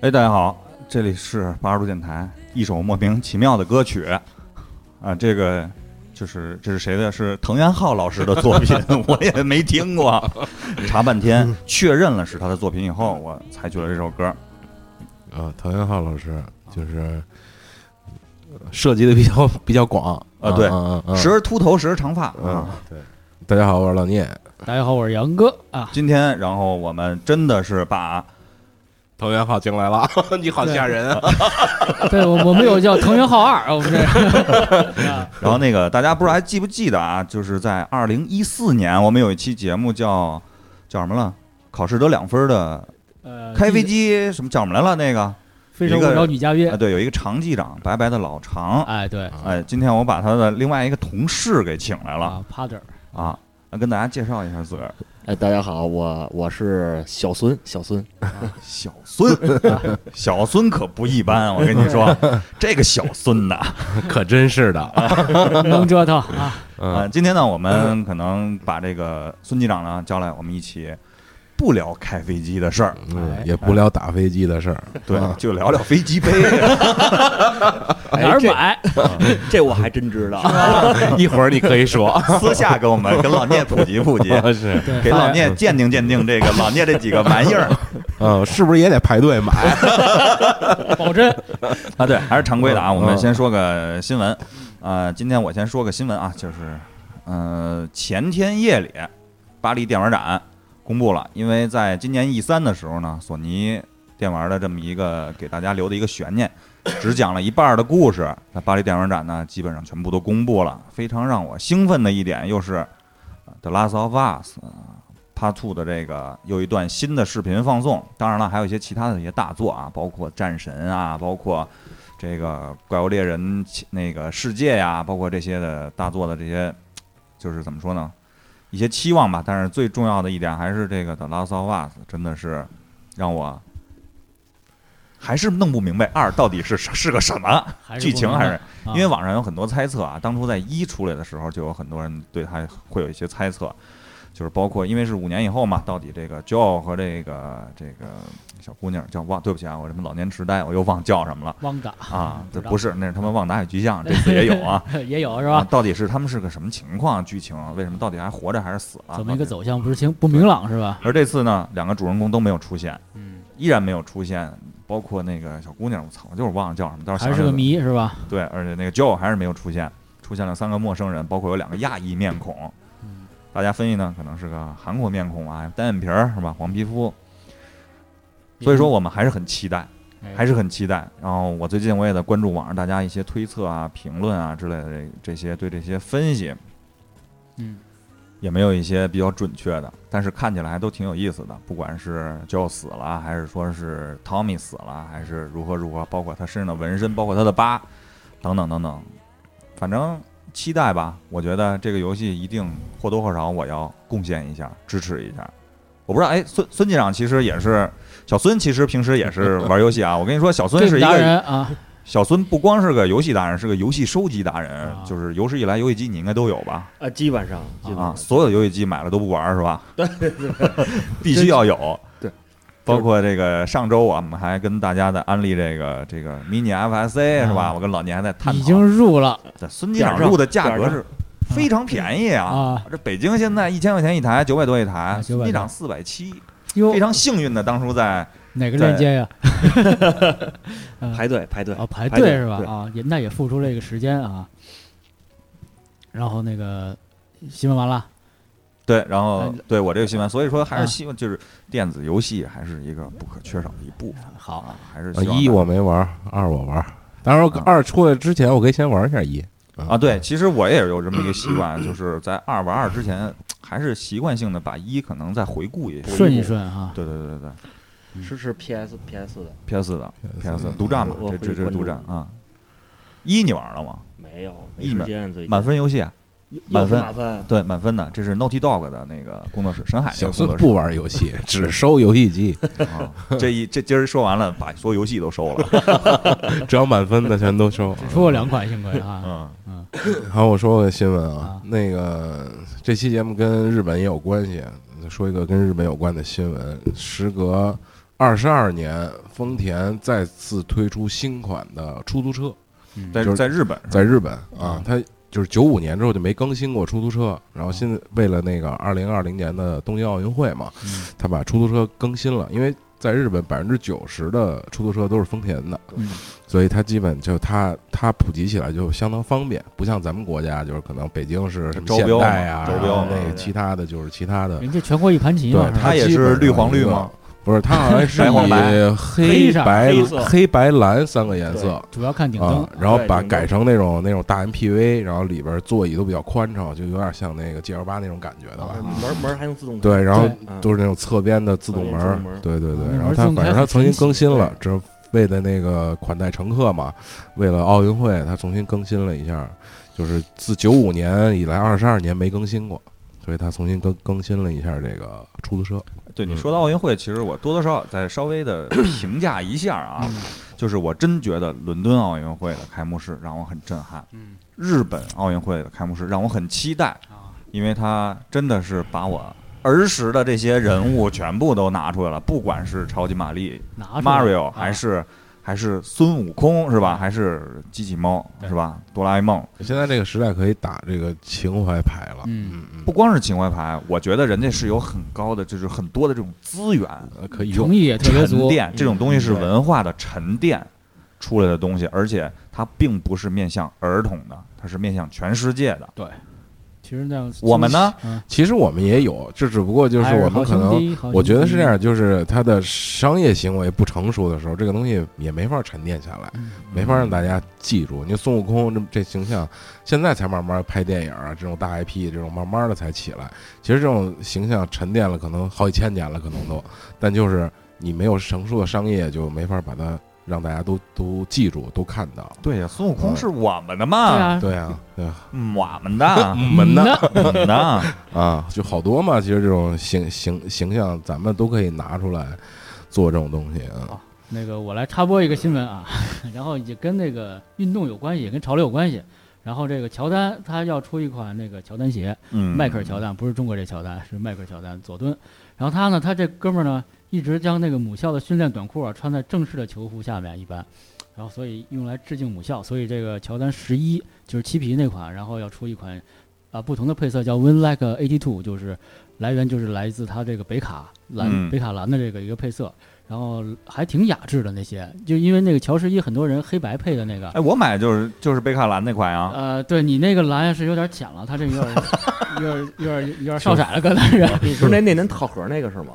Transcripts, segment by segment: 哎，大家好，这里是八十度电台，一首莫名其妙的歌曲，啊，这个就是这是谁的？是藤原浩老师的作 品，我也没听过，查半天嗯确认了是他的作品以后，我采取了这首歌。啊，唐元浩老师就是涉及的比较比较广啊对嗯嗯时而秃头，时而长发嗯啊。，对。大家好，我是老聂。大家好，我是杨哥啊。今天，然后我们真的是把唐元浩进来了， 你好吓人啊！对，我我们有叫藤原浩二，啊我们这 啊然后那 个大家不知道还记不记得啊？就是在二零一四年，我们有一期节目叫叫什么了？考试得两分的呃开飞机什么叫什么来了？那个啊，非诚一勿个扰女嘉宾。啊对，有一个常记长，白白的老啊常。哎，对哎，今天我把他的另外一个同事给请来了啊，Pater，啊，那跟大家介绍一下自个儿。哎，大家好，我我是小孙，小孙，小孙， 小孙可不一般，我跟你 说，这个小孙呐， 可真是的，能折腾 啊。啊，嗯，今天呢，我们可能把这个孙机长呢叫来，我们一起不聊开飞机的事儿，嗯哎也不聊打飞机的事儿，对，嗯就聊聊飞机杯。 哎哪儿买？哎这我还真知道。 一会儿你可以说，私下给我们跟老聂普及普及， 是，对给老发聂鉴定鉴定这个老聂这几个玩意儿嗯，是不是也得排队买？保真 啊。对，还是常规的啊。嗯我们先说个新闻，呃，今天我先说个新闻啊，就是呃前天夜里，巴黎电玩展公布了，因为在今年 E 三的时候呢，索尼电玩的这么一个给大家留的一个悬念，只讲了一半儿的故事。那巴黎电玩展呢，基本上全部都公布了。非常让我兴奋的一点又是呃《The Last of Us 呃》Part Two 的这个又一段新的视频放送。当然了，还有一些其他的一些大作啊，包括《战神》啊，包括这个《怪物猎人》那个世界呀、包括这些的大作的这些，就是怎么说呢？一些期望吧，但是最重要的一点还是这个《The Last of Us》真的是让我还是弄不明白二到底是是个什么。还是剧情还是不能因为啊网上有很多猜测啊，当初在一出来的时候，就有很多人对它会有一些猜测，就是包括因为是五年以后嘛，到底这个 Joe 和这个这个小姑娘叫忘，对不起啊，我什么老年痴呆，我又忘叫什么了汪达啊？这知道不是，那是他们旺达与巨 像，这次也有啊。也有是啊吧？到底是他们是个什么情况？啊剧情为什么到底还活着还是死了？怎么一个走向不是情啊不明朗是吧？而这次呢，两个主人公都没有出现，嗯，依然没有出现，包括那个小姑娘，我操，我就是忘了叫什么，到时候想还是起个来谜是吧？对，而且那个 Joe 还是没有出现，出现了三个陌生人，包括有两个亚裔面孔。嗯大家分析呢，可能是个韩国面孔啊，单眼皮儿是吧，黄皮肤。所以说，我们还是很期待，嗯哎还是很期待。然后我最近我也在关注网上大家一些推测啊、评论啊之类的这这些对这些分析，嗯也没有一些比较准确的，但是看起来还都挺有意思的。不管是 Joe 死了，还是说是 Tommy 死了，还是如何如何，包括他身上的纹身，包括他的疤，等等等等，反正期待吧。我觉得这个游戏一定或多或少我要贡献一下，支持一下。我不知道，哎，孙孙机长其实也是小孙，其实平时也是玩游戏啊。我跟你说，小孙是一，game 达个人啊，小孙，不光是个游戏达人，是个游戏收集达人啊。就是有史以来游戏机你应该都有吧？呃，基本上，基本啊，上，所有游戏机买了都不玩儿是吧？对， 必须要有。对，包括这个上周我们还跟大家在安利这个这个 mini FSA 啊是吧？我跟老聂还在探已讨经，入了这孙机长入的价格是非常便宜啊。啊这北京现在一千块钱一台，九百多一台，啊900孙机长四百七，哟非，常幸运的当初在哪个链接呀？排队排队啊，排排队队是吧？对啊，也那也付出了一个时间啊。然后那个新闻完了，对，然后嗯对我这个新闻，所以说还是啊希望就是电子游戏还是一个不可缺少的一部分好，啊，还是呃希望一大家我没玩，二我玩。当然，我啊二出来之前，我可以先玩一下一啊，嗯对，其实我也有这么一个习惯，就是在二玩二之前，还是习惯性的把一可能再回顾一下。顺一顺啊。对对对对对是是 PS PS 的， ，PS 的 PS 独占嘛，这我会这这是关注独占啊。一你玩了吗？没有，没一时满间最近满分游戏，又是满分满分，对满分的，这是 Naughty Dog 的那个工作室，深海那小个工孙作室。哎不玩游戏，只收游戏机，啊，这一这今儿说完了，把所有游戏都收了。只要满分的全都收。只出过两款，幸亏啊。嗯，然后我说个新闻啊啊，那个这期节目跟日本也有关系，说一个跟日本有关的新闻。时隔二十二年，丰田再次推出新款的出租车，嗯在就是在日本是吧，在日本嗯啊，它就是九五年之后就没更新过出租车，然后现在为了那个二零二零年的东京奥运会嘛，嗯它把出租车更新了，因为在日本百分之九十的出租车都是丰田的，嗯所以它基本就它它普及起来就相当方便，不像咱们国家就是可能北京是什么招现标嘛代啊，招然标后嘛那对个对其他的就是其他的，人家全国一盘棋嘛，对，是吧它也基本是上绿黄绿吗一个？不是，它好 像是白黄白以黑黑色白黑色黑白蓝三个颜色。主要看顶灯啊，，然后对把顶改灯成那种那种大 MPV，然后里边座椅都比较宽敞，就有点像那个 GL 八那种感觉的啊了。门门还能自动开对，然后嗯都是那种侧边的自动门侧儿边自动门儿，对对对啊。然后那门它自动反开正它很曾经神奇更新了，这为了那个款待乘客嘛，为了奥运会，它重新更新了一下，就是自九五年以来二十二年没更新过，所以它重新更更新了一下这个出租车。对你嗯说到奥运会，其实我多多少少再稍微的评价一下啊，就是我真觉得伦敦奥运会的开幕式让我很震撼，嗯日本奥运会的开幕式让我很期待，啊，因为它真的是把我儿时的这些人物全部都拿出来了，不管是超级玛丽、拿出来 Mario 啊还是。还是孙悟空是吧？还是机器猫对是吧？哆啦 A 梦现在这个时代可以打这个情怀牌了，嗯嗯不光是情怀牌，我觉得人家是有很高的，就是很多的这种资源，呃可以用诚。意也特别沉足，淀，这种东西是嗯对文化的沉淀出来的东西，而且它并不是面向儿童的，它是面向全世界的。其实那样我们呢，嗯，其实我们也有，这只不过就是我们可能，能我觉得是这，样，哦就是它的商业行为不成熟的时候，这个东西也没法沉淀下来，嗯没法让大家记住。你看孙悟空这这形象，现在才慢慢拍电影啊，这种大 IP 这种慢慢的才起来。其实这种形象沉淀了可能好几千年了，可能都，但就是你没有成熟的商业，就没法把它让大家都都记住、都看到。对呀、孙悟空嗯是我们的对嘛，啊，对啊，对啊，嗯我们 的，嗯门呐。我们的，啊，就好多嘛。其实这种形形形象，咱们都可以拿出来做这种东西啊。那个，我来插播一个新闻啊， 然后也跟那个运动有关系，也跟潮流有关系。然后这个乔丹他要出一款那个乔丹鞋，嗯，迈克尔乔丹不是中国这乔丹，是迈克尔乔丹佐敦。然后他呢，他这哥们儿呢，一直将那个母校的训练短裤啊穿在正式的球服下面一般，然后所以用来致敬母校，所以这个乔丹十一就是漆皮那款，然后要出一款啊不同的配色叫 Win Like Eighty Two，就是来源就是来自它这个北卡蓝、嗯北卡蓝的这个一个配色，然后还挺雅致的那些，就因为那个乔十一很多人黑白配的那个。哎，我买的就是就是贝卡蓝那款呀、呃，对你那个蓝是有点浅了，它这有点 有点有点有点少色了，可能是。你是那那年套盒那个是吗？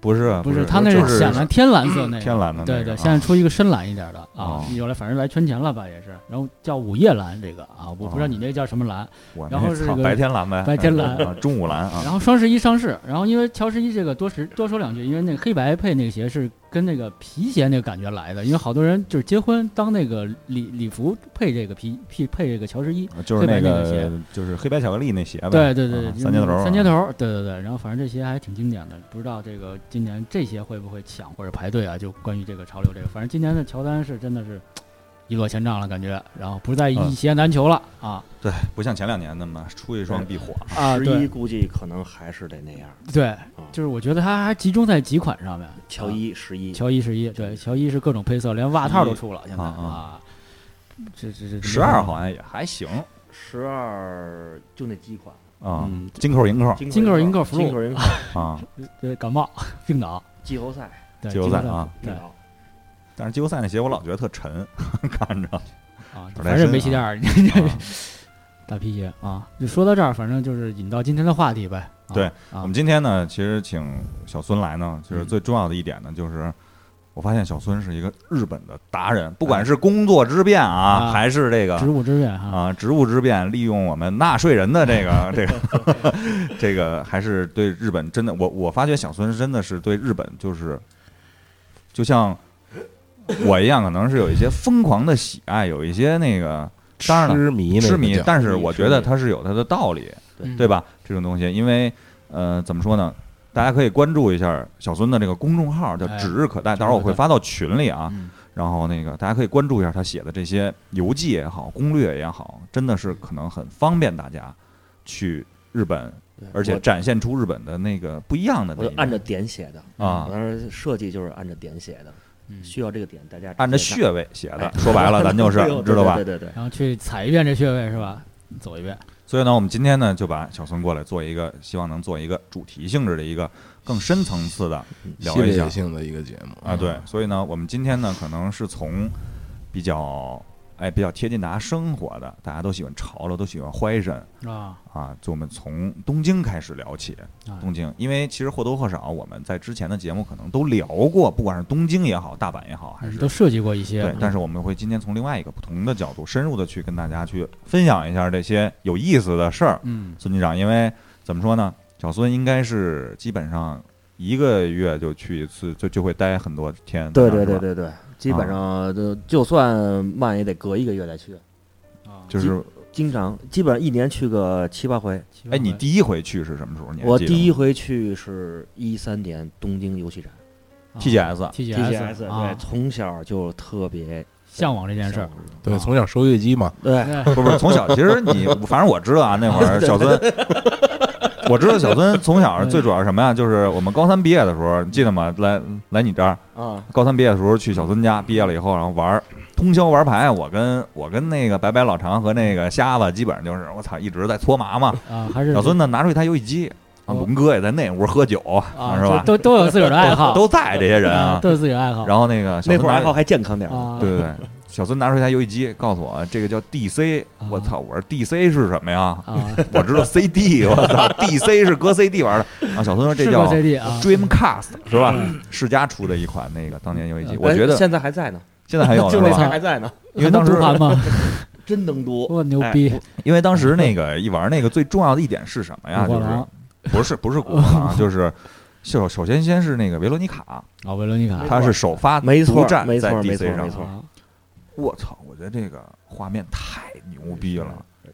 不是啊不是，是，他那就是显蓝天蓝色那个，天蓝的那对个对，啊现在出一个深蓝一点的啊哦，有了，反正来圈钱了吧也是，然后叫午夜蓝这个啊，我不知道哦你那个叫什么蓝。我然后是操这个白天蓝呗，白天蓝 啊，中午蓝啊，然后双十一上市，然后因为乔十一这个多时多说两句，因为那个黑白配那个鞋是跟那个皮鞋那个感觉来的，因为好多人就是结婚当那个礼礼服配这个皮配配这个乔十一，就是那黑白那个个就是黑白巧克力那鞋呗，对对对啊，就是三接头啊，三接头儿，对对对。然后反正这些还挺经典的，不知道这个今年这些会不会抢或者排队啊？就关于这个潮流这个，反正今年的乔丹是真的是一落千丈了，感觉，然后不再嗯一鞋难求了啊对，不像前两年那么出一双必火，啊！十一对估计可能还是得那样。对，就是我觉得它还集中在几款上面，乔啊一、十一，嗯乔伊十一，对，乔伊是各种配色，连袜套都出了，现在啊啊啊，这这这十二，好像也还行十二就那几款，啊，嗯，金扣银扣金扣扣银扣福禄金扣银扣，啊，对，感冒 病倒，季后赛对，季后赛啊，对至少但是季后赛那鞋我老觉得特沉， 看着。啊，手反带正身梅西啊带儿， 啊大皮鞋啊，就说到这儿，反正就是引到今天的话题呗。啊对啊我们今天呢，其实请小孙来呢，就是最重要的一点呢，就是我发现小孙是一个日本的达人，不管是工作之便啊，啊还是这个职务之愿哈，啊职务之便，利用我们纳税人的这个这个 这个，还是对日本真的，我我发觉小孙真的是对日本就是，就像我一样，可能是有一些疯狂的喜爱，有一些那个当然了痴迷那个痴迷叫，但是我觉痴得迷它是有它的道理。嗯对？吧？这种东西，因为呃，怎么说呢？大家可以关注一下小孙的这个公众号，叫“哎指日可待”，到时候我会发到群里啊。嗯然后那个大家可以关注一下他写的这些游记也好，攻略也好，真的是可能很方便大家去日本对而且我展现出日本的那个不一样的那我一就面按着点写的啊我当时设计就是按着点写的，嗯，需要这个点，大家按着写穴位写上的哎，说白 了咱就是对对对知道吧对？对对，对然后去踩一遍这穴位是吧？走一遍，所以呢，我们今天呢就把小孙过来做一个，希望能做一个主题性质的一个更深层次的嗯聊系一下列性的一个节目啊，对，所以呢，我们今天呢可能是从比较哎比较贴近大家生活的，大家都喜欢潮流，都喜欢怀神啊啊，就我们从东京开始聊起。啊，东京，因为其实或多或少我们在之前的节目可能都聊过，不管是东京也好，大阪也好，还嗯是都设计过一些，对，但是我们会今天从另外一个不同的角度，深入的去跟大家去分享一下这些有意思的事儿。嗯孙局长，因为怎么说呢，小孙应该是基本上一个月就去一次，就就会待很多天。对是对吧对，对对，基本上就就算慢也得隔一个月再去，啊，就是经常基本上一年去个七八回。七八哎，你回第一回去是什么时候？你还我记得第一吗回去是一三年东京游戏展啊 TGS， TGS 啊对，，从小就特别向往这件事向儿往，对，从小收乐机嘛，对，对不是不是，从小其实你，反正我知道啊，那会儿小孙， 我知道小孙从嗯小最主要是什么呀？就是我们高三毕业的时候，你记得吗？来来你这儿，啊，高三毕业的时候去小孙家，毕业了以后，然后玩儿通宵玩牌。我跟我跟那个白白老常和那个瞎子，基本上就是我操一直在搓麻嘛。啊，还嗯是 小孙呢拿出一台游戏机，啊，哦龙哥也在那屋喝酒，啊，是吧？都都都有自个儿的爱好，都在这些人啊啊。都有自己的爱好，然后那个小嗯那孙会儿拿爱好还健康点儿，啊，对对对，小孙拿出一台游戏机，告诉我这个叫 DC，啊我操！我说 DC 是什么呀？啊，我知道 CD，我 操 DC 是搁 CD 玩的。然后小孙说这是叫过 CD 啊， Dreamcast 是吧？世嘉出的一款那个当年游戏机，我觉嗯哎得现在还在呢，现在还有呢， 就是那吧？台还在呢，因为当时哎还能读 盘吗？真能读，我牛逼，因为当时那个一玩那个最重要的一点是什么呀？古就嗯惑是狼不是不是古惑狼，就是首首先先是那个维罗妮卡，啊，维罗妮卡，它是首发没错独占没错在没错 DC 没上错。啊我操！我觉得这个画面太牛逼了。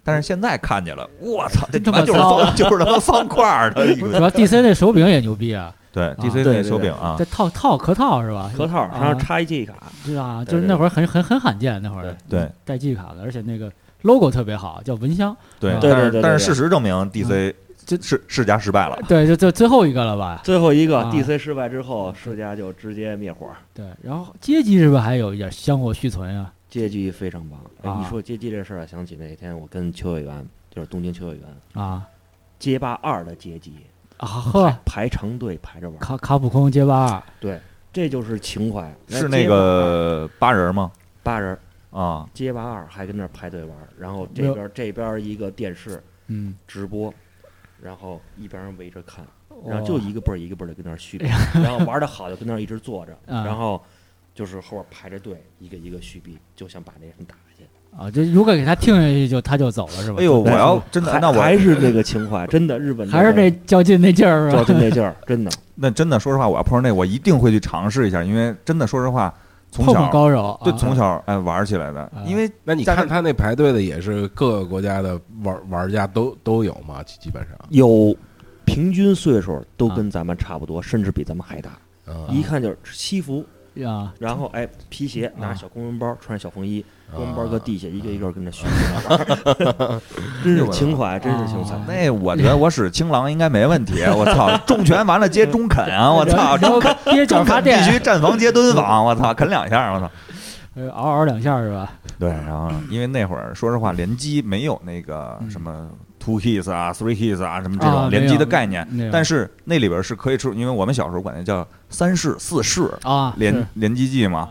但是现在看见了，我操，这他妈就是这么糟方就是他妈方块儿的一 主个，要 DC 那手柄也牛逼啊，对 DC 对那对手对柄啊，这套套壳套是吧？壳套儿啊上插一记忆卡，是啊，对就是对那会儿很很很罕见，那会儿对对带记忆卡的，而且那个 logo 特别好，叫蚊香，对啊，但对对是对嗯但是对对事实证明，DC 这世世家失败了。对，就就最后一个了吧？最后一个啊 DC 失败之后，世嘉就直接灭火，对，然后街机是不是还有一点香火续存啊？街机非常棒。哎，你啊说街机这事儿，想起那天我跟邱委员，就是东京邱委员，啊街霸二的街机啊呵，排长队排着玩儿，卡卡普空街霸二，对，这就是情怀。是那个八人吗？八人儿啊，街霸二还跟那儿排队玩儿，然后没这有边儿这边儿一个电视嗯，直播，然后一边儿围着看，哇然后就一个辈儿一个辈儿的跟那儿 续币，然后玩的好的跟那儿一直坐着，啊然后就是后边排着队一个一个续币，就想把那人打下去。啊，就如果给他听下去就他就走了是吧？哎呦，我对要真的嗯还那还我是那个情怀，真的日本还是那较劲那劲儿是啊较吧？劲那劲儿，真的。那真的说实话，我要碰上那我一定会去尝试一下，因为真的说实话，从碰碰小高手，对啊从小哎玩起来的啊，因为那你加上看他那排队的也是各个国家的玩玩家都都有嘛，基基本上，有平均岁数都跟咱们差不多，甚至比咱们还大，嗯一看就是西服，啊，然后哎皮鞋，拿着小公文包，穿着小风衣，公文包搁地下，一个一个跟着学， 真是情怀，真是情怀啊。那我觉得我使青狼应该没问 题。我操，重拳完了接中肯啊！我操，然中后 憋脚中发肯必电，须站房接蹲房，我 操，啃两下，我操。呃嗷嗷两下是吧？对，然后因为那会儿说实话，联机没有那个嗯什么 two keys 啊、three keys 啊什么这啊种没有联机的概念，没有但是那里边是可以出，因为我们小时候管那叫三式、四式啊，联是联机技嘛，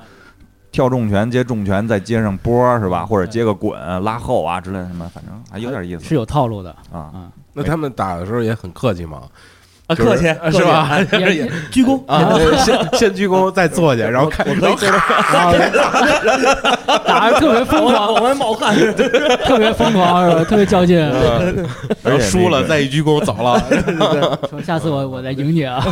跳重拳、接重拳，再接上波儿是吧？或者接个滚、拉后啊之类的什么，反正还有点意是思有套路的，啊。那他们打的时候也很客气嘛，啊，就是客气啊是？吧？也也鞠躬，啊， 先先鞠躬，再坐下，然后看，然后啊， 打的特别疯狂， 往外冒汗。特别疯狂是吧？特别较劲，而且输那了个再一鞠躬走了。说下次我我来赢你啊！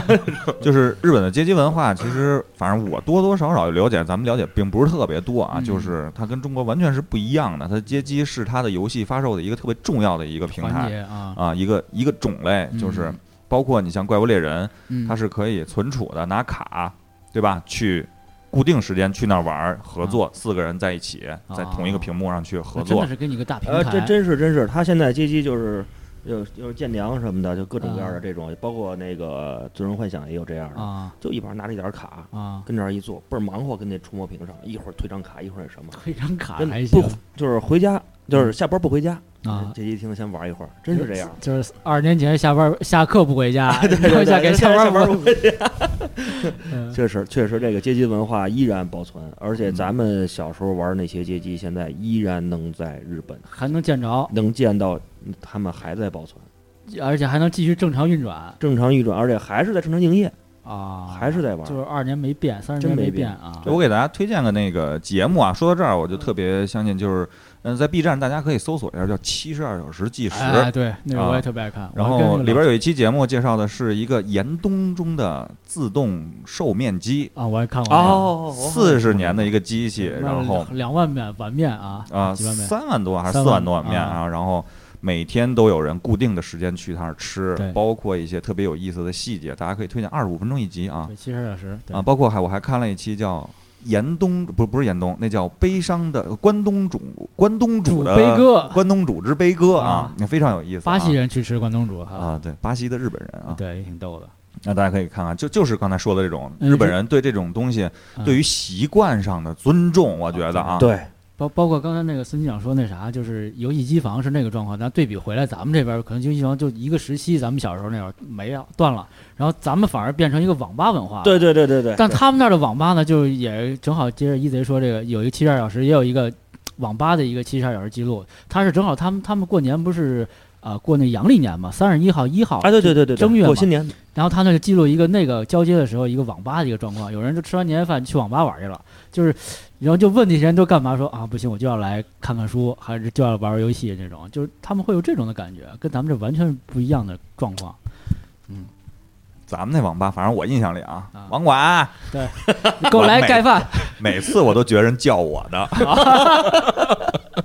就是日本的街机文化，其实反正我多多少少了解，咱们了解并不是特别多啊。嗯就是它跟中国完全是不一样的，它街机是它的游戏发售的一个特别重要的一嗯 个平环台节啊，啊，一个一个种类，就是嗯包括你像怪物猎人，嗯它是可以存储的，拿卡对吧？去固定时间去那儿玩儿合作，四个人在一起，在同一个屏幕上去合啊哦嗯真作的。是给你个大平呃，台，这真是真是，他现在街机就是有有舰娘什么的，就各种各样的这种，包括那个《最终幻想》也有这样的，啊就一边拿着一点卡，啊，跟这儿一坐，倍儿忙活，跟那触摸屏上，一会儿推张卡，一会儿那什么，可以张卡真还的行嗯不就是回家，就是下班不回家哎啊。这一听先玩一会儿，真是这 样。就是二十年前下班下课不回家，对对 下对，下下班班不不回家。嗯确实，确实，这个街机文化依然保存，而且咱们小时候玩那些街机，现在依然能在日本还能见着，能见到，他们还在保存，而且还能继续正常运转正常运转，而且还是在正常营业，啊，还是在玩。就是二十年没变，三十真年没变变啊。哎我给大家推荐个那个节目啊，说到这儿我就特别相信，就是嗯，在 B 站大家可以搜索一下叫《七十二小时计时》，哎，对，那个啊我也特别爱看。然我还跟那后个里老边有一期节目介绍的是一个严冬中的自动寿面机，啊，我也看过那个。哦，四十年的一个机器，卖了然后两万面碗面啊，啊，几万面。三万多还是三四万万多碗面啊啊，然后每天都有人固定的时间去他那儿吃对，包括一些特别有意思的细节，大家可以推荐二十五分钟一集啊对，七十小时对啊，包括还我还看了一期叫。严冬不不是严冬，那叫悲伤的关东煮，关东煮煮的啊悲歌，关东煮之悲歌啊啊，那非常有意思啊。巴西人去吃关东煮哈，啊，对，巴西的日本人啊，对，也挺逗的。那大家可以看啊看，就就是刚才说的这种嗯日本人对这种东西嗯对于习惯上的尊重，我觉得啊，对，包包括刚才那个孙机长说那啥，就是游戏机房是那个状况，咱对比回来，咱们这边可能游戏机房就一个时期，咱们小时候那会儿没了断了，然后咱们反而变成一个网吧文化了。对对对对对。啊但他们那儿的网吧呢，就也正好接着一贼说这个，有一个七十二小时，也有一个网吧的一个七十二小时记录。他是正好他们他们过年不是啊、呃过那阳历年嘛，三十一号一号啊，对对对对，对正月嘛过新年然后他那就记录一个那个交接的时候一个网吧的一个状况，有人就吃完年夜饭去网吧玩去了，就是，然后就问那些人都干嘛说啊不行，我就要来看看书，还是就要玩玩游戏这种，就是他们会有这种的感觉，跟咱们这完全不一样的状 况。咱们那网吧，反正我印象里啊啊，网管你给我来盖饭，每次我都觉得人叫我的，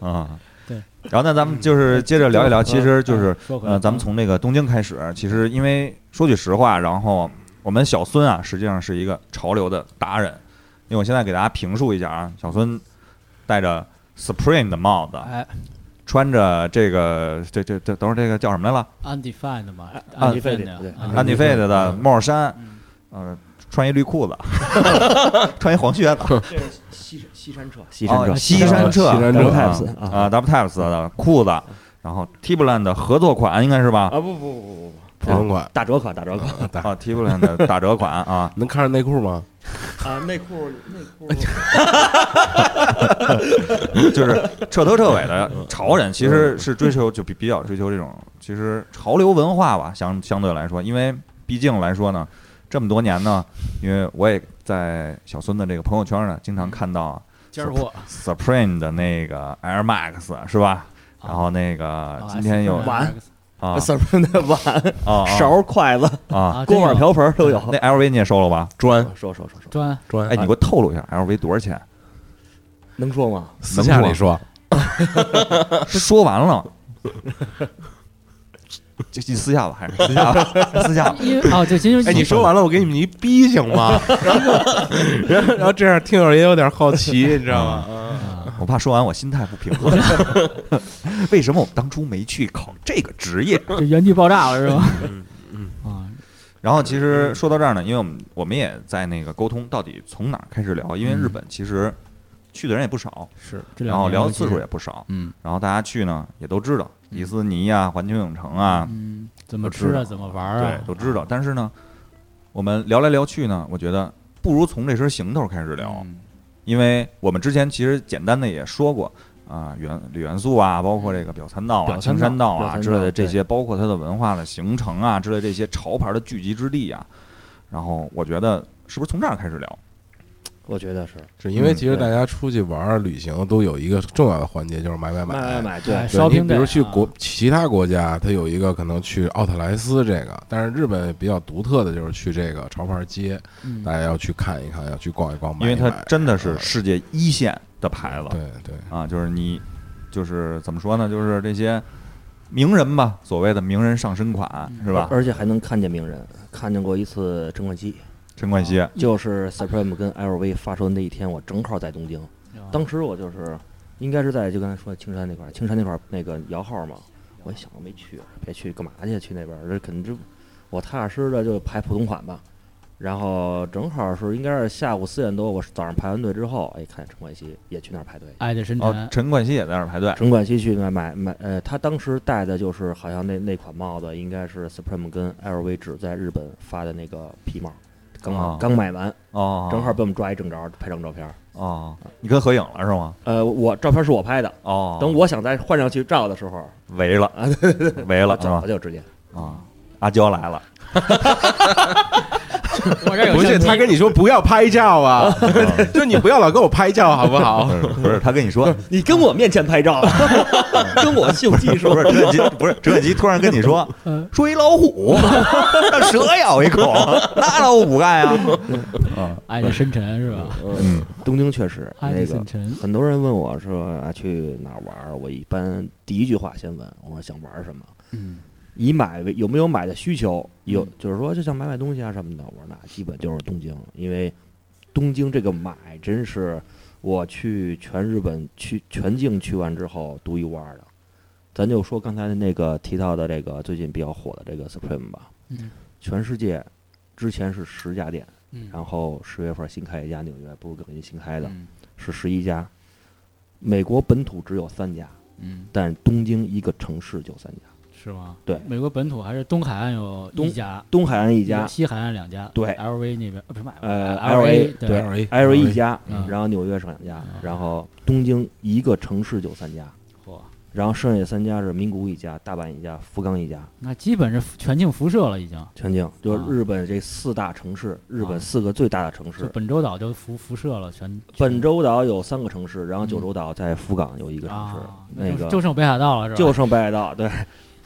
啊，对。嗯然后那咱们就是接着聊一聊，其实就是 说回来呃，咱们从那个东京开始，其实因为说句实话，然后我们小孙啊，实际上是一个潮流的达人，因为我现在给大家评述一下啊，小孙戴着 Supreme 的帽子，哎穿着这个这这这等会儿这个叫什么来了 undefined 嘛啊，undefined 对呀对安迪 Undefined 费德的帽衫，嗯呃，穿一绿裤子，穿一黄靴子，西西山车，西哦车，啊西山山车车西山车 Types 啊啊，W Types 的裤子，然后 t i b l a n 的合作款应该是吧？啊不不不不不不，普通款打折款打折款打，啊 t i b l a n 的打折款啊能看着内裤吗？啊，内裤内裤就是彻头彻尾的潮人，其实是追求就比比较追求这种，其实潮流文化吧，相相对来说，因为毕竟来说呢，这么多年呢，因为我也在小孙的这个朋友圈呢，经常看到尖儿货 Supreme 的那个 Air Max 是吧？啊然后那个今天有碗啊 什么的碗、啊啊 勺、筷子、啊，啊，锅碗瓢盆都有。那 LV 你也收了吧？砖说说说说，砖砖，哎，你给我透露一下 LV 多少 钱？能说吗？私下里说，说完 了，就就私下吧，还是私下吧，私下吧。因为哦，对，其实哎，你说完了，我给你们一逼行吗？ 然后然后这样听友也有点好奇，你知道吗？啊我怕说完我心态不平衡。 为什么我当初没去考这个职业？就原地爆炸了是吧？嗯啊，然后其嗯实说到这儿呢，因为我们我们也在那个沟通，到底从哪儿开始聊？因为日本其实去的人也不少，嗯是这两然后年聊尤的其次数是也不少，嗯然后大家去呢也都知道迪斯尼啊、环球影城啊，嗯，怎么都知吃啊，道怎么玩对啊，，都知道。但是呢，我们聊来聊去呢，我觉得不如从这身行头开始聊，嗯因为我们之前其实简单的也说过啊，元铝元素啊，包括这个表参道啊、表参青道山道表参啊道之类的这些，包括它的文化的形成啊之类这些潮牌的聚集之地啊。然后我觉得是不是从这儿开始聊？我觉得是是因为嗯其实对大家出去玩儿、旅行都有一个重要的环节，就是买买买买买，哎对，对你 shopping 比如 day 去啊国其他国家，它有一个可能去奥特莱斯这个，但是日本比较独特的就是去这个潮牌街，嗯大家要去看一看，要去逛一逛，买因一为它买真的是世界一线的牌子对对，啊，就是你就是怎么说呢？就是这些名人吧，所谓的名人上身款是吧？而且还能看见名人，看见过一次陈冠希，陈冠希，就是 Supreme 跟 LV 发售那一天，我正好在东京，当时我就是应该是在就刚才说的青山那块儿，青山那块儿那个摇号嘛，我一想我没去，别去干嘛去？去那边儿这肯定就我踏踏实实的就排普通款吧。然后正好是应该是下午四点多，我早上排完队之后，哎，看见陈冠希也去那儿排队。爱的深哦沉，，陈冠希也在那儿排队，陈冠希去买买买，呃，他当时戴的就是好像那那款帽子应该是 Supreme 跟 LV 只在日本发的那个皮帽，刚好、哦刚买完，哦，正好被我们抓一正着，拍张照片。哦，你跟合影了是吗？呃，我照片是我拍的，哦，等我想啊再换上去照的时候，围了，围我了是早吧？就直接啊，阿娇来 了，我这儿有不是相机他跟你说不要拍照啊，就你不要老跟我拍照好不好？不是他跟你说，你跟我面前 拍照，跟我秀技术不，是陈冠希，不是陈冠希突然跟你说，嗯说一老虎，让蛇咬一口，那老虎不干呀？啊爱的深沉是吧？嗯，东京确实爱的那个深沉，很多人问我说啊去哪儿玩儿，我一般第一句话先问我说想玩儿什么，嗯，以买为有没有买的需求，有嗯就是说就想买买东西啊什么的，我说那基本就是东京，因为东京这个买真是我去全日本去全境去完之后独一无二的。咱就说刚才那个提到的这个最近比较火的这个 Supreme 吧，嗯全世界之前是十家店，嗯然后十月份新开一家纽约，布鲁克林新开的，嗯是十一家，美国本土只有三家，嗯，但东京一个城市就三家，是吗？对美国本土还是东海岸有一东家，东海岸一家西海岸两家，对，LV 那边呃不是买呃 LA 对对， LA ，L 一家嗯，然后纽约是两家嗯，然后东京一个城市就三家，嚯，然后剩下三家是名古屋一家、大阪一家、福冈一家。那基本是全境辐射了，已经，全境就是啊日本这四大城市，日啊本四个最大的城就市。本州岛就辐辐射了全。本州岛有三个城市，然后九州岛在福冈有一个全城市嗯啊，，那个就剩北海道了，是吧？就剩北海道，对。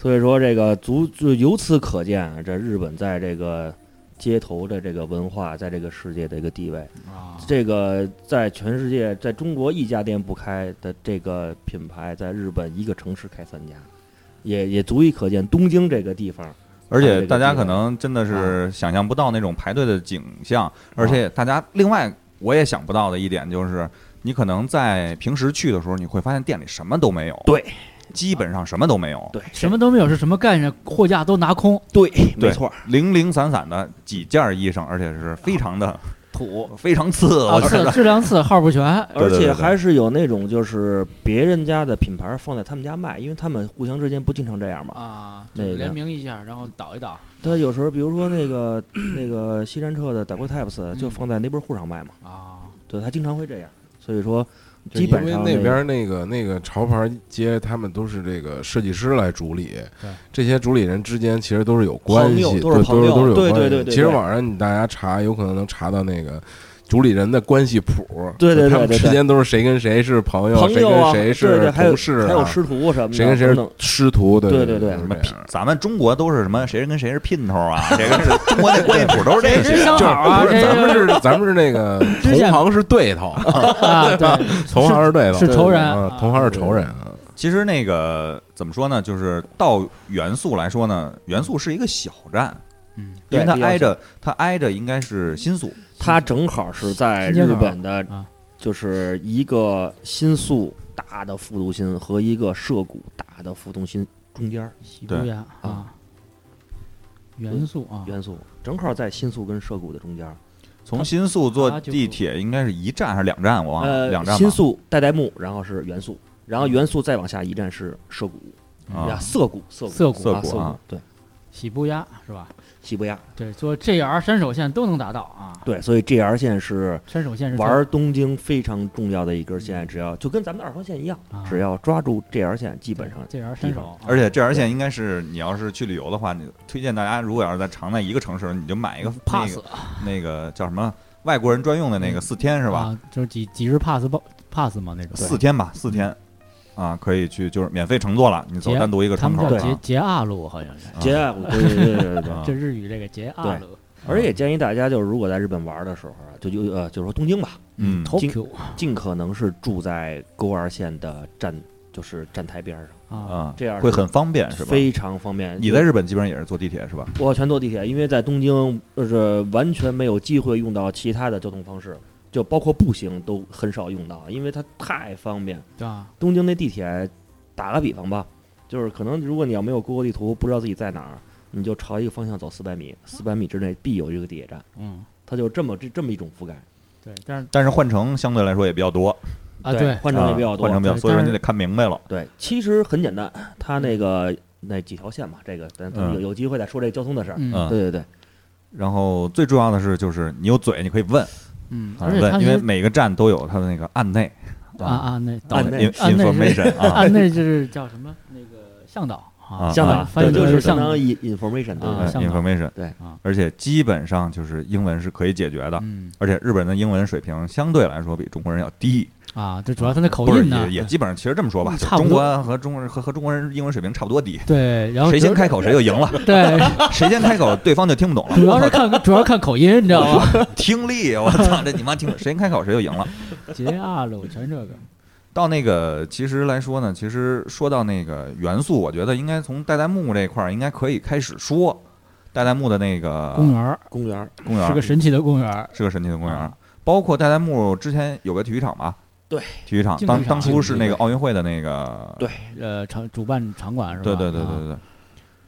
所以说这个足就由此可见，这日本在这个街头的这个文化，在这个世界的一个地位，啊，这个在全世界，在中国一家店不开的这个品牌，在日本一个城市开三家，也也足以可见东京这个地方。而且大家可能真的是想象不到那种排队的景象，而且大家另外我也想不到的一点就是，你可能在平时去的时候，你会发现店里什么都没有，对，基本上什么都没有，对，什么都没有是什么概念？货架都拿空，对，对没错，零零散散的几件衣裳，而且是非常的土，非常次，啊我觉次得质量次，号 不全，对而对且对还是有那种就是别人家的品牌放在他们家卖，因为他们互相之间不经常这样嘛。啊，那就个联名一下，然后倒一倒他有时候比如说 那个那个西山彻的 d a b l Types 就放在 neighborhood 上卖嘛， 啊，对他经常会这样，所以说就基本因上为那个边那个那个潮牌街，他们都是这个设计师来主理对，这些主理人之间其实都是有关系，对都朋友都是朋友都是有关对系。对对对对其实网上你大家查，有可能能查到那个主理人的关系谱，对对对对对他们之间都是谁跟谁是朋友，朋友啊，谁跟谁对对是还有同事、啊，还有师徒什么的，谁跟谁是等等师徒，对对对对对就什是么这姘样咱们中国都是什么谁跟谁是姘头啊，谁跟谁中国的关系谱都是这谁是些。相好啊？不是，谁咱们是咱们是那 个知县同行是对头，啊， 对， 同行是对头，是是仇人嗯啊同行是仇人啊。其实那个怎么说呢，就是到元素来说呢，元素是一个小站，嗯，因为对它比较挨着它挨着应该是新宿，他正好是在日本的啊，就是一个新宿大的副都心和一个涉谷大的副都心中间儿喜对多呀啊，元素啊，元素，正好在新宿跟涉谷的中间儿。从新宿坐它就地铁应该是一站还是两站，我忘了，呃，啊两站吧。新宿代代木，然后是元素，然后元素再往下一站是涉谷，啊呀，涩谷，涩谷，涩谷啊涩涩谷啊，对，喜不压是吧？西伯亚，对，做 JR 山手线都能达到啊。对，所以 JR 线是山手线是玩东京非常重要的一根嗯线，只要就跟咱们的二号线一样，啊只要抓住 JR 线，基本上 JR 山手啊，而且这条线应该是你要是去旅游的话，你推荐大家如果要是在常在一个城市，你就买一嗯个 pass 啊那个那个叫什么外国人专用的那嗯个四天是是啊吧？？就是几几日 pass 包 pass 嘛那种。四天吧，四天嗯啊，可以去就是免费乘坐了，你走单独一个他窗们口叫啊捷捷亚路好像是，杰爱谷，对对对对对。啊这日语这个捷亚路。而且也建议大家，就是如果在日本玩的时候啊，就就呃，就是说东京吧，嗯， Tokyo 尽可能是住在勾二线的站，就是站台边上，啊，啊，这样会很方便是吧？非常方便。你在日本基本上也是坐地铁是吧？我全坐地铁，因为在东京就是完全没有机会用到其他的交通方式，就包括步行都很少用到，因为它太方便。对啊，东京那地铁，打个比方吧，就是可能如果你要没有 Google 地图，不知道自己在哪儿，你就朝一个方向走四百米，四百米之内必有一个地铁站，嗯，它就这么这这么一种覆盖对，但是但是换乘相对来说也比较多啊，对，换乘也比较啊多，换乘比较，对所以说但你是得看明白了。对，其实很简单，它那个那几条线嘛，这个咱咱有有机会再说这交通的事儿。嗯嗯对对对，然后最重要的是，就是你有嘴，你可以问，嗯，啊而且它问，因是为每个站都有它的那个案内啊啊那啊导内 in- 案内是 information 啊，啊那就是叫什么那个向导啊啊，向导啊翻对译就过来是是相向当导，于 information 对啊对对向导哎 information，对啊而且基本上就是英文是可以解决的，嗯而且日本人的英文水平相对来说比中国人要低，啊，这主要它那口不是音呢也，也基本上其实这么说吧，啊嗯就差不中多国和中国人和和中国人英文水平差不多低，对，然后谁主要先开口谁就赢了，对，谁先开口对啊方就听不懂了，主要是看主要是看口音，你知道吗？听力，我操，这你妈听谁先开口谁就赢了。杰啊，搂全这个，到那个，其实来说呢，其实说到那个元素，我觉得应该从代代木这块儿应该可以开始说。代代木的那个公园儿公园儿公园是个儿神奇的公园儿，是个神奇的公园儿啊，包括代代木之前有个体育场吧？对，体育场竞技当场当初是那个奥运会的那个，对呃，场主办场馆是吧？对对对啊对对，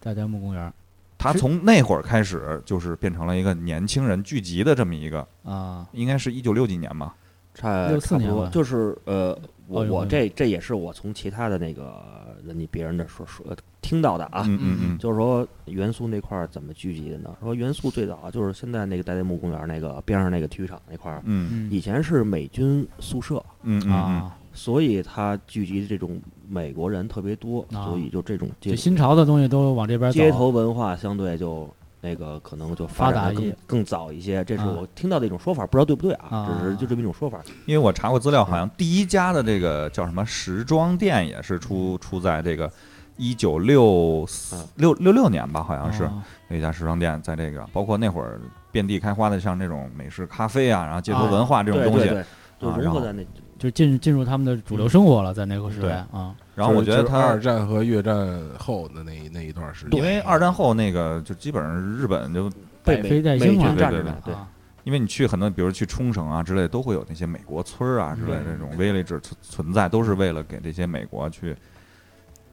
大家木公园他从那会儿开始就是变成了一个年轻人聚集的这么一个，啊，应该是一九六几年吧？差64差不年多，吧就是呃，我奥运我会这这也是我从其他的那个人家别人的说说听到的啊，嗯嗯嗯，就是说元素那块儿怎么聚集的呢？说元素最早啊就是现在那个代代木公园那个边上那个体育场那块儿，嗯嗯以前是美军宿舍，嗯嗯嗯，啊，所以它聚集这种美国人特别多，啊所以就这种街就新潮的东西都往这边走，街头文化相对就。那个可能就发发达一展的更些更早一些，这是啊我听到的一种说法，不知道对不对啊？啊只是就这么一种说法。因为我查过资料，好嗯像第一家的这个叫什么时装店也是出嗯出在这个一九六四嗯六六六年吧，好像哦是啊有一家时装店在这个，包括那会儿遍地开花的像这种美式咖啡啊，然后街头哦啊文化这种对东对西，对，就啊融然合后在那就进进入他们的主流生活了，在那个时代啊，然后我觉得就是它。二战和越战后的那一那一段时间，因为二战后那个就基本上日本就，被百美废待美兴军嘛占对对着呢，对，啊因为你去很多，比如去冲绳啊之类，都会有那些美国村儿嗯啊之类的这种 village 存存在，都是为了给这些美国去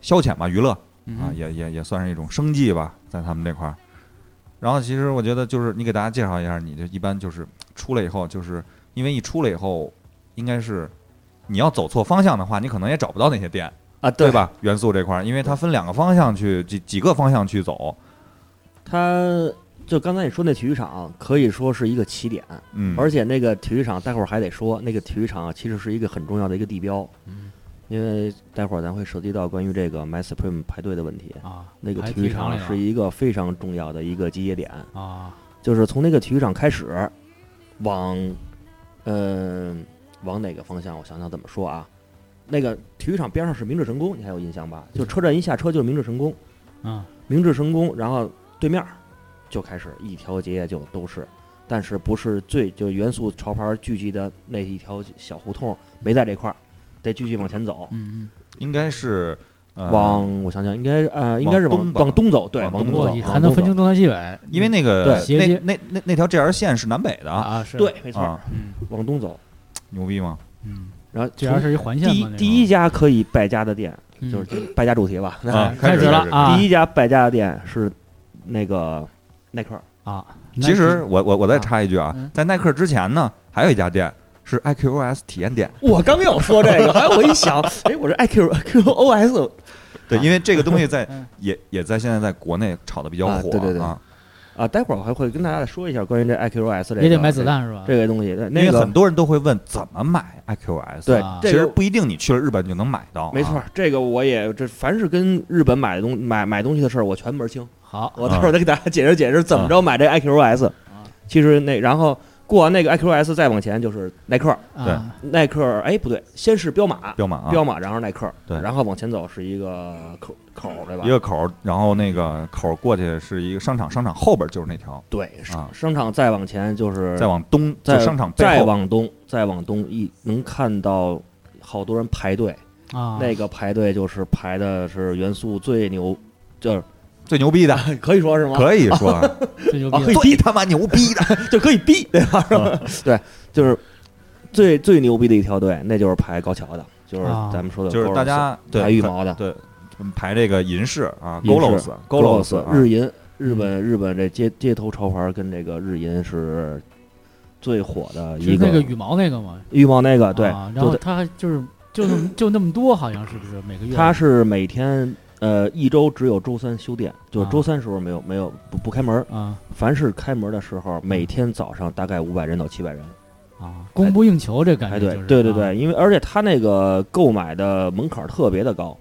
消遣吧，娱乐。啊，嗯也也也算是一种生计吧，在他们这块儿。然后其实我觉得就是你给大家介绍一下，你就一般就是出来以后，就是因为一出来以后，应该是你要走错方向的话，你可能也找不到那些店，啊，对？吧？元素这块儿，因为它分两个方向去几几个方向去走，它就刚才你说那体育场可以说是一个起点，嗯，而且那个体育场待会儿还得说，那个体育场啊其实是一个很重要的一个地标，嗯因为待会儿咱会涉及到关于这个 My Supreme 排队的问题。啊，那个还体育提倡场了是一个非常重要的一个集结点，啊，就是从那个体育场开始，往，嗯、往哪个方向？我想想怎么说啊？那个体育场边上是明治神宫，你还有印象吧？就车站一下车就是明治神宫，嗯明治神宫，然后对面儿就开始一条街就都是，但是不是最就元素潮牌聚集的那一条小胡同没在这块儿，得继续往前走，嗯应该是呃，往我想想应该呃应该是往往东吧往东走，对，往往东嗯，东哇哇，走，你往还能东分走清东南西北因为那个对那斜街那那那条 JR 线是南北的啊，啊是，对，没错，啊，嗯往东走，牛逼吗？嗯，然后这要从是一环线第嘛一，第一家可以败家的店，一就是就是败家主题吧。啊开开始始了开始嗯啊，第一家败家的店是那个耐克，啊，其实我我我再插一句啊嗯，在耐克之前呢，还有一家店是 IQOS 体验店。我刚要说这个，哎，我一想，哎，我是 IQ QOS 对，啊因为这个东西在嗯也也在现在在国内炒的比较啊火对对对啊，啊，待会儿我还会跟大家再说一下关于这 IQOS 这个也得买子弹是吧？这个东西，因那为个很多人都会问怎么买 IQS。对啊，其这实个不一定你去了日本就能买到啊。没错，这个我也这凡是跟日本买的东买买东西的事儿，我全门儿清。好，啊我待会儿再给大家解释解释怎么着买这 IQOS。其实那然后过完那个 IQOS 再往前就是耐克，对啊耐克哎不对，先是彪马，彪马啊，彪马，然后耐克，对然后往前走是一个口口儿，对吧一？个口儿，然后那个口儿过去是一个商场，商场后边就是那条，对，啊商商场再往前就是再往东就再商场背再后。往东，再往东一能看到好多人排队，啊，那个排队就是排的是元素最牛，就是 最牛逼的，可以说是吗？可以 说最牛逼啊的嘿最他妈牛逼的，就可以逼，对吧？是啊吧 对，就是最最牛逼的一条队，那就是排高桥的，就是啊咱们说的，就是大家对排羽毛的，对，排这个银饰啊银饰，Golos Golos 啊日银，日本日本这街街头潮牌跟这个日银是最火的就是一那个个羽毛那个嘛，羽毛那个对啊，然就后在他就是就那么就那么多，好像是不是每个月？它是每天呃一周只有周三休店，就啊周三时候没有没有不不开门，啊凡是开门的时候，每天早上大概五百人到七百人。啊，供不应求这感哎，觉对就是对对啊对，因为而且它那个购买的门槛儿特别的高，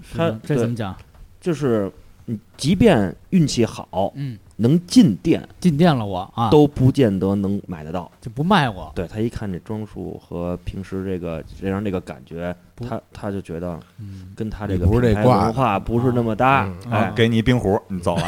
是它的这对怎么讲？就是你即便运气好嗯，能进店，进店了我啊，都不见得能买得到。就不卖我，对他一看这装束和平时这个这张这个感觉，不他他就觉得嗯，跟他这你个不是品这牌挂文化不是那么搭嗯哎啊，给你一冰壶，你走 了。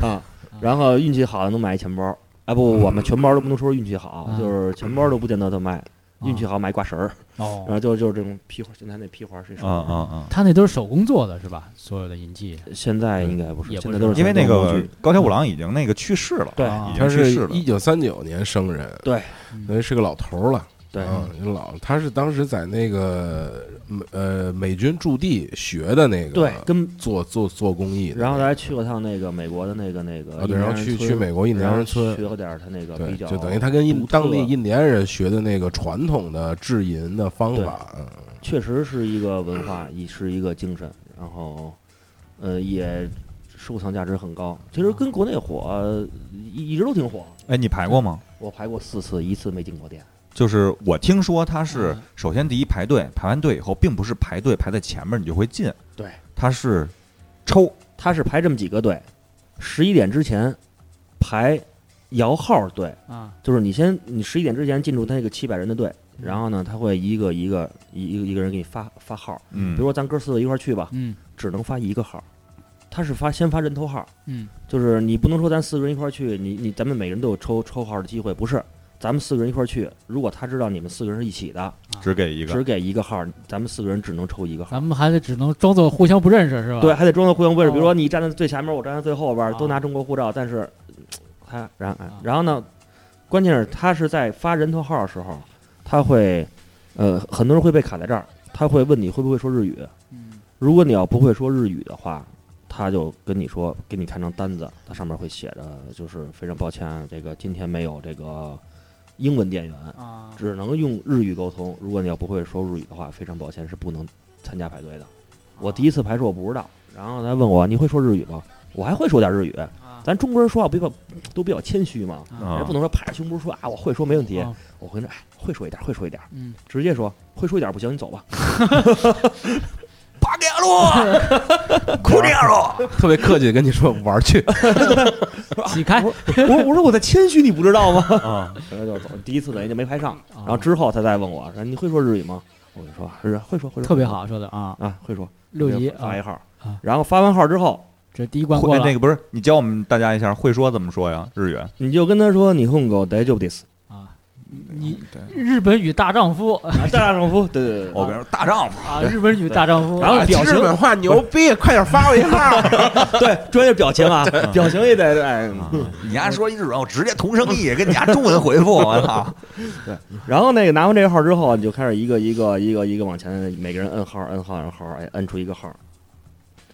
啊。然后运气好能买一钱包，哎不，嗯不我们全包都不能说运气好，啊就是钱包都不见得他卖，运气啊好买挂绳儿，然哦，后就就是这种批花，现在那批花是什啊啊么？啊！他那都是手工做的是吧？所有的银器现在应该不是也，不现在是都是因为那手工个工具高桥五郎已经那个去世了，对啊已他经去是世了一。九三九年生人，对等于是个老头儿了。对啊，老他是当时在那个美呃美军驻地学的那个，对，啊跟做做做公益的那个，然后他还去了趟那个美国的那个那个啊印第对，安然人村，后去去美国印第安人村，学了点儿他那个对呃比，较，就等于他跟印当地独特印第安人学的那个传统的制银的方法，嗯确实是一个文化，也是一个精神，然后呃也收藏价值很高。其实跟国内火一一直都挺火，哎，你排过吗？我排过四次，一次没进过店。就是我听说他是嗯首先第一排队，排完队以后，并不是排队排在前面你就会进，对，他是抽他是排这么几个队，十一点之前排摇号队，啊，就是你先你十一点之前进入他那个七百人的队，然后呢他会一个一个一一个一个人给你发发号，嗯比如说咱哥四个一块儿去吧，嗯只能发一个号，他是发先发人头号。嗯就是你不能说咱四个人一块儿去，你你咱们每人都有抽抽号的机会，不是？咱们四个人一块儿去，如果他知道你们四个人是一起的，只给一个只给一个号，咱们四个人只能抽一个号。咱们还得只能装作互相不认识是吧？对，还得装作互相位置，哦比如说你站在最前面，我站在最后边儿，啊都拿中国护照，但是他然哎啊然后呢，关键是他是在发人头号的时候，他会呃很多人会被卡在这儿，他会问你会不会说日语，嗯，如果你要不会说日语的话，他就跟你说，给你看张单子，它上面会写着，就是非常抱歉，这个今天没有这个英文店员，啊，只能用日语沟通。如果你要不会说日语的话，非常抱歉是不能参加排队的。我第一次排是我不知道，然后他问我你会说日语吗？我还会说点日语，啊咱中国人说话比较都比较谦虚嘛，啊人哎不能说拍着胸脯说啊我会说没问题，啊我跟着哎会说一点会说一点，嗯，直接说会说一点不行你走吧。八嘎罗，库里亚罗，特别客气地跟你说玩儿去， 起开，我我说我在谦虚，你不知道吗？ 啊，然后就走，第一次等于就没排上，然然后之后他再问我说：“你会说日语吗？”我就说：“是啊会说，会说。”特别好说的啊，啊，会说。六就级发一啊，号啊，然后发完号之后，这第一关过会了那个不是你教我们大家一下会说怎么说呀？日语你就跟他说：“你混狗得就得死。啊，你对日本语大丈夫” 啊大丈夫，对对对啊我 对跟你说大丈夫，啊，日本语大丈夫，然后表情日本话牛 逼，快点发我一号。对，专业表情啊， 表情也得对。哎你丫说一日文，我直接同声译跟你丫中文回复，我操！ 然后那个拿完这个号之后，你就开始一个一个一个一个往前，每个人摁号，摁号，摁号，哎，摁出一个号，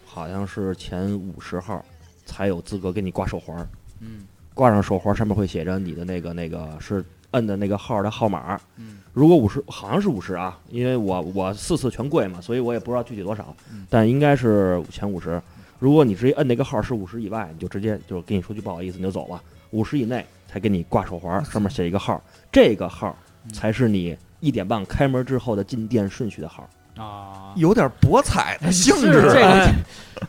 好像是前五十号才有资格给你挂手环。嗯挂上手环，上面会写着你的那个那个是摁的那个号的号码。嗯，如果五十，好像是五十啊，因为我我四次全跪嘛，所以我也不知道具体多少嗯，但应该是前五十。如果你直接摁那个号是五十以外，你就直接就是跟你说句不好意思，你就走了。五十以内才给你挂手环，上面写一个号，这个号才是你一点半开门之后的进店顺序的号。啊，有点博彩的性是这质，个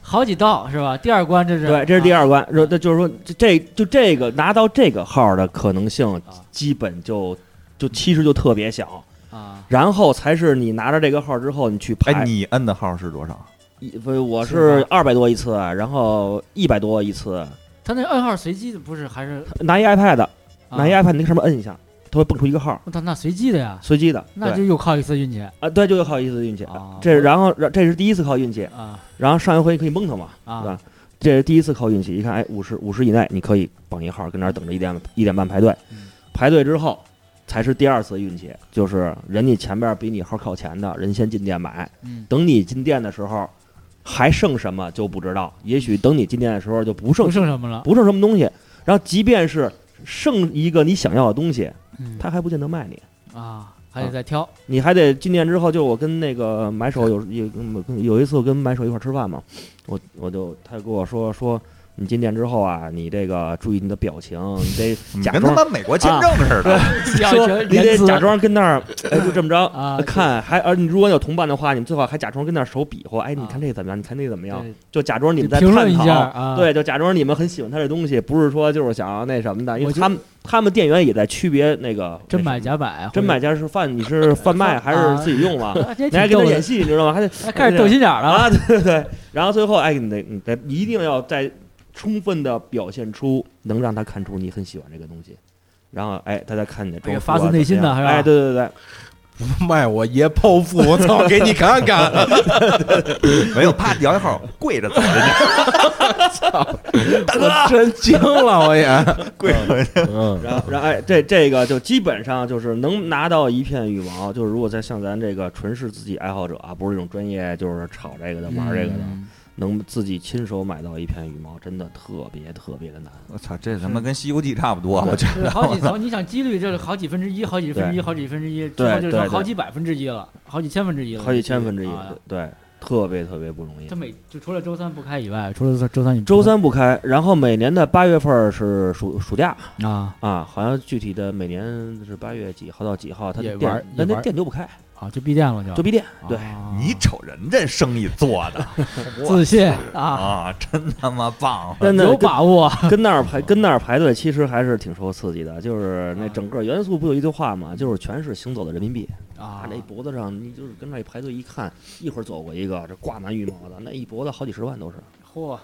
好几道是吧？第二关这是啊啊对，这是第二二关。那、那就是说，这这就这个拿到这个号的可能性啊，基本就就其实就特别小。啊，然后才是你拿着这个号之后，你去排。哎，你摁的号是多少？一不是我是是二百多一次，啊然后一百多一次，他那暗号随机的不是还是拿一 iPad，啊拿一 iPad，你那上面摁一下，它会蹦出一个号，我操，啊那随机的呀，随机的。那对就又靠一次运气啊，对，就靠一次运气啊。这然后这是第一次靠运气，啊然后上一回可以蒙它嘛，对啊吧？这是第一次靠运气，一看，哎，五十五十以内你可以绑一号，跟那儿等着一点一点半排队嗯，排队之后才是第二次运气，就是人家前边比你号靠前的人先进店买，嗯等你进店的时候，还剩什么就不知道，也许等你进店的时候就不剩不剩什么了。不剩什么东西。然后即便是剩一个你想要的东西，嗯他还不见得卖你。啊，还得再挑。你还得进店之后，就我跟那个买嗯手有有有一次我跟买手一块儿吃饭嘛，我我就他就跟我说说你进店之后啊，你这个注意你的表情，你得假嗯跟他装妈美国签证似 的。要说求你得言辞假装跟 那儿，哎，就这么着 啊看，还而你如果有同伴的话，你们最好还假装跟那儿手比划，哎，你啊看这怎么样？你看那怎么样对？就假装你们在评论探一下讨，啊，，对，就假装你们很喜欢他这东西，不是说就是想要那什么的，因我为觉他们他们店员也在区别那个真那买什么假买，真买，家是贩，你是贩卖 还啊是自己用嘛？啊这你还挺逗跟他的演戏，你知道吗？还得哎开始斗心眼儿了。啊，对对对。然后最后，哎，你得你得一定要在充分的表现出，能让他看出你很喜欢这个东西。然后，哎，他再看你的哎装呀束发啊自怎内么心的样是吧哎，对对对，卖我爷剖腹，我操，给你看看。 没有，啪摇一号，跪着走人 大哥，真惊了，我也。家， 跪着人家。嗯，然后，然后，哎，这这个就基本上就是能拿到一片羽毛。就是如果在像咱这个纯是自己爱好者啊，不是那种专业就是炒这个的、玩这个的，嗯能自己亲手买到一片羽毛，真的特别特别的难。我操，这他妈跟《西游记》差不多，我觉对，好几层，你想几率就是好几分之一，好几分之一，好几分之一，最对后就是对好对几百分之一了，好几千分之一了，好几千分之一啊，对，特别特别不容易这。每就除了周三不开以外，除了周周三你不周三不开，然后每年的八月份儿是暑暑假啊啊，好像具体的每年是八月几号到几号，他也的玩店也那那玩店就不开，啊就闭店了就就，闭店。对，啊你瞅人家生意做的自信啊， 啊，真他妈棒！啊真的有跟把握，跟那儿 排跟那儿排队，其实还是挺受刺激的。就是那啊整个元素不有一句话嘛，就是全是行走的人民币。啊啊，那脖子上你就是跟那儿一排队一看，一会儿走过一个，这挂满羽毛的，那一脖子好几十万都是。嚯，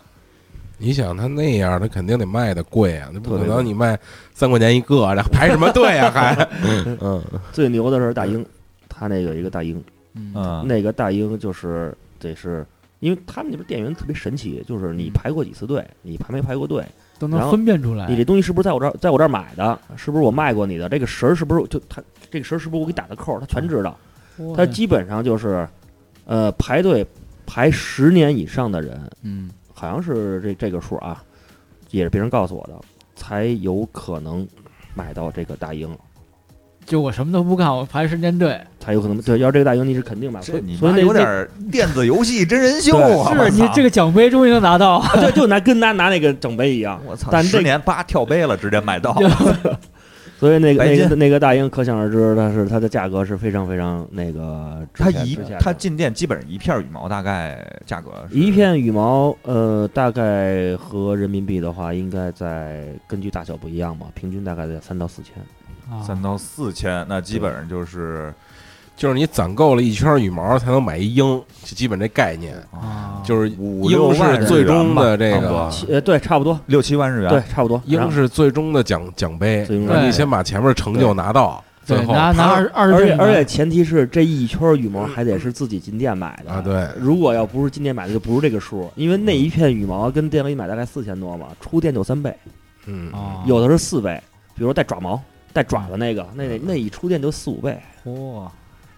你想他那样，他肯定得卖的贵啊，那不可特别能贵你卖三块钱一个，然后排什么队啊？还， 嗯，最牛的是大鹰，他那有一个大鹰，嗯，嗯，那个大鹰就是得是因为他们那边店员特别神奇，就是你嗯哎排过几次队，你排没排过队，都能然后分辨出来你，这东西是不是在我这儿，在我这儿买的，是不是我卖过你的，这个绳儿是不是就他这个绳儿是不是我给打的扣儿，他全知道。哇他塞基本上就是，呃，排队排十年以上的人，嗯好像是这这个数啊，也是别人告诉我的，才有可能买到这个大鹰。就我什么都不干，我排时间队，才有可能对，要是这个大鹰你是肯定买不到，这所以你所以妈那有点那儿电子游戏真人秀对啊！是你这个，个奖杯终于能拿到，啊对，就拿跟拿拿那个整杯一样， 我操，但这十年八跳杯了，直接买 到。所以那个白那金个那个大鹰，可想而知，它是它的价格是非常非常那个值他钱一值钱的他进店基本上一片羽毛大概价格是一片羽毛，呃，大概和人民币的话，应该在根据大小不一样嘛，平均大概在三到四千。啊三到四千，那基本上就是就是你攒够了一圈羽毛才能买一鹰，就基本这概念，哦啊，就是五鹰是最终的这差不个多，呃，对，差不多，六七万日元。对，，差不多。然鹰后是最终的奖奖杯，最终那你对先把前面成就拿到，最对后拿拿啪二二十而倍且的拿，而且前提是这一圈羽毛还得是自己进店买的啊，。对，如果要不是进店买的，就不是这个数，因为那一片羽毛跟店里买大概四千多嘛，出店就三倍，嗯，啊有的是四倍，比如说带爪毛、带爪的那个，那那一出店就四五倍嚯，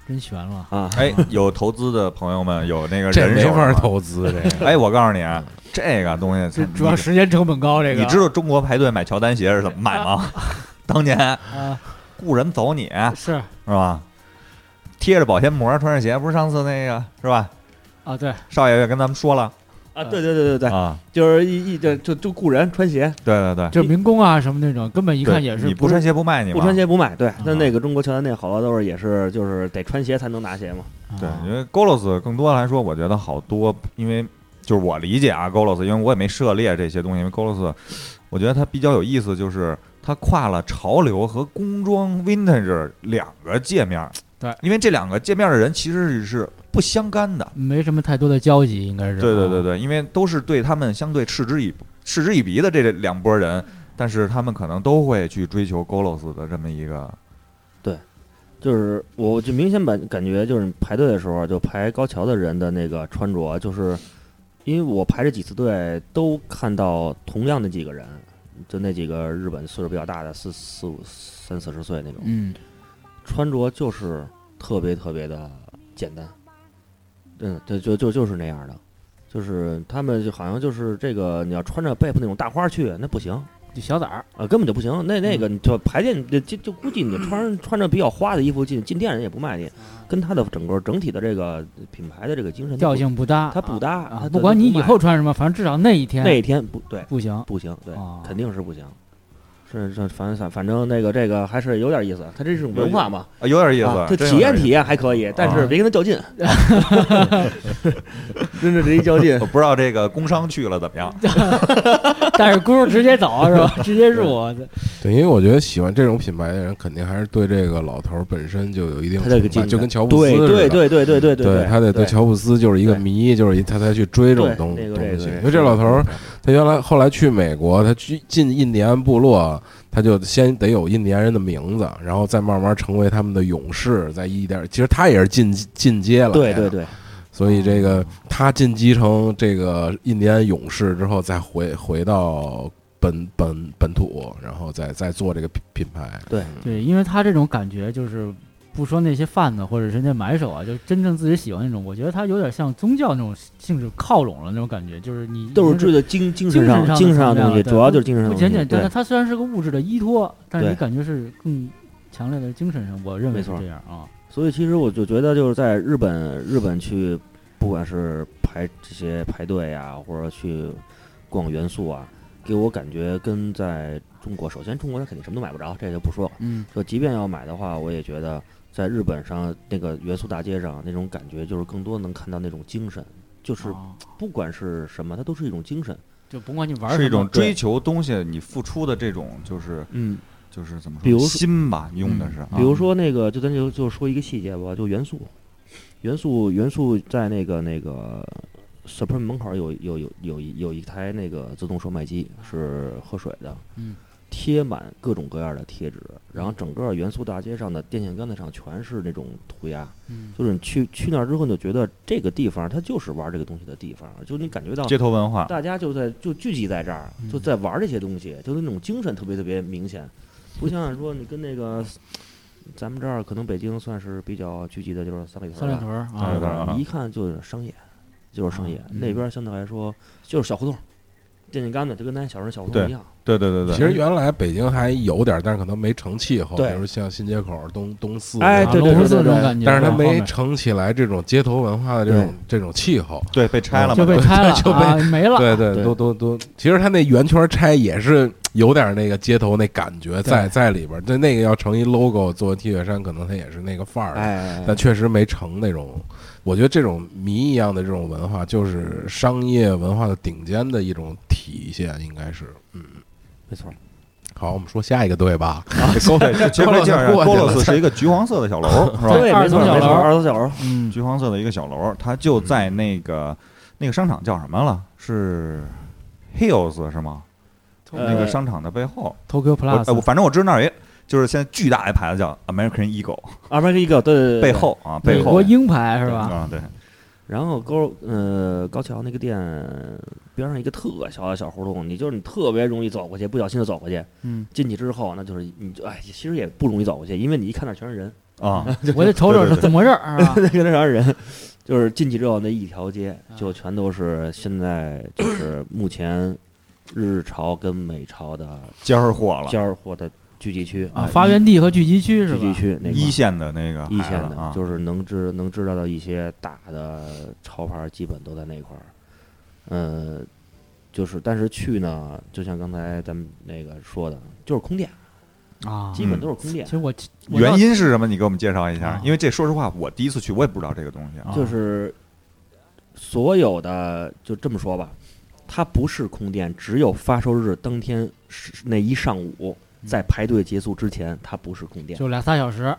真悬了，啊。 哎，有投资的朋友们，有那个这人没手法的吗。投资，这个哎，我告诉你，啊，这个东西这操主要你时间成本高，这个你知道中国排队买乔丹鞋是怎么买 吗？当年啊雇人走你 是是吧？贴着保鲜膜，穿着鞋，不是上次那个是吧？啊对，少爷也跟咱们说了啊，对对对对对，啊，就是一一就就就雇人穿鞋，对对对，就是民工啊什么那种，根本一一看也是你不穿鞋不卖你吗？不穿，鞋不买。对，那啊那个中国乔丹店好多都是也是就是得穿鞋才能拿鞋嘛。对啊，因为 Golos 更多来说，我觉得好多，因为就是我理解啊，Golos，因为我也没涉猎这些东西，因为 Golos，我觉得它比较有意思，就是它跨了潮流和工装 Vintage 两个界面儿，对因为这两个界面的人其实是不相干的，没什么太多的交集，应该是啊对对对对，对，因为都是对他们相对嗤之以嗤之以鼻的这两拨人，但是他们可能都会去追求 Golos 的这么一个，就是我就明显感感觉就是排队的时候，就排高桥的人的那个穿着，就是因为我排这几次队都看到同样的几个人，就那几个日本岁数比较大的四四五三四十岁那种，嗯穿着就是特别特别的简单，嗯，对，就就就是那样的，就是他们就好像就是这个，你要穿着贝普那种大花去，那不行啊、就小崽儿，根本就不行。那那个你就排练，就就就估计你穿穿着比较花的衣服进进店，人也不卖你，跟他的整个整体的这个品牌的这个精神调，性不搭，它不搭啊它不管你以它不后穿什么，反正至少那一天那一天不对，不行。不行，对，哦肯定 是不行。是是，反正反正那个这个还是有点意思，啊它这是种文化嘛，啊有点意啊思，就真体有点验意思体验还可以，但啊是别跟他较劲，真是这一 较劲我，不知道这个工商去了怎么样， 但是姑直接走啊是吧？直接入，嗯对，因为我觉得喜欢这种品牌的人，肯定还是对这个老头儿本身就有一定他这崇个拜精就跟神乔布斯对似的。对对对对对对他得对对乔布斯就是一个对迷，就是一他才去追这种对东这个东西这个。因为这老头儿，他原来后来去美国，他去进印第安部落，他就先得有印第安人的名字，然后再慢慢成为他们的勇士，再一点。其实他也是进进阶了，对对，对，所以这个他晋级成这个印第安勇士之后，再回回到本本本土，然后再再做这个品品牌。对对，因为他这种感觉就是不说那些贩子或者是那买手啊，就真正自己喜欢那种，我觉得他有点像宗教那种性质靠拢了那种感觉，就是你都已是经追的精嗯精精神神上精神层的面东西，了对主要就是精神上不的东简西简单对单，它虽然是个物质的依托，但是你对感觉是更强烈的精神上，我认为没是错这样啊。所以其实我就觉得，就是在日本日本去，不管是排这些排队呀、或者去逛元素啊，给我感觉跟在中国，首先中国人肯定什么都买不着，这就不说了。嗯，就即便要买的话，我也觉得在日本上那个元素大街上那种感觉，就是更多能看到那种精神，就是啊不管是什么，它都是一种精神。就甭管你玩是一什么种追求东西你付出的这种就是嗯，就是怎么说，比如说心吧，用的是啊，比如说那个，就咱就就说一个细节吧，就元素，元素元素在那个那个 Supreme 门口有有有有一有一台那个自动售卖机是喝水的，嗯，贴满各种各样的贴纸，然后整个元素大街上的电线杆子上全是那种涂鸦，嗯就是你去去那儿之后，你就觉得这个地方它就是玩这个东西的地方，就嗯你感觉到街头文化，大家就在就聚集在这儿，就在玩这些东西，就是那种精神特别特别明显，不像说你跟那个咱们这儿可能北京算是比较聚集的，就是三里三屯里儿啊屯儿吧，三里啊屯儿啊你一看就是商业，就是商业。嗯那边相对来说就是小胡同，电线杆子就跟咱小时候小胡对同一样，对对对对，其实原来北京还有点儿，但是可能没成气候，比对如像新街口、东东四，哎啊对对龙对福寺对那种对感觉，但是它对没后面撑起来这种街头文化的这种这种气候。对被拆了嘛，就被拆了就被啊，没了。对对，对都都都，其实它那圆圈拆也是有点那个街头那感觉在在里边儿。对，那个要成一 logo 做 T 恤衫，可能它也是那个范儿的。哎，但确实没成那种。我觉得这种谜一样的这种文化，就是商业文化的顶尖的一种体现，应该是。没错儿，好，我们说下一个队吧。勾对，这其实这样，过去勾勒了寺是一个橘黄色的小楼，是吧？对，二没错层小儿没错楼儿，二层小楼儿，嗯，橘黄色的一个小楼，它就在那个那个商场叫什么了？是 Hills 是吗？呃那个商场的背后， Tokyo 我 哎我 Plus，反正我知道那儿有，就是现在巨大一牌子叫 American Eagle，二边是一个对对对对背后啊美背后国鹰牌是吧？啊对，然后高呃高桥那个店边上一个特小的小胡同，你就是你特别容易走过去，不小心就走过去。嗯，进去之后，那就是你就哎，其实也不容易走过去，因为你一看那儿全 是人，啊，我得瞅瞅对对是对怎么回事儿啊。那个那啥人，就是进去之后那一条街啊就全都是现在就是目前日潮跟美潮的尖儿货 了，尖儿或的聚集区啊，哎发源地和聚集区是聚吧？集区那块一儿线的那个一牌线子的啊，，就是能知能知道的一些大的潮牌，基本都在那块儿。呃，就是但是去呢，就像刚才咱们那个说的，就是空店，啊。嗯基本都是空店其。实我我原到因是什么？你给我们介绍一下啊，因为这说实话，我第一次去，我也不知道这个东西啊。就是所有的就这么说吧，它不是空店，只有发售日当天是那一上嗯午，在排队结束之前，它不是空店。就俩仨小时，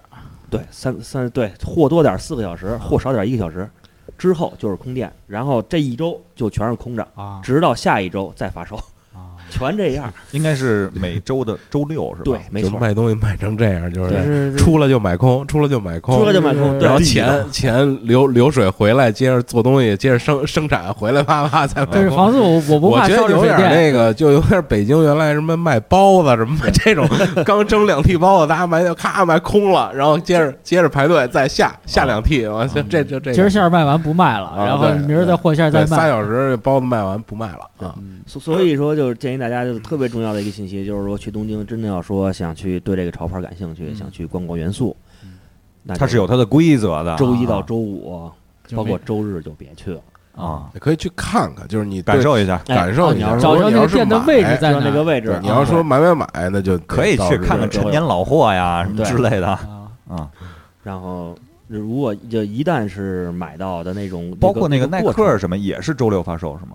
对，三三对，货多点儿四个小时，货少点儿一个小时，之后就是空店，然后这一周就全是空着。啊直到下一周再发售， 啊，全这样。应该是每周的周六是吧？对，，没就错，卖东西卖成这样，就就是是出了就买空，出了就买空，出了就买空，对嗯然后地道钱钱流流水回来，接着做东西，接着生生产回来，啪啪再但买是空。房子我我不我怕觉得烧着有水点电，那个，就有点北京原来什么卖包子什么这种，刚蒸两屉包子，大家买咔买空了，然后接着接着排队再下下两屉，完这这这这今儿馅儿卖完不卖了，啊然后对明儿再和馅儿再对仨卖。小时包子卖完不卖了啊，嗯所所以说，就是建议大家，就是特别重要的一个信息，就是说去东京真的要说想去对这个潮牌感兴趣，嗯想去逛逛元素，那就它是有它啊的规则的。周一到周五，就包括没周日就别去了，啊，可以去看看，就是你对感受一下，哎感受啊一你下要如是找果着你那要个是店的买位置在知道那哪个儿位置对啊。，你要说买买买，那就可以到去时候看看陈年老货呀，什么对之类的啊？啊。然后如果就一旦是买到的那种，包括那个耐过程克什么也是周六发售是吗？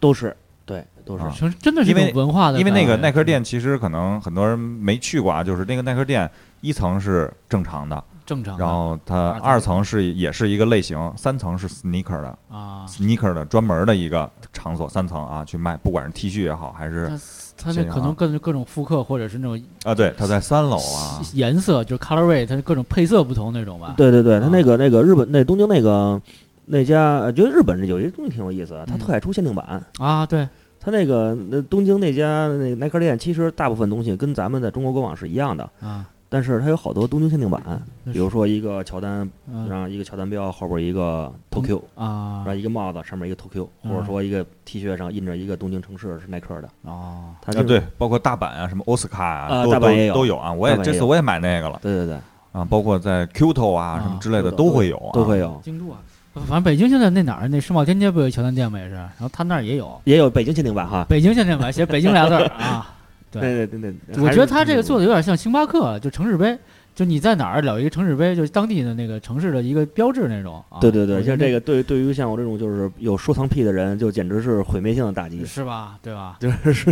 都是，对，都是啊其实真的是一因为种文化的因感觉，为那个耐克店其实可能很多人没去过啊，就是那个耐克店一层是正常的，啊正常的，然后它二二层是也是一个类型，三层是 sneaker 的啊， sneaker 的专门的一个场所，三层啊去卖，不管是 T 恤也好还嗯是它它那这样可啊能各各种复刻或者是那种啊，对，它在三楼啊，颜色，就是 colorway，它各种配色不同那种吧。对对对，他啊那个那个日本那东京那个那家，呃觉得日本有一东西挺有意思的，他嗯特爱出限定版。啊，对，他那个那东京那家那耐克店，其实大部分东西跟咱们在中国官网是一样的，啊，但是它有好多东京限定版，那比如说一个乔丹，嗯然后一个乔丹标后边一个 Tokyo，啊然后一个帽子上面一个 Tokyo，嗯或者说一个 T 恤上印着一个东京城市是耐克的，哦，它啊就对，包括大阪啊，什么奥斯卡啊，啊都大阪也都有都有啊，我也大阪这也次有我也买那个了对对对，啊，包括在 Qto 啊啊什么之类的 Qto，都会有啊，都会有，京都啊，反正北京现在那哪儿，那世贸天阶不有乔丹店吗？也是，然后他那儿也有也有北京限定版哈。北京限定版，写北京俩字儿啊。对对对对对，我觉得他这个做的的有点像星巴克，啊就城市杯，就你在哪儿了一个城市杯，就是当地的那个城市的一个标志那种。啊对对对，我觉像得这个对对于像我这种就是有收藏癖的人，就简直是毁灭性的打击那，是吧？对吧？就是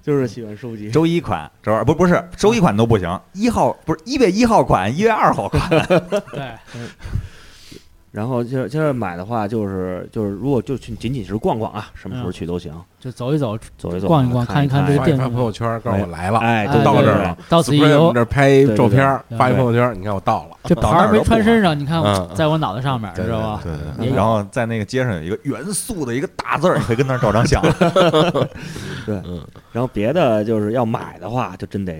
就是喜欢收集。周一款，周二不不是周一款都不行，一号不是一月一号款，一月二号款，对， 然后就是就是买的话，就是就是如果就去仅仅是逛逛啊，什么时候去都行，就走一走，走一走，逛一逛看看一看这个发店，一发朋友圈，告诉我来了，哎哎，对到对这儿对了到此一，Spring 我们游这。儿拍一照片儿对对，对发一朋友圈，你看我到了，这牌到哪儿儿都没不穿身管上，你看嗯在我脑袋上面，对知道吧？对对也有然后在那个街上有一个元素的一个大字儿，你可以跟那儿照张 相。然后别的就是要买的话，就真得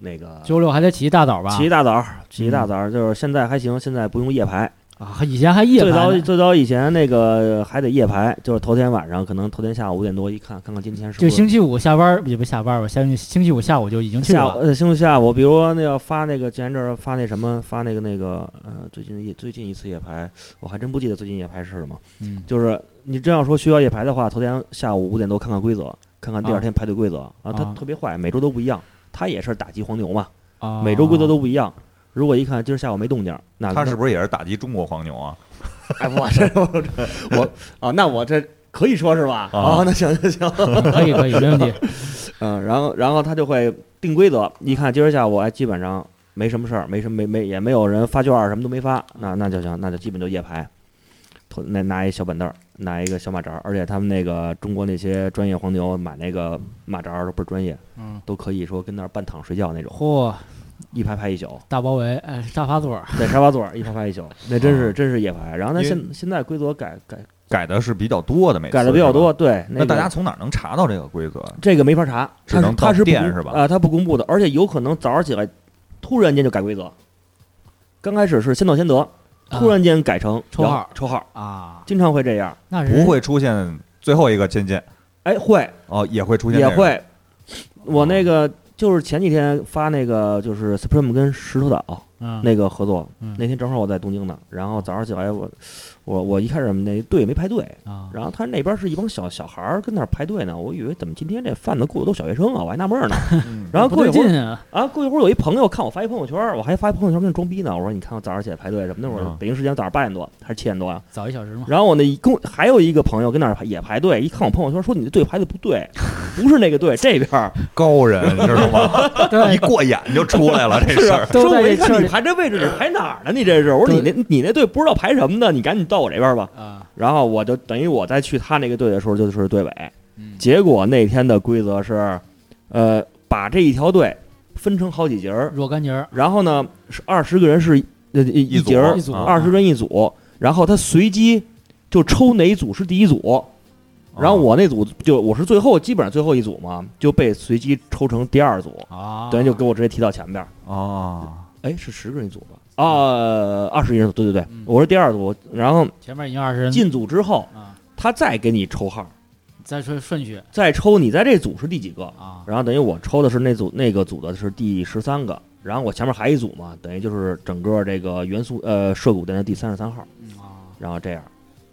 那个周六还得起一大早吧？起一大早，起一大早，就是现在还行，现在不用夜排。啊，还以前还夜最排早呢，最早以前那个还得夜排，就是头天晚上，可能头天下午五点多一看，看看今天是就不是星期五下班儿也不下班儿吧，相信星期五下午就已经去下午了。呃星期下午，比如说那要发那个前阵儿发那什么发那个那个呃最近一最近一次夜排，我还真不记得最近夜排是什么。嗯，就是你真要说需要夜排的话，头天下午五点多看看规则，看看第啊二天排队规则啊，它啊特别坏，每周都不一样，它也是打击黄牛嘛，啊每周规则都不一样。如果一看今儿下午没动静儿，那他是不是也是打击中国黄牛啊？哎，我这我这 我啊，那我这可以说是吧？哦啊那行行行，可以可以没问 题。嗯，然后然后他就会定规则，一看今儿下午哎，基本上没什么事儿，没什么没没也没有人发券儿，什么都没发，那那就行，那就基本就夜排，头那拿一小板凳儿，拿一个小马扎儿，而且他们那个中国那些专业黄牛买那个马扎儿都不是专业，嗯，都可以说跟那儿半躺睡觉那种，嚯，一排排一宿，大包围，哎，大发座儿，在沙发座儿一排排一宿，那真是真是夜排。然后他哦因为现现在规则改改改的是比较多的，每次改的比较是吧。多，对，那那大个家从哪儿能查到这个规则？啊这个没法查，只他是能他到是不店公是吧啊、他不公布的，而且有可能早上起来突然间就改规则。刚开始是先到先得，突然间改成抽号摇抽号，啊，经常会这样。那人不会出现最后一个先进哎，会哦，也会出现也这个会，我那个就是前几天发那个就是 Supreme 跟石头岛嗯那个合作，嗯那天正好我在东京呢，然后早上起来我我我一开始那队没排队，啊，然后他那边是一帮小小孩儿跟那儿排队呢，我以为怎么今天这贩子雇的都小学生啊，我还纳闷儿呢。嗯然后不过一对会儿劲啊，啊，过一会儿有一朋友看我发一朋友圈儿，我还发一朋友圈儿跟那装逼呢。我说你看我早上起来排队什么？那会儿嗯北京时间早上八点多还是七点多啊？早一小时嘛，然后我那一跟我还有一个朋友跟那儿排也排队，一看我朋友圈儿说你的队排的 不对，不是那个队这边儿。高人，你知道 吗？一对，过眼就出来了这是事啊儿，都说在我这一圈儿里看你排这位置你排哪儿呢？你这是？我说你那你那队不知道排什么呢？你赶紧到我这边儿吧。啊，然后我就等于我再去他那个队的时候就是队尾，嗯结果那天的规则是，呃，把这一条队分成好几节儿，若干节儿，然后呢是二十个人是呃一组节儿一，组啊二十个人一组，然后他随机就抽哪一组是第一组，哦然后我那组就我是最后基本上最后一组嘛，就被随机抽成第二组，啊，等于就给我直接提到前边儿。哦，哎，是十个人一组吧？啊，二十人一组，对对对嗯，我是第二组，然后前面已经二十人进组之后，啊，他再给你抽号，再说顺序再抽你在这组是第几个，啊，然后等于我抽的是那组那个组的是第十三个，然后我前面还一组嘛，等于就是整个这个元素呃涉谷的那第三十三号，嗯啊，然后这样，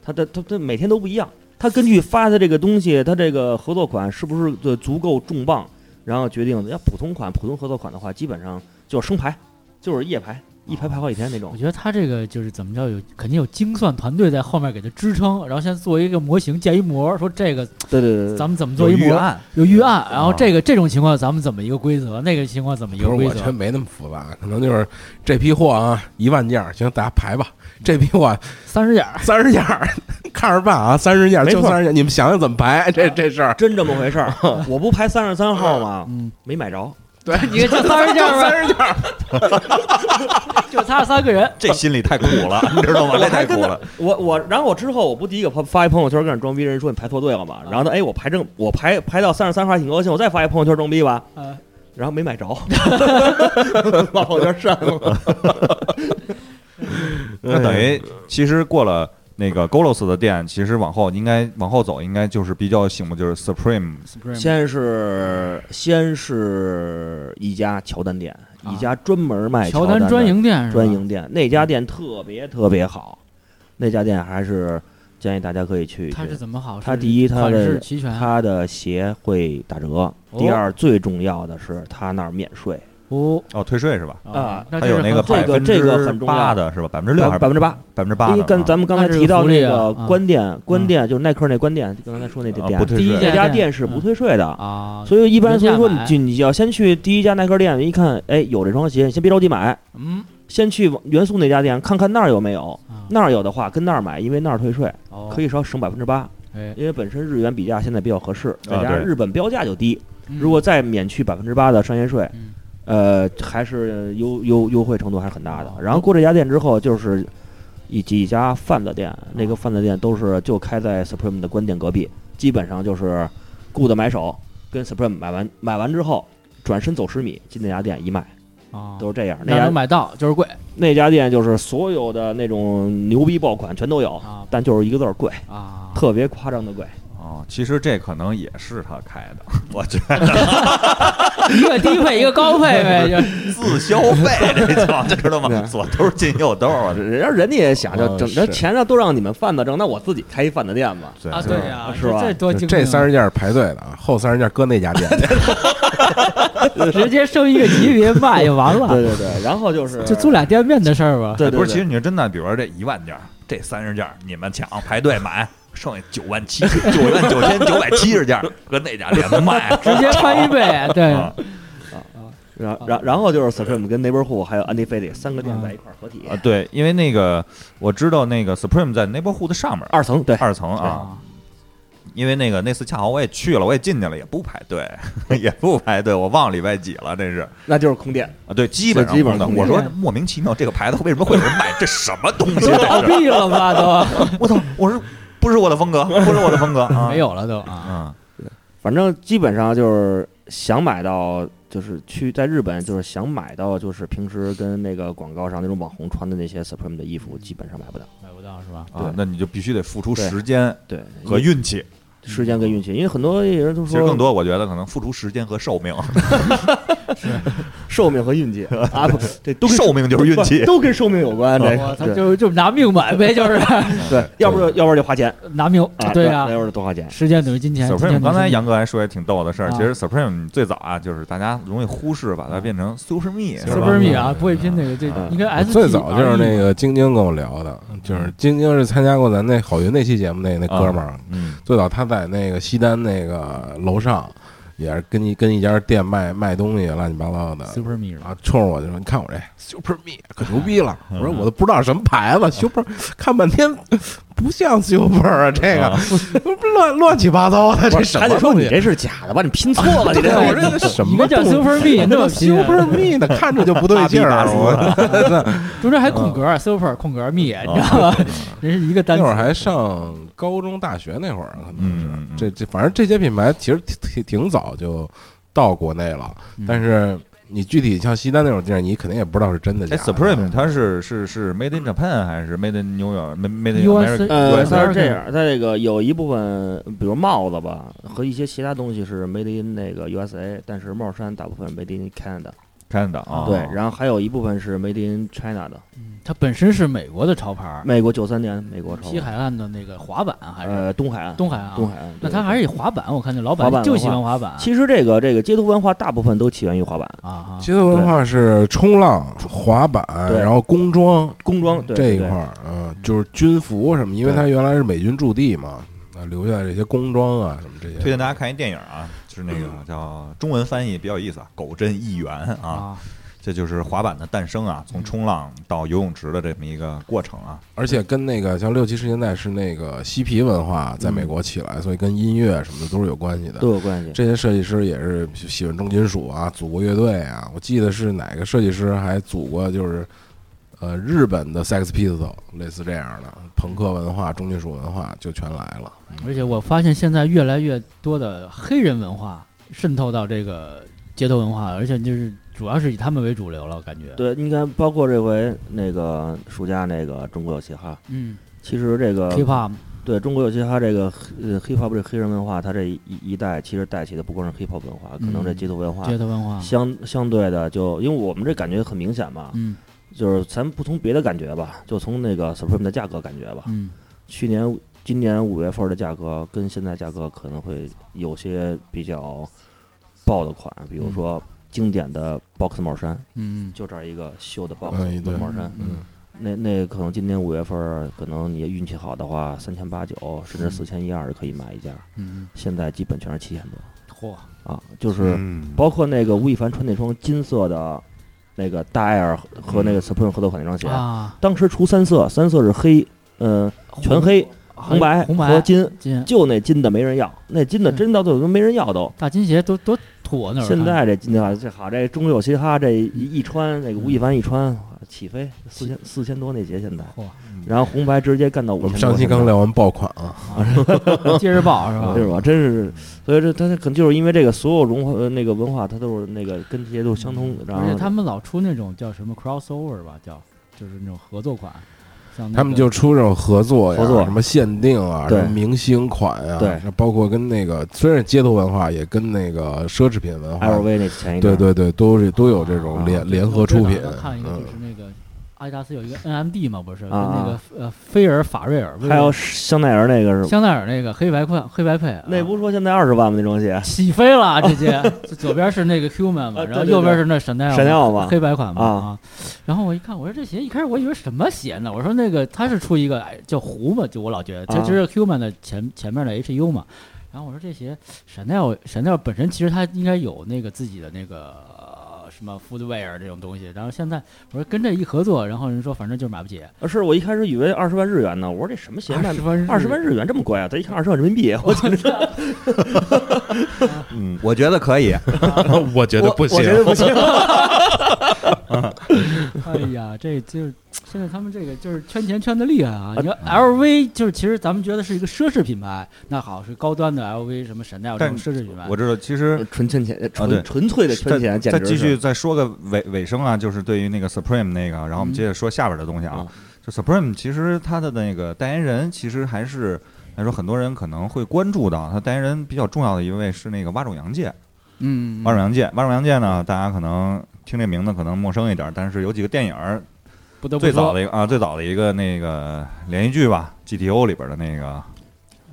他的他他每天都不一样，他根据发的这个东西，他这个合作款是不是呃足够重磅，然后决定要普通款普通合作款的话，基本上就是生牌，就是夜排，一排排好几天那种我。觉得他这个就是怎么着，有肯定有精算团队在后面给他支撑，然后先做一个模型建一模，说这个对对对对，咱们怎么做有一预模，案，有预案，然后啊这个这种情况咱们怎么一个规则，那个情况怎么一不是，个规我觉得则，没那么复杂，可能就是这批货啊，一万件儿，行，大家排吧。这批货三十点 儿三十件儿，看着办啊，三十件儿没就错三十件儿，你们想想怎么排 这这事儿。 真这么回 事儿。我不排三十三号吗？嗯，没买着，对，你就 三十件儿啊呗，三十件儿，就他三个人，这心里太苦 了，你知道吗？这我太还苦跟他了，我我，然后我之后我不第一个发发一朋友圈跟人装逼，人说你排错队了嘛，然后他哎我排正我排排到三十三号还挺高兴，我再发一朋友圈装逼吧，呃，然后没买着，把朋友圈删了。那等于其实过了。那个 Golos 的店，其实往后应该往后走，应该就是比较醒目，就是 Supreme Supreme 先是先是一家乔丹店，一家专门卖啊乔丹丹的专营店是吧专营店，那家店特别特别好，那家店还是建议大家可以去一去。它是怎么好？它是第一它款的式齐全，他的鞋会打折。第二，最重要的是他那儿免税，哦哦，退税是吧？啊那它这有是那很个好百这个分这个之很重要八的是吧？百分之六还是百分之八。百分之因八为的？啊刚咱们刚才那是提到福那利啊个啊关店，关店就是耐克那关店，刚才说那啊店不，退第一税，这家店店是不嗯退税的。啊，所以一般原所以价说买你就你要先去第一家耐克店，一看，哎，有这双鞋，你先别着急买，嗯，先去元素那家店看看那儿有没有，那儿有的话跟那儿买，因为那儿退税，可哦以，以少省百分之八，哎，因为本身日元比价现在比较合适，再啊加上对日本标价就低，嗯如果再免去百分之八的商业税，嗯呃，还是优优优惠程度还是很大的。然后过这家店之后，就是以及一家贩子店，那个贩子店都是就开在 Supreme 的关店隔壁，基本上就是雇的买手跟 Supreme 买完买完之后，转身走十米进那家店一卖，啊，都是这样。那要能家买到就是贵那家店就是所有的那种牛逼爆款全都有，啊但就是一个字儿贵，啊，特别夸张的贵。哦，其实这可能也是他开的，我觉得一个低配一个高配呗，就自消 费这叫，知道吗？对左兜进右兜啊，这人家人家也想着哦整这是钱上都让你们贩子挣，那我自己开一贩子店吧。对啊，对呀，是吧这多精这明三十件儿排队的啊，后三十件儿搁那家店去。直接升一个级别卖就完对了，对对，然后啊就是就租俩店面的事儿吧。对对不是，对其实你说真的，比如说这一万件儿，这三十件儿你们抢排队买，剩下九万七九万九千九百七十件儿搁那家店 卖，直接翻一倍，对，啊然啊然然后就是 Supreme 跟 Neighborhood 还有 Andy f e d i 三个店在一块儿合体，啊，对，因为那个我知道那个 Supreme 在 Neighborhood 上面二层对，二层啊，啊因为那个那次恰好我也去了，我也进去了，也不排 队，也不排队，我忘了礼拜几了，这是那就是空店。啊，对，基本上基本的。上我空说间莫名其妙，这个牌子为什么会有人买？这什么 东西都在倒这儿？闭了吧都， 我操！我说不是我的风格，不是我的风格啊！ 没有了都啊，啊，反正基本上就是想买到，就是去在日本就是想买到，就是平时跟那个广告上那种网红穿的那些 Supreme 的衣服，基本上买不到。买不到是吧？啊对，那你就必须得付出对时间对，和运气。时间跟运气，因为很多人都其实更说多，我觉得可能付出时间和寿命，寿命和运 气啊，不，这都跟寿命就是运气不。 都跟寿命有关。这我操，个就就拿命买呗，就是对对，要不就要不然就花钱拿命啊，，对呀，呀那，要是多花钱。时间等于金钱。金 Supreme 钱等于刚才时间杨哥还说也挺逗的事儿，啊其实 Supreme 最早啊，就是大家容易忽视，把它变成 Super Me，是是吧吧 Super Me 啊，不会拼那个，这嗯应该 S 最早就是那个晶晶跟我聊的，嗯就是晶晶是参加过咱那好运那期节目那啊那哥们儿，嗯，最早他在那个西单那个楼上，也是跟一跟一家店卖卖东西，乱七八糟的。 Super Me 然后啊冲着我就说：“你看我这 Super Me 可牛逼了！”我说：“我都不知道什么牌子，Super 看半天不像 Super 啊，这个、 乱乱七八糟的，这不什是，么还得说东你西这是假的吧？你拼错了，你这对，我这个什你么们叫动 Super B 那么拼啊 Super Me 呢？看着就不对劲大儿。啊逼我中间还空格、super 空格 me，你啊哦 知道吗？人是一个单那词会儿还上高中、大学那会儿，可能是、嗯嗯嗯这这，反正这些品牌其实挺挺挺早就到国内了，嗯但是你具体像西单那种地儿，你肯定也不知道是真的假哎的。啊，Supreme 它是是是 Made in Japan 还是 Made in New York？Made in USA 呃， America？它是这 American 样，它这个有一部分，比如帽子吧，和一些其他东西是 made in 那个 USA，但是帽衫大部分 made in Canada，、看的啊，对，然后还有一部分是 made in China 的，嗯它本身是美国的潮牌儿，美国九三年美国潮西海岸的那个滑板还是呃，东海岸，东海岸啊？嗯东海岸，那对它对还是以滑板，我看那老板滑板就文喜化欢滑板其实这个这个街头文化大部分都起源于滑板，啊啊！街头文化是冲浪、滑板，对然后工装工装对这一对块儿，嗯，就是军服什么，因为对它原来是美军驻地嘛，那留下这些工装啊什么这些。推荐大家看一电影啊，就是那个叫中文翻译比较有意思啊，《狗镇议员》啊，啊，这就是滑板的诞生啊，从冲浪到游泳池的这么一个过程啊。而且跟那个像六七十年代是那个嬉皮文化在美国起来，所以跟音乐什么的都是有关系的。都有关系。这些设计师也是喜欢重金属啊，组过乐队啊。我记得是哪个设计师还组过，就是呃日本的 Sex Pistols 类似这样的朋克文化、重金属文化就全来了。而且我发现现在越来越多的黑人文化渗透到这个街头文化，而且就是主要是以他们为主流了，我感觉。，对，你看，包括这回那个暑假那个中国有嘻哈，嗯其实这个，K-pop 对中国有嘻哈这个呃 hiphop 这黑人文化，它这一一代其实带起的不光是 hiphop 文化，可能这嗯街头文化街头文化，相相对的就，因为我们这感觉很明显嘛，嗯就是咱不从别的感觉吧，就从那个 Supreme 的价格感觉吧，嗯，去年今年五月份的价格跟现在价格可能会有些比较爆的款，比如说经典的 box 帽衫，嗯就这儿一个绣的 box 哎对帽衫，嗯，那那可能今年五月份儿，可能你运气好的话，三千八九甚至嗯四千一二可以买一件儿。嗯，现在基本全是七千多嚯，啊，就是嗯包括那个吴亦凡穿那双金色的，那个大 Air 和和嗯那个 Supreme 合作款那双鞋，啊，当时出三色，三色是黑，嗯，全黑、红白红白嗯和金，金就那金的没人要，那金的对真到最后都没人要都。大金鞋都多土啊那会儿现看着在这金的话，这好，这中国有嘻哈这一一穿，那个吴亦凡一穿起飞四千四千多那节现在，嚯，然后红白直接干到五我千们多。上期刚现在啊聊啊完爆款啊，接着报是吧？ 对吧？真是，所以这他可能就是因为这个所有融合呃那个文化，它都是那个跟这些都是相通。然而且后他们老出那种叫什么 crossover 吧，叫就是那种合作款，像那个他们就出这种合作呀，合作什么限定啊，什对么明星款啊，对，包括跟那个虽然街头文化也跟那个奢侈品文化， LV 那前一段对对儿，对，都是都有这种啊联、啊联合出我品知道，我看一个嗯就是那个阿迪达斯有一个 NMD 嘛，不是跟啊那个呃菲尔法瑞尔，还有香奈儿那个是吗？香奈儿那个黑白款黑白配，那不啊是说现在二十万吗？那双鞋起飞了 啊，这些这左边是那个 Human 嘛，啊然后对对右边是那 Chanel 嘛 Chanel 嘛黑白款嘛啊啊，然后我一看，我说这鞋一开始我以为什么鞋呢？我说那个它是出一个哎叫狐嘛，就我老觉得它啊就是 Human 的前前面的 HU 嘛，然后我说这鞋 Chanel Chanel 本身其实它应该有那个自己的那个。呃什么 footwear 这种东西，然后现在我说跟这一合作，然后人说反正就是买不起，啊是我一开始以为二十万日元呢，我说这什么鞋卖20万日二十万日元这么贵啊？他一看二十万人民币， 我觉得嗯，我觉得可以，我觉得不行我，觉得不行。 哎呀，这就是现在他们这个就是圈钱圈的厉害啊！你说 LV 就是其实咱们觉得是一个奢侈品牌，那好是高端的 LV 什么 Chanel 这但种奢侈品牌我，知道其实。纯圈钱，啊对纯纯粹的圈钱，再简再直继是续再说个尾尾声啊，就是对于那个 Supreme 那个，然后我们嗯接着说下边的东西啊啊。就 Supreme 其实它的那个代言人其实还是来说，很多人可能会关注到，它代言人比较重要的一位是那个蛙种洋介。嗯，蛙种洋介，蛙种洋介呢，大家可能听这名字可能陌生一点，但是有几个电影儿不得不最早说，的一个啊，最早的一个那个连续剧吧，GTO 里边的那个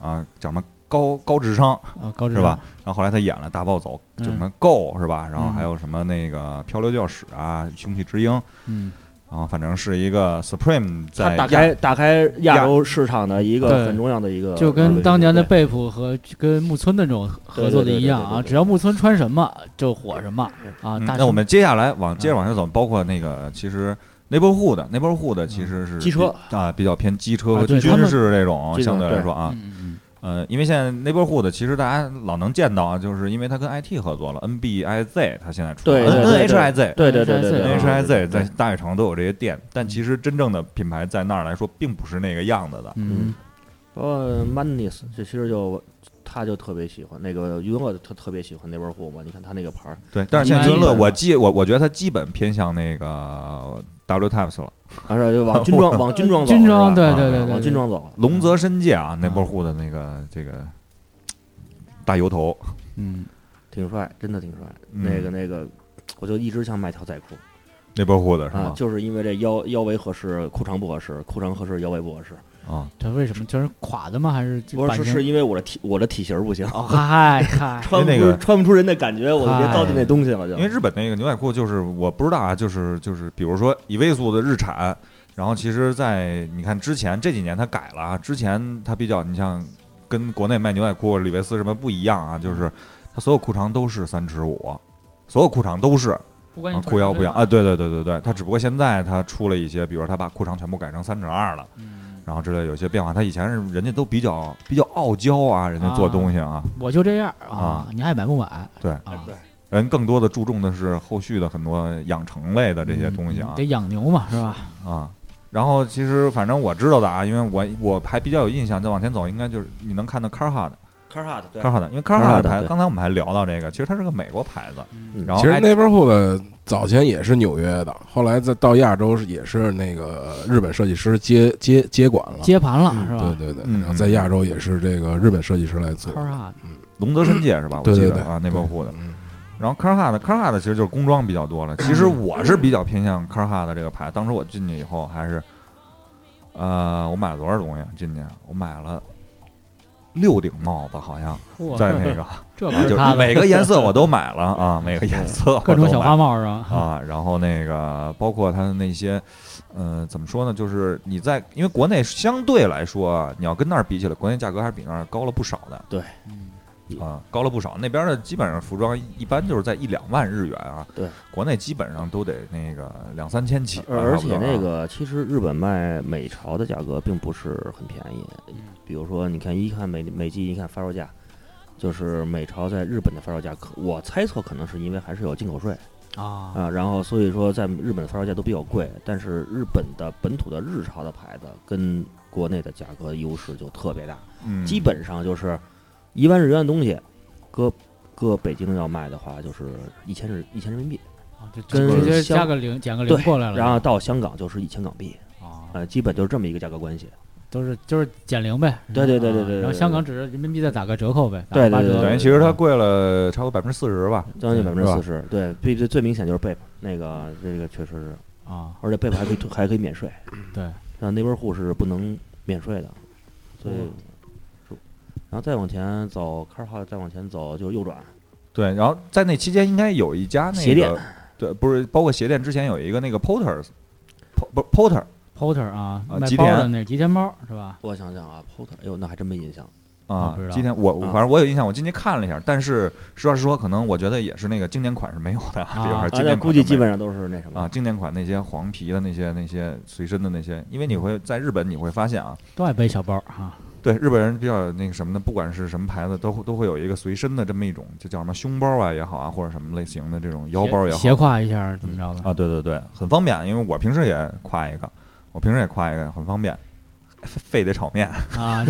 啊，叫什么高高智商啊，高智是吧？？然后后来他演了《大暴走》，嗯就什么 Go 是吧？然后还有什么那个《漂流教室》啊，《凶器之鹰》，嗯，然后反正是一个 Supreme 它在打开打开亚洲市场的一对个很重要的一个，就跟当年的呃对贝普和跟木村那种合作的一样啊，对对对对对对对只要木村穿什么就火什么啊。嗯大嗯那我们接下来往接着往下走，包括那个其实 neighborhood neighborhood 其实是机车比啊，比较偏机车嗯啊和对军他们事这种这种相对来对说啊，嗯嗯呃，因为现在 neighborhood 其实大家老能见到啊，就是因为它跟 IT 合作了，NBIZ 它现在出了对对对对 NHIZ 对对对对对 NHIZ 对对 NHIZ 对在大悦城都有这些店，但其实真正的品牌在那儿来说，并不是那个样子的。嗯包括 Manis，这其实就他就特别喜欢那个余文乐，他特别喜欢那边户嘛。你看他那个牌儿，对，但是现在一般君乐，一般我基我我觉得它基本偏向那个 W Times 了，而且就往军 装往军装嗯走，军装是对对吧对啊对往对军装走。龙泽深界啊，那波户的那个这个大油头，嗯，挺帅，真的挺帅。嗯那个那个，我就一直想买条仔裤那波户的是啊吗，？就是因为这腰腰围合适，裤长不合适；裤长合适，腰围不合适。啊，这为什么？这是垮的吗？还是这不版是，型是因为我的体我的体型不行，哦，嗨嗨，穿不因为那出个穿不出人的感觉，我就别哎糟践那东西了。就因为日本那个牛仔裤就是我不知道啊，就是就是比如说以位素的日产，然后其实，在你看之前这几年它改了啊，之前它比较你像跟国内卖牛仔裤李维斯什么不一样啊，就是它所有裤长都是三尺五，所有裤长都是。 不管啊你，裤腰不一样啊啊，，对对对对对，他只不过现在他出了一些，比如说他把裤长全部改成三尺二了，嗯然后之类有些变化。他以前是人家都比较比较傲娇啊，人家做东西啊，我就这样啊啊，你爱买不买？对啊，人更多的注重的是后续的很多养成类的这些东西嗯啊得养牛嘛，是吧？啊。然后其实反正我知道的啊，因为我我还比较有印象，再往前走应该就是你能看到 Carhartt Carhartt 对 Carhartt，因为 Carhartt Carhartt，牌，对刚才我们还聊到这个，其实它是个美国牌子，嗯然后其实哎那边 h o o d 早前也是纽约的，后来在到亚洲是也是那个呃日本设计师接接接管了。接盘了嗯是对吧？对对，嗯然后在亚洲也是这个日本设计师来做。 c a r a 龙泽深界是吧？我对记对得对啊，内蒙古的嗯。然后 Carhartt Carhartt 其实就是工装比较多了。其嗯实我是比较偏向 Carhartt 这个牌。当时我进去以后还是，呃，我买了多少东西啊？进去我买了六顶帽子，好像在那个，这不是就是他的每个颜色我都买了啊，每个颜色我各种都小买花帽是 吧？啊，然后那个包括它的那些，呃，怎么说呢？就是你在因为国内相对来说啊，你要跟那儿比起来，国内价格还是比那儿高了不少的。对嗯，啊，高了不少。那边的基本上服装一般就是在一两万日元啊，对，国内基本上都得那个两三千起吧，呃而而差不且多啊那个，其实日本卖美潮的价格并不是很便宜。比如说，你看一看美美季，一看发售价，就是美潮在日本的发售价，可我猜测可能是因为还是有进口税啊，啊，然后所以说在日本的发售价都比较贵。但是日本的本土的日潮的牌子跟国内的价格优势就特别大，嗯基本上就是一万日元的东西，搁搁北京要卖的话，就是一千日一千人民币，啊就跟直接香加个零，减个零对啊过来了，然后到香港就是一千港币，啊，呃，基本就是这么一个价格关系。都是就是减零呗。对对对对啊对对然后香港只是人民币再打个折扣呗，打个对对八对等折于其实它贵了差不多百分之四十吧。嗯将近百分是之吧四十，对，最最最明显就是 BEP 那个，这个确实是，啊，而且 BEP 还可以退还可以免税，对，像 neighborhood 是不能免税的，所以，嗯然后再往前走 c a r h a 再往前走就是右转，对，然后在那期间应该有一家那个鞋店，对，不是包括鞋店之前有一个那个 Porter，不 Porter Porter 啊，啊卖吉包田的那吉田包是吧？我想想啊，Porter，哎呦，那还真没印象，啊不知，道今天我我啊反正我有印象，我进去看了一下，但是实话实说，可能我觉得也是那个经典款是没 有的，啊比如说啊经啊，典那款估计都没有基本上都是那什么啊，，经典款那些黄皮的那些那些随身的那些，因为你会在日本你会发现啊，都爱背小包啊，对日本人比较那个什么的，不管是什么牌子，都会都会有一个随身的这么一种，就叫什么胸包啊也好啊，或者什么类型的这种腰包也斜斜好挎一下怎么着的？啊，对对对，很方便。因为我平时也挎一个，我平时也挎一个，很方便。非得炒面啊，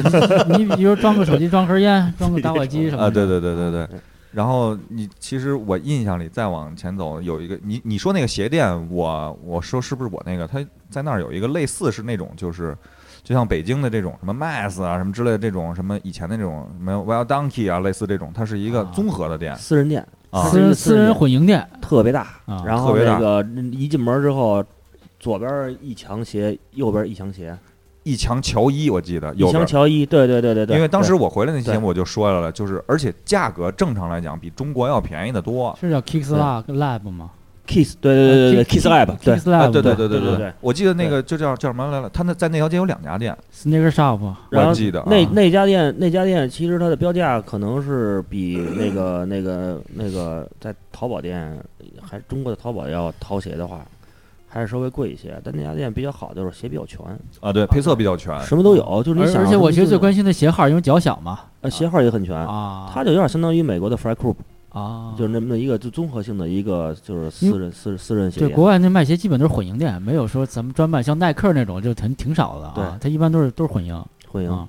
你你比如装个手机，装盒烟，装个打火机什么的啊，对对对对对嗯。然后你其实我印象里再往前走有一个，你你说那个鞋店，我我说是不是我那个？他在那儿有一个类似是那种就是。就像北京的这种什么 Mass 啊，什么之类的这种什么以前的这种什么 Wild Donkey 啊，类似这种，它是一个啊综合的店私人店啊私人私人混营店特别大，啊，然特后别那大个嗯一进门之后，左边一墙鞋，右边一墙鞋，一墙乔伊，我记得一有墙个。乔伊，对对对对对，因为当时对我回来那期节对目我就说了，就是而且价格正常来讲比中国要便宜的多。是叫 Kicks Lab Lab 吗？啊 Kiss，对对对对对，Kiss 呃 Lab，对 Kicks 啊， Lab 对对对对对对对，我记得那个就叫叫什么来了？他那在那条街有两家店， ，Sneaker Shop 我然后记得啊那那家店那家店其实它的标价可能是比那个那个那个在淘宝店还中国的淘宝要淘鞋的话，还还是稍微贵一些。但那家店比较好，就是鞋比较全，啊，对，配色比较全，哎什么都有，就是你而想。而且我其实最关关心的鞋号，因为脚小嘛。呃鞋号也很全，啊，它就有点相当于美国的 Fry Group，啊，就是那么一个就综合性的一个就是私人私私人鞋对，店。国外那卖鞋基本都是混营店，没有说咱们专卖像耐克那种就挺挺少的啊对，它一般都是都是混营会员，啊。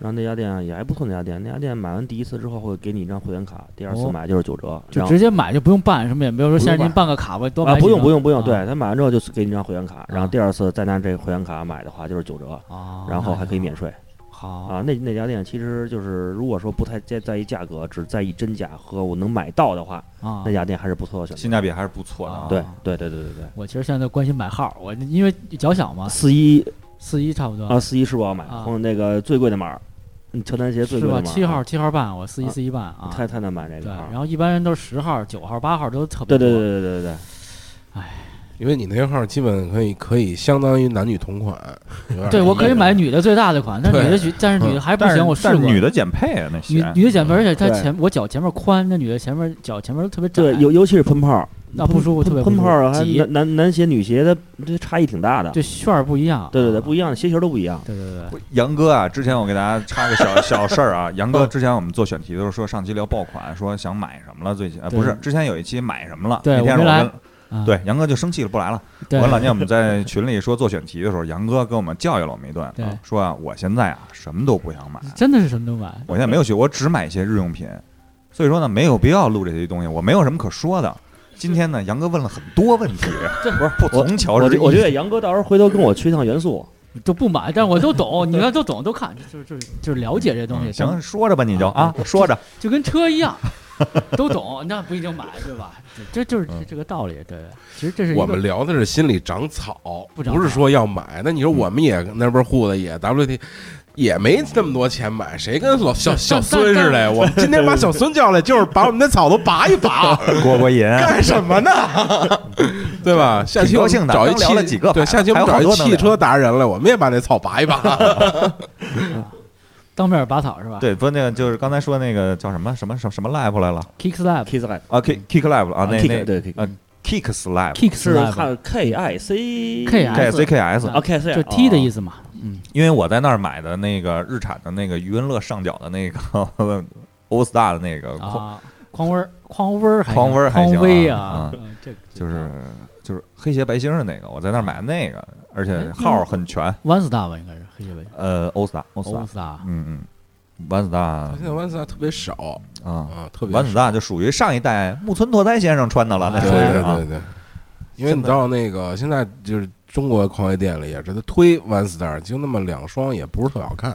然后那家店啊也还不错，那家店那家店买完第一次之后会给你一张会员卡，第二次哦买就是九折，就然后直接买就不用办什么，也没有说不用先生您办办个卡吧，多买啊几不用张不用不用，啊对他买完之后就是给你一张会员卡，然后啊第二次再拿这个会员卡买的话就是九折，啊，然后那还可以免税好哦啊。那那家店其实就是如果说不太在在意价格，只在意真假和我能买到的话，啊那。家店还是不错的选择。性价比还是不错的啊。对对对对对对，我其实现在关心买号，我因为脚小嘛，四一四一差不多啊四一是我要买，啊然后那个最贵的码，嗯乔丹鞋最是贵的吧？码七号啊七号半，我四一啊四一半啊。太太难买这对，个然号。后一般人都是十号、九号、八号都特别对对对多对对对对，因为你那个号基本可以可以相当于男女同款，有点对，我可以意思买女的最大的款，但对女的嗯举但是女的还不但是行，我但试是过女的减配啊，那女鞋女的减肥，而且她嗯对前我脚前面宽，那女的前面脚前面特别窄，对，尤尤其是喷泡，那不舒服，特别不喷舒服泡儿啊还挤男男男鞋女鞋的这差异挺大的。这旋儿不一样。对对对，一不一样，鞋型都不一样。对对对对，杨哥啊，之前我给大家插个小小事 儿啊，杨哥之前我们做选题的时候说上期聊爆款，说想买什么了，最近呃对不是之前有一期买什么了，对那天我没我来跟啊对杨哥就生气了不来了。对完了，那天我们在群里说做选题的时候，杨哥跟我们教育了我们一顿对，啊说啊我现在啊什么都不想买，真的是什么都买。我现在没有学，我只买一些日用品，所以说呢没有必要录这些东西，我没有什么可说的。今天呢，杨哥问了很多问题，哦不是不从乔我治觉，我觉得杨哥到时候回头跟我去趟元素，都不买，但是我都懂，你们都懂，都看，就是就是就是了解这东西。嗯行，说着吧，你就啊啊说着，就跟车一样，都懂，那不一定买，对吧？这这就是嗯这这个道理，对。其实这是一我个们聊的是心里长草，不不长是草说要买。那你说嗯我们也那边护的也 WT，也没这么多钱买，谁跟老小小孙似的呀？我们今天把小孙叫来，就是把我们的草都拔 一拔，过过瘾。干什 么呢？对吧？下期挺我高们兴的找一刚聊汽了几个对，牌子下期我们还有好找多一能汽聊车达人来，我们也把那草拔 一拔。当面拔草是吧？对，不，那个就是刚才说那个叫什么什么什么什么 lab 来了，kick slap。 Kiss Lab 啊，kick kick lab 啊，那 Kick 那对 Kick 啊 kicks lab kick 是 slap 看 K I C 啊 K K S Z K S，啊 K C 就 T 的意思。思嘛，嗯，因为我在那儿买的那个日产的那个余文乐上脚的那个 All Star 的那个框，啊，匡威儿，匡威儿还匡威儿还行匡威啊啊，嗯这个就是就是黑鞋白星的那个，我在那儿买的那个，而且号很全， One Star 吧，应该是黑鞋白呃，All Star All Star，，One Star 嗯嗯，One Star 现在弯子特别少啊。啊，特别丸子少。大就属于上一代木村拓哉先生穿的了，那对属于是对啊对，对，因为你到那个现在就是中国匡威店里也是，他推 One Star 就那么两双，也不是特好看，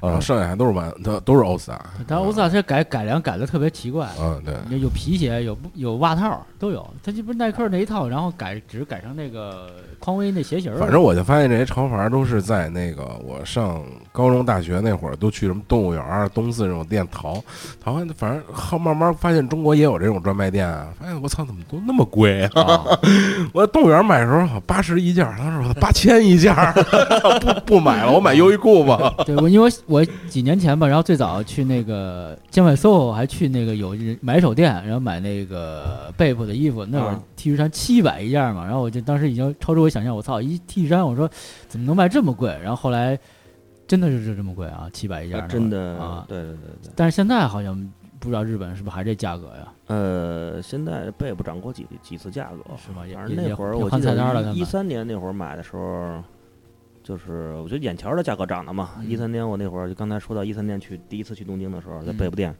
然后嗯剩下还都是 One，都都是 All Star。但是 All Star 这改改良改的特别奇怪，嗯，对，有有皮鞋，有有袜套都有，它这不是耐克那一套，然后改只是改成那个匡威那鞋型儿了，反正我就发现这些潮牌都是在那个我上高中、大学那会儿，都去什么动物园儿、东四这种店淘，淘完反正后慢慢发现中国也有这种专卖店啊，发现我操，怎么都那么贵啊！ 我在动物园买的时候好八十一件儿，当时我八千一件儿， 不不买了，我买优衣库吧。 对，我因为我我几年前吧，然后最早去那个建外 SOHO，还去那个有人买手店，然后买那个贝普的衣服，那会儿啊 T 恤衫七百一件儿嘛，然后我就当时已经超出我想象，我操，一 T 恤衫我说怎么能卖这么贵？然后后来真的是就这么贵啊，七百一件儿啊呢，真的啊对对对对，但是现在好像不知道日本是不是还这价格呀？呃，现在贝不涨过几几次价格，是吗？也哦反也正那会儿也我换记菜单了，得他一们三年那会儿买的时候，就是我觉得眼瞧着价格涨了嘛。嗯一三年我那会儿就刚才说到一三年去第一次去东京的时候，在嗯贝布店，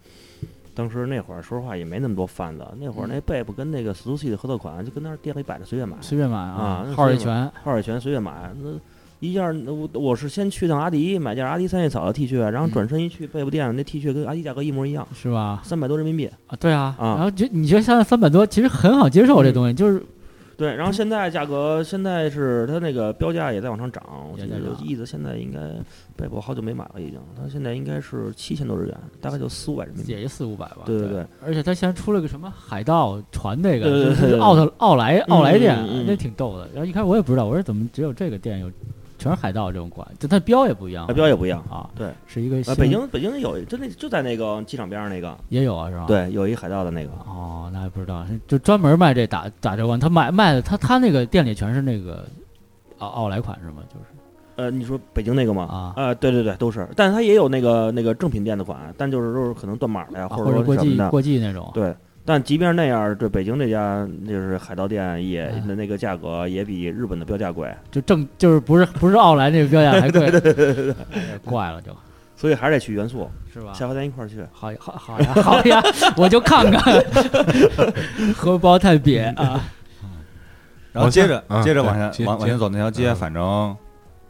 当时那会儿说实话也没那么多贩子，那嗯会儿那贝布跟那个 Suzuki 的合作款就跟那儿店里摆着随便买，随便买啊那号儿一随便拳二手钱随便买。那一件儿我我是先去趟阿迪买件阿迪三叶草的 T 恤，啊然后嗯转身一去贝布店，那 T 恤跟阿迪价格一模一样，是吧？三百多人民币。啊，对啊，啊嗯然后就你觉得现在三百多，其实很好接受这东西，就是对，然后现在价格现在是它那个标价也在往上涨，我也记在得涨意思现在应该贝博好久没买了，已经，它现在应该是七千多日元，大概就四五百人民币。也就四五百吧。嗯对对对而且他现在出了个什么海盗船那个，对对就对是对对奥特奥莱奥莱店，嗯嗯嗯那挺逗的。然后一开始我也不知道，我说怎么只有这个店有全是海盗这种款，就它标也不一样啊，，标也不一样。啊，对，是一个啊，新北京北京有，就那就在那个机场边上那个，也有啊，是吧？对，有一海盗的那个，哦，那还不知道，就专门卖这打打折关，他买卖的他他那个店里全是那个奥奥莱款是吗？就是呃，你说北京那个吗？啊呃，对对对，都是，但是它也有那个那个正品店的款，但就是都是可能断码的呀，啊者或者说国什么际的。国际那种，对，但即便是那样，对北京这家就是海盗店也哎那那个价格也比日本的标价贵，就正就是不是不是奥莱那个标价还 贵， 哎怪了就，所以还是得去元素，是吧？下回咱一块儿去。好呀好好呀 好呀，我就看看， 荷包太瘪啊！然后接着往下接着嗯往下接往往前接走那条街，嗯反正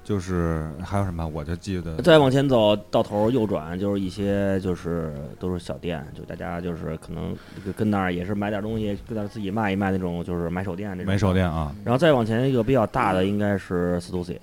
就是还有什么，我就记得再往前走到头儿右转就是一些就是都是小店，就大家就是可能跟跟那儿也是买点东西，跟那儿自己卖一卖那种，就是买手店这种。买手。店啊然后再往前一个比较大的应该是 Stussy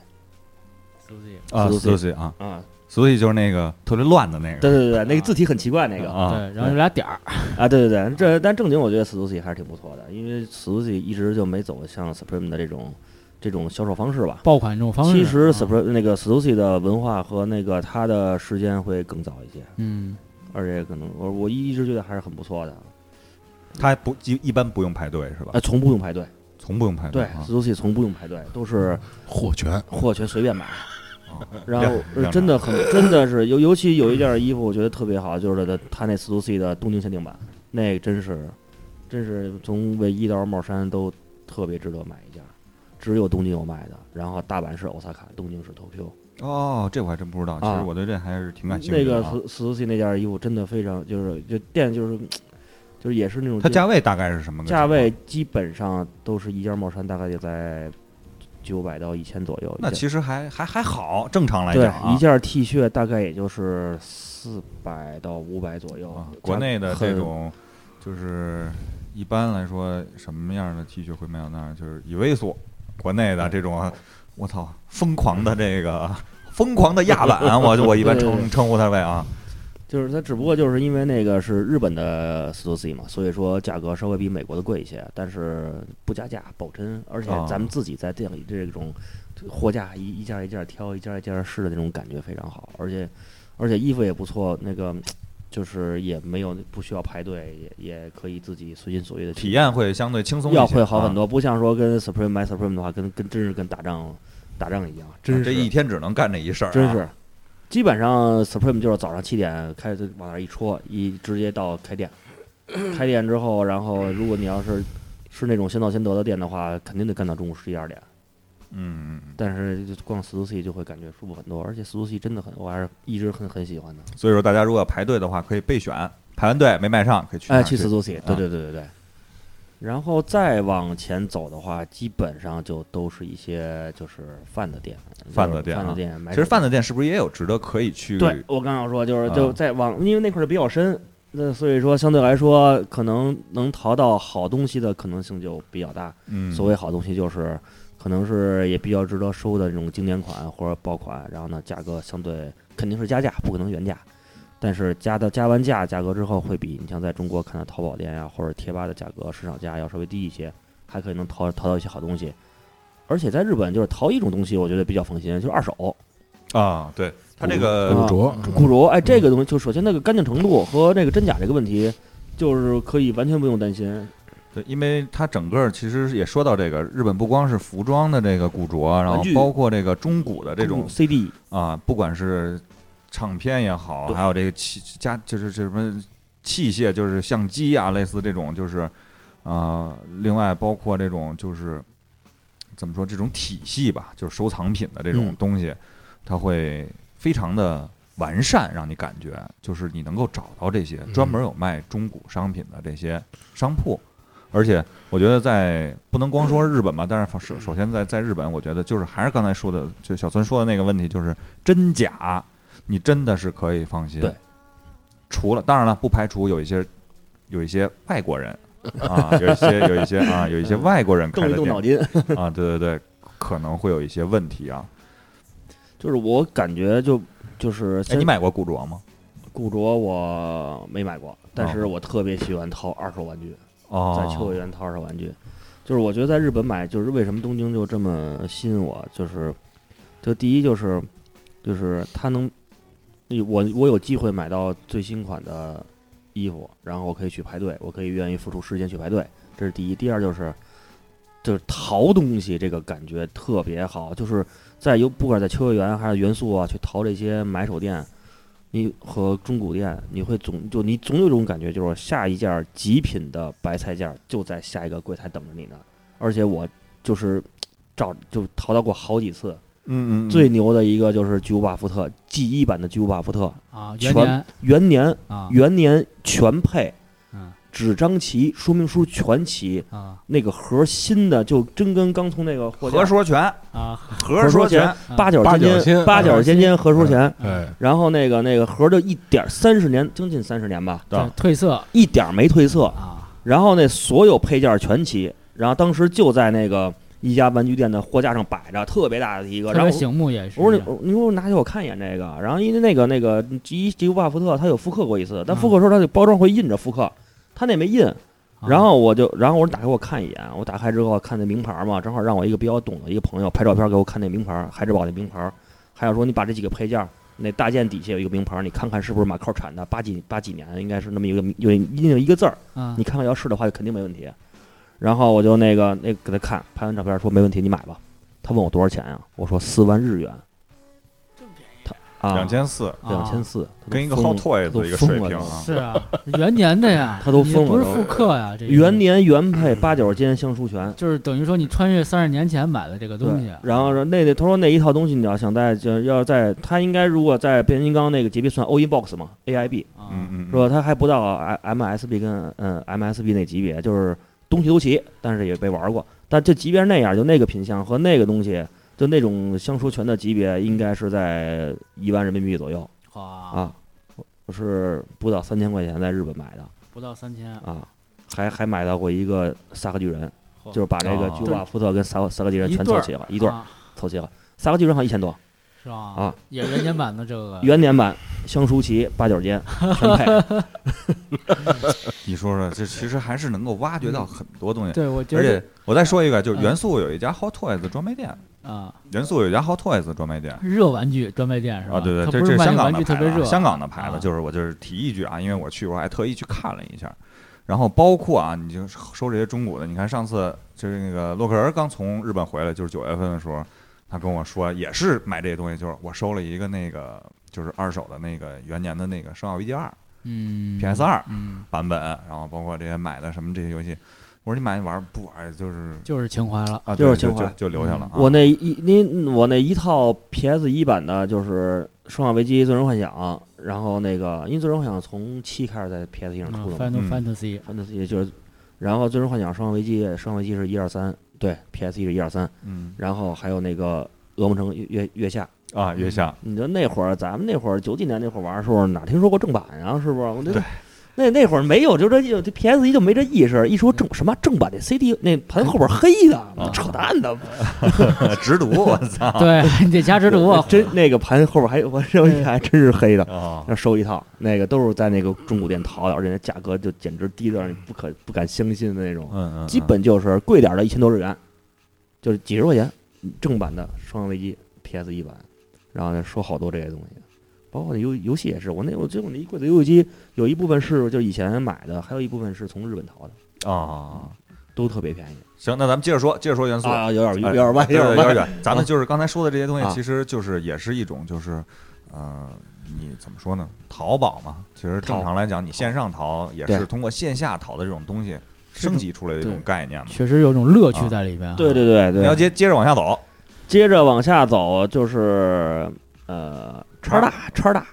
啊 Suzuki ，Suzuki 啊啊， ，Suzuki 就是那个特别乱的那个对对对，那个字体很奇怪那个啊，对，然后有俩点儿，啊，对对对，这但正经我觉得 Stussy 还是挺不错的，因为 Stussy 一直就没走向 Supreme 的这种这种销售方式吧。爆款这种方式。其实嗯啊 Supreme 那个 Stussy 的文化和那个它的时间会更早一些，嗯，而且可能我我一直觉得还是很不错啊的。它不一一般不用排队是吧啊，？从不用排队，从不用排队对啊， ，Suzuki 从不用排队，都是货全，货全随便买哦。然后亮呃真的很，真的是尤尤其有一件衣服，我觉得特别好，就是它它那 Suzuki 的东京限定版，那真是，真是从卫衣到帽衫都特别值得买一件，只有东京有卖的。然后大阪是 Osaka，东京是 Tokyo。哦，这我还真不知道，其实啊我对这还是挺感兴那趣的个啊。 Su- Suzuki 那件衣服真的非常，就是就店就是，就是也是那种它价位大概是什么个情价况？位基本上都是一件帽衫，大概也在九百到一千左右。那一件其实还还还好，正常来对讲，啊一，件 T 恤大概也就是四百到五百左右啊。价国格内的这很种就是一般来说什么样的 T 恤会卖到那儿？就是以位数，国内的这种，啊我操，疯狂的这个疯狂的压板，我我一般对对称对称呼它为啊，就是它，只不过就是因为那个是日本的 Stussy 嘛，所以说价格稍微比美国的贵一些，但是不加价保真，而且啊咱们自己在店里这种货架一一件一件挑，一件一件试的那种感觉非常好，而且而且衣服也不错，那个就是也没有不需要排队，也也可以自己随心所欲的体验会相对轻松一些，要会好啊很。多，不像说跟 Supreme 买 Supreme 的话，跟跟真是跟打仗打仗一样，啊真是、这一天只能干这一事儿啊，真是。基本上 Supreme 就是早上七点开始往那儿一戳，一直接到 开店。开店之后，然后如果你要是是那种先到先得的店的话，肯定得干到中午十一二点。嗯，嗯嗯但是就逛 Stussy 就会感觉舒服很多，而且 Stussy 真的很，我还是一直很很喜欢的。所以说大家如果要排队的话，可以备选，排完队没卖上可以去那哎，儿去去 Stussy，啊对对对对对。然后再往前走的话，基本上就都是一些就是贩子店，贩就子是店贩啊子店。买其实手贩子店是不是也有值得可以去？对，我刚想说，就是啊就在往，因为那块儿比较深，那所以说相对来说，可能能淘到好东西的可能性就比较大。嗯，所谓好东西，就是可能是也比较值得收的那种经典款或者爆款，然后呢，价格相对肯定是加价，不可能原价。但是加到加完价价格之后，会比你像在中国看到淘宝店呀、或者贴吧的价格市场价要稍微低一些，还可以能淘淘到一些好东西。而且在日本，就是淘一种东西，我觉得比较放心，就是二手。啊，对，它这个古着古嗯古着，哎，这个东西就首先那个干净程度和那个真假这个问题，就是可以完全不用担心。对，因为它整个儿其实也说到这个，日本不光是服装的这个古着，然后玩具包括这个中古的这种 CD 啊，不管是唱片也好，对还有这个器加就是这什么器械，就是相机啊，类似这种就是啊、另外包括这种就是怎么说这种体系吧，就是收藏品的这种嗯东西，它会非常的完善，让你感觉就是你能够找到这些嗯专门有卖中古商品的这些商铺，而且我觉得在不能光说日本吧，但是嗯首首先在在日本，我觉得就是还是刚才说的，就小孙说的那个问题，就是真假，你真的是可以放心。对，除了当然了，不排除有一些有一些外国人啊，有一些有一些啊，有一些外国人开动一的嗯动店脑筋， 啊，对对对，可能会有一些问题啊。就是我感觉就就是哎，先你买过古着吗？古着我没买过，但是我特别喜欢淘二手玩具，哦，在秋叶原淘二手玩具，就是我觉得在日本买，就是为什么东京就这么吸引我，就是就第一就是就是它能，我我有机会买到最新款的。衣服，然后我可以去排队，我可以愿意付出时间去排队，这是第一。第二就是，就是淘东西这个感觉特别好，就是在有不管在秋叶原还是元素啊，去淘这些买手店，你和中古店，你会总就你总有一种感觉，就是下一件极品的白菜价就在下一个柜台等着你呢。而且我就是找就淘到过好几次，嗯嗯，最牛的一个就是巨无霸福特 G 一版的巨无霸福特，啊，元全年元年啊，元年全配，嗯纸张齐，说明书全齐，啊那个盒新的就真跟刚从那个货何架说全，啊，何说全，八角八尖角尖尖八角尖尖合书钱，哎，然后那个那个盒就一点三十年，将近三十年吧，对这褪色一点儿没褪色，啊，然后那所有配件全齐，然后当时就在那个一家玩具店的货架上摆着，特别大的一个，特然别后醒目也是我说你，我你给我拿去我看一眼这个。然后因为那个那个吉吉乌巴福特，他有复刻过一次，但复刻的时候他就包装会印着复刻，他那没印。啊然后我就，然后我说打开我看一眼，我打开之后看那名牌嘛，正好让我一个比较懂的一个朋友拍照片给我看那名牌，孩之宝那名牌，还有说你把这几个配件儿，那大件底下有一个名牌，你看看是不是马扣产的，八几八几年应该是那么一个有印有一个字儿，啊你看看要是的话，肯定没问题。然后我就那个那给他看，拍完照片说没问题，你买吧。他问我多少钱呀、我说四万日元。这么便宜？啊，两千四，啊两千四，他都跟一个 hot 疯了 toy 都的一个疯水了平都啊。是啊，元年的呀， 他都疯了你不是都复刻呀，这个元年原配八角尖相书权。就是等于说你穿越三十年前买的这个对东西，，啊然后说那那他说那一套东西你要想在就要在他应该如果在变形金刚那个级别算 O E box 嘛 A I B 啊嗯嗯，说他还不到 M S B 跟嗯 M S B 那级别，就是东西都齐，但是也被玩过。但就即便是那样，就那个品相和那个东西，就那种相熟权的级别，应该是在一万人民币左右哇、啊。我是不到三千块钱在日本买的不到三千，啊，还还买到过一个萨克巨人，嚯就是把这个哦巨瓦福特跟萨克萨克巨人一全对凑儿齐了，一对儿啊凑齐了。萨克巨人好像一千多，是吧？啊，也元年版的这个元年版相舒淇八角 尖全配，你说说，这其实还是能够挖掘到很多东西。对我觉而得且我再说一个，就是嗯元素有一家 Hot Toys 专卖店，啊，元素有一家 Hot Toys 专卖店热玩具专卖店是吧？啊，对对，它这不这是是卖香港玩的具特牌别子热，啊，香港的牌啊子，就是我就是提一句啊，因为我去过，还特意去看了一下。然后包括啊，你就收这些中古的，你看上次就是那个洛克人刚从日本回来，就是九月份的时候，他跟我说也是买这些东西，就是我收了一个那个就是二手的那个元年的那个《生化危机二》，嗯 PS 二嗯，版本，然后包括这些买的什么这些游戏，我说你买玩儿不玩儿就是就是情怀嗯了。啊，就对是情就怀就留下了啊。我那一您我那一套 PS 一版的就是《生化危机：最终幻想》，然后那个因为《最终幻想》从七开始在 PS 一上出的嘛， Final 嗯 Fantasy，反正也就是，然后《最终幻想》《生化危机》《生化危机》是一二三，对，PS 一是一二三，嗯然后还有那个《恶魔城月月月下》。啊，月下你说那会儿咱们那会儿九几年那会儿玩的时候，哪听说过正版呀、是不是？我那对那那会儿没有，就这这 PS 一就没这意识，一说正什么正版那 CD 那盘后边黑啊的，扯淡的， 直读，我操！对， 你得加值读啊，真那个盘后边还我认为还真是黑的， 啊，要收一套，那个都是在那个中古店淘的，而且那价格就简直低的让你不可不敢相信的那种，嗯嗯，基本就是贵点儿的一千多日元，就是几十块钱，正版的《生化危机》PS 一版，然后呢说好多这些东西，包括那游游戏也是，我那我最后那一柜子游戏机有一部分是就是以前买的，还有一部分是从日本淘的，啊。都特别便宜行，那咱们接着说，接着说元素。啊，有点哎有点歪，对对有有点点歪，远。咱们就是刚才说的这些东西，啊其实就是也是一种，就是呃，你怎么说呢？淘宝嘛，其实正常来讲，你线上淘也是对通过线下淘的这种东西升级出来的一种对概念嘛。确实有种乐趣啊在里边啊。对对对你要对。接接着往下走，接着往下走就是呃叉大叉大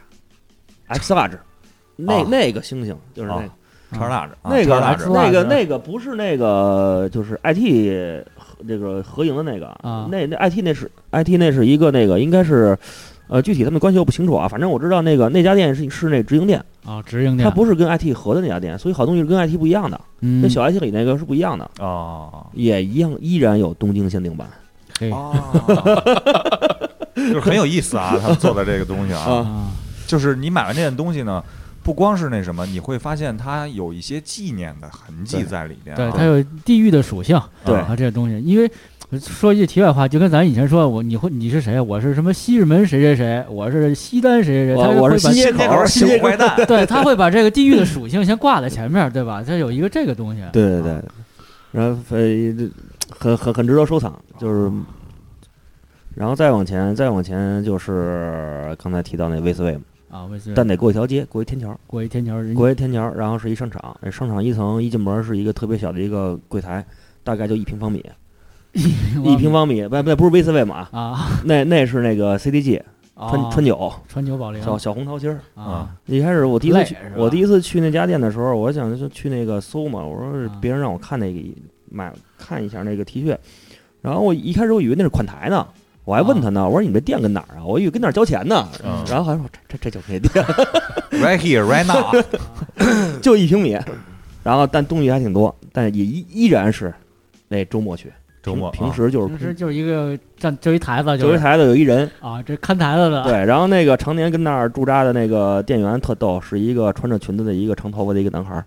哎 X Large，那啊那个星星就是那个。啊叉大着，啊那个叉大是着吧那个 Large 那个不是那个，就是 IT 合那个合营的那个啊那那 IT 那是 IT 那是一个那个应该是，呃，具体他们关系我不清楚啊，反正我知道那个那家店是是那直营店，啊，直营店它，不是跟 IT 合的那家店，所以好东西是跟 IT 不一样的，嗯跟小 IT 里那个是不一样的，哦也一样依然有东京限定版。对哦，就是很有意思啊，他们做的这个东西啊，啊，就是你买完这件东西呢，不光是那什么，你会发现它有一些纪念的痕迹在里边、啊。对，它有地域的属性。对啊，这个东西，因为说一句题外话，就跟咱以前说，我你会你是谁？我是什么西直门谁谁谁？我是西单谁谁谁？他我我会是把啊新街口儿，新街小口坏儿。蛋，对，他会把这个地域的属性先挂在前面，对吧？他有一个这个东西。对对对，然后呃，这很很很值得收藏，就是，然后再往前，再往前就是刚才提到那威斯威嘛，啊，我是但得过一条街，过一天桥，过一天桥，人过一天桥，然后是一商场，那商场一层一进门是一个特别小的一个柜台，大概就一平方米，一平方米，不不不是威斯威嘛啊，啊，那那是那个 CDG 啊川川九川久保玲小小红桃心儿。啊，一开始我第一次累去是，吧我第一次去那家店的时候，我想就去那个搜嘛，我说是啊别人让我看那个买看一下那个 T 恤，然后我一开始我以为那是款台呢，我还啊问他呢，我说你们这店跟哪儿啊？我以为跟哪儿交钱呢，嗯然后还说这这这就是那店， ，right here right now，就一平米，然后但东西还挺多，但也依依然是那周末去，周末平啊平时就是平时就是一个站就一台子，九就十是台子有一人，啊，这看台子的，对，然后那个常年跟那儿驻扎的那个店员特逗，是一个穿着裙子的一个长头发的一个男孩儿